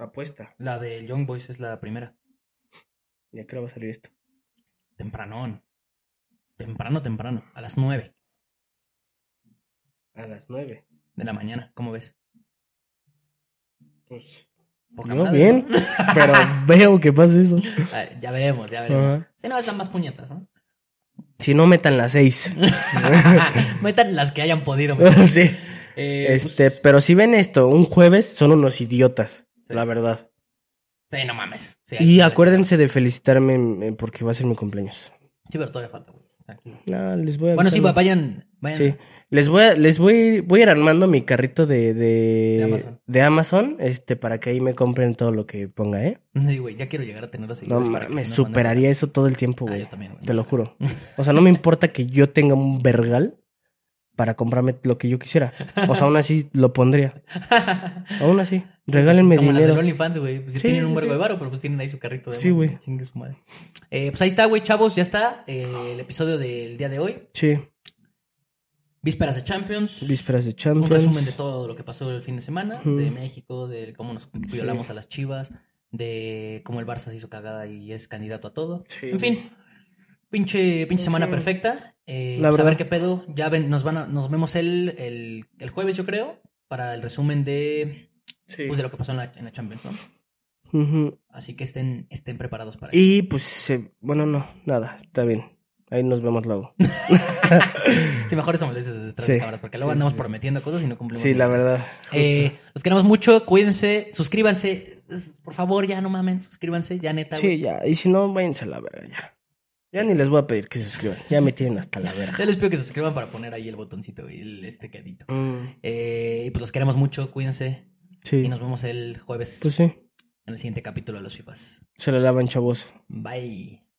Speaker 2: Apuesta.
Speaker 1: La de Young Boys es la primera.
Speaker 2: Ya creo va a salir esto.
Speaker 1: Tempranón. Temprano, temprano. A las nueve
Speaker 2: A las nueve.
Speaker 1: de la mañana. ¿Cómo ves?
Speaker 2: Pues.
Speaker 1: Poca
Speaker 2: No,
Speaker 1: madre,
Speaker 2: bien.
Speaker 1: ¿no?
Speaker 2: Pero veo que pasa eso.
Speaker 1: Ah, ya veremos, ya veremos.
Speaker 2: Ajá.
Speaker 1: Si no, están más puñetas,
Speaker 2: (laughs)
Speaker 1: ¿no?
Speaker 2: Si no metan las seis.
Speaker 1: Metan las que hayan podido. meter.
Speaker 2: (laughs) sí.
Speaker 1: Eh,
Speaker 2: Este,
Speaker 1: pues,
Speaker 2: pero si ven esto un jueves, son unos idiotas,
Speaker 1: Sí.
Speaker 2: la verdad.
Speaker 1: sí, no mames. Sí, ahí sí
Speaker 2: Y
Speaker 1: la-
Speaker 2: acuérdense de felicitarme eh, porque va a ser mi cumpleaños.
Speaker 1: Sí, pero todavía falta, güey. Tranquilo.
Speaker 2: No, les voy a
Speaker 1: Bueno, sí,
Speaker 2: avisar.
Speaker 1: vayan. vayan
Speaker 2: Sí. Les voy a, les voy, voy a ir armando mi carrito de, de,
Speaker 1: De Amazon.
Speaker 2: de Amazon, este, para que ahí me compren todo lo que ponga, ¿eh?
Speaker 1: (laughs) Sí, güey, ya quiero llegar a tener los
Speaker 2: No,
Speaker 1: seguidores. para
Speaker 2: ma-
Speaker 1: que
Speaker 2: me
Speaker 1: si no
Speaker 2: superaría
Speaker 1: manden-
Speaker 2: eso todo el tiempo,
Speaker 1: Ah,
Speaker 2: güey.
Speaker 1: yo también, güey.
Speaker 2: Te
Speaker 1: (laughs)
Speaker 2: lo juro. O sea, no me importa que yo tenga un vergal para comprarme lo que yo quisiera. O sea, aún así lo pondría. Aún así, regálenme
Speaker 1: pues, Como las del
Speaker 2: dinero.
Speaker 1: OnlyFans, güey. Pues sí,
Speaker 2: Sí,
Speaker 1: tienen
Speaker 2: sí,
Speaker 1: un vergo
Speaker 2: sí.
Speaker 1: de varo, pero pues tienen ahí su carrito de
Speaker 2: Sí,
Speaker 1: Amazon,
Speaker 2: güey.
Speaker 1: Chingue su madre. Eh, pues ahí está, güey, chavos. Ya está eh, el episodio del día de hoy.
Speaker 2: Sí,
Speaker 1: Vísperas de Champions.
Speaker 2: vísperas de
Speaker 1: un
Speaker 2: Champions.
Speaker 1: resumen de todo lo que pasó el fin de semana.
Speaker 2: Ujú.
Speaker 1: De México, de cómo nos violamos a las chivas. De cómo el Barça se hizo cagada y es candidato a todo.
Speaker 2: Sí,
Speaker 1: en fin. Pinche, pinche
Speaker 2: Sí.
Speaker 1: semana perfecta. Eh,
Speaker 2: La
Speaker 1: pues a ver
Speaker 2: verdad.
Speaker 1: qué pedo. Ya ven, nos, van a- nos vemos el, el, el jueves, yo creo, para el resumen de,
Speaker 2: Sí.
Speaker 1: pues, de lo que pasó en la, en la Champions, ¿no?
Speaker 2: Ujú.
Speaker 1: Así que estén, estén preparados para eso.
Speaker 2: Y pues, se- bueno, no, nada, está bien. Ahí nos vemos luego.
Speaker 1: Sí, mejor eso me lo dices desde detrás
Speaker 2: Sí.
Speaker 1: de cámaras, porque luego
Speaker 2: Sí,
Speaker 1: andamos
Speaker 2: sí.
Speaker 1: prometiendo cosas y no cumplimos.
Speaker 2: Sí, la
Speaker 1: nada.
Speaker 2: verdad.
Speaker 1: Eh, los queremos mucho, cuídense, suscríbanse. Es- Por favor, ya no mamen, suscríbanse, ya neta.
Speaker 2: Sí,
Speaker 1: güey.
Speaker 2: ya. Y si no, váyanse a la verga ya. Ya ni les voy a pedir que se suscriban. Ya me tienen hasta la verga. (laughs)
Speaker 1: Yo les pido que se suscriban para poner ahí el botoncito, güey, el, este cadito.
Speaker 2: Mm,
Speaker 1: Eh, y pues los queremos mucho, cuídense.
Speaker 2: sí.
Speaker 1: Y nos vemos el jueves
Speaker 2: Pues sí.
Speaker 1: en el siguiente capítulo de los FIFAs.
Speaker 2: Se la lavan, chavos.
Speaker 1: Bye.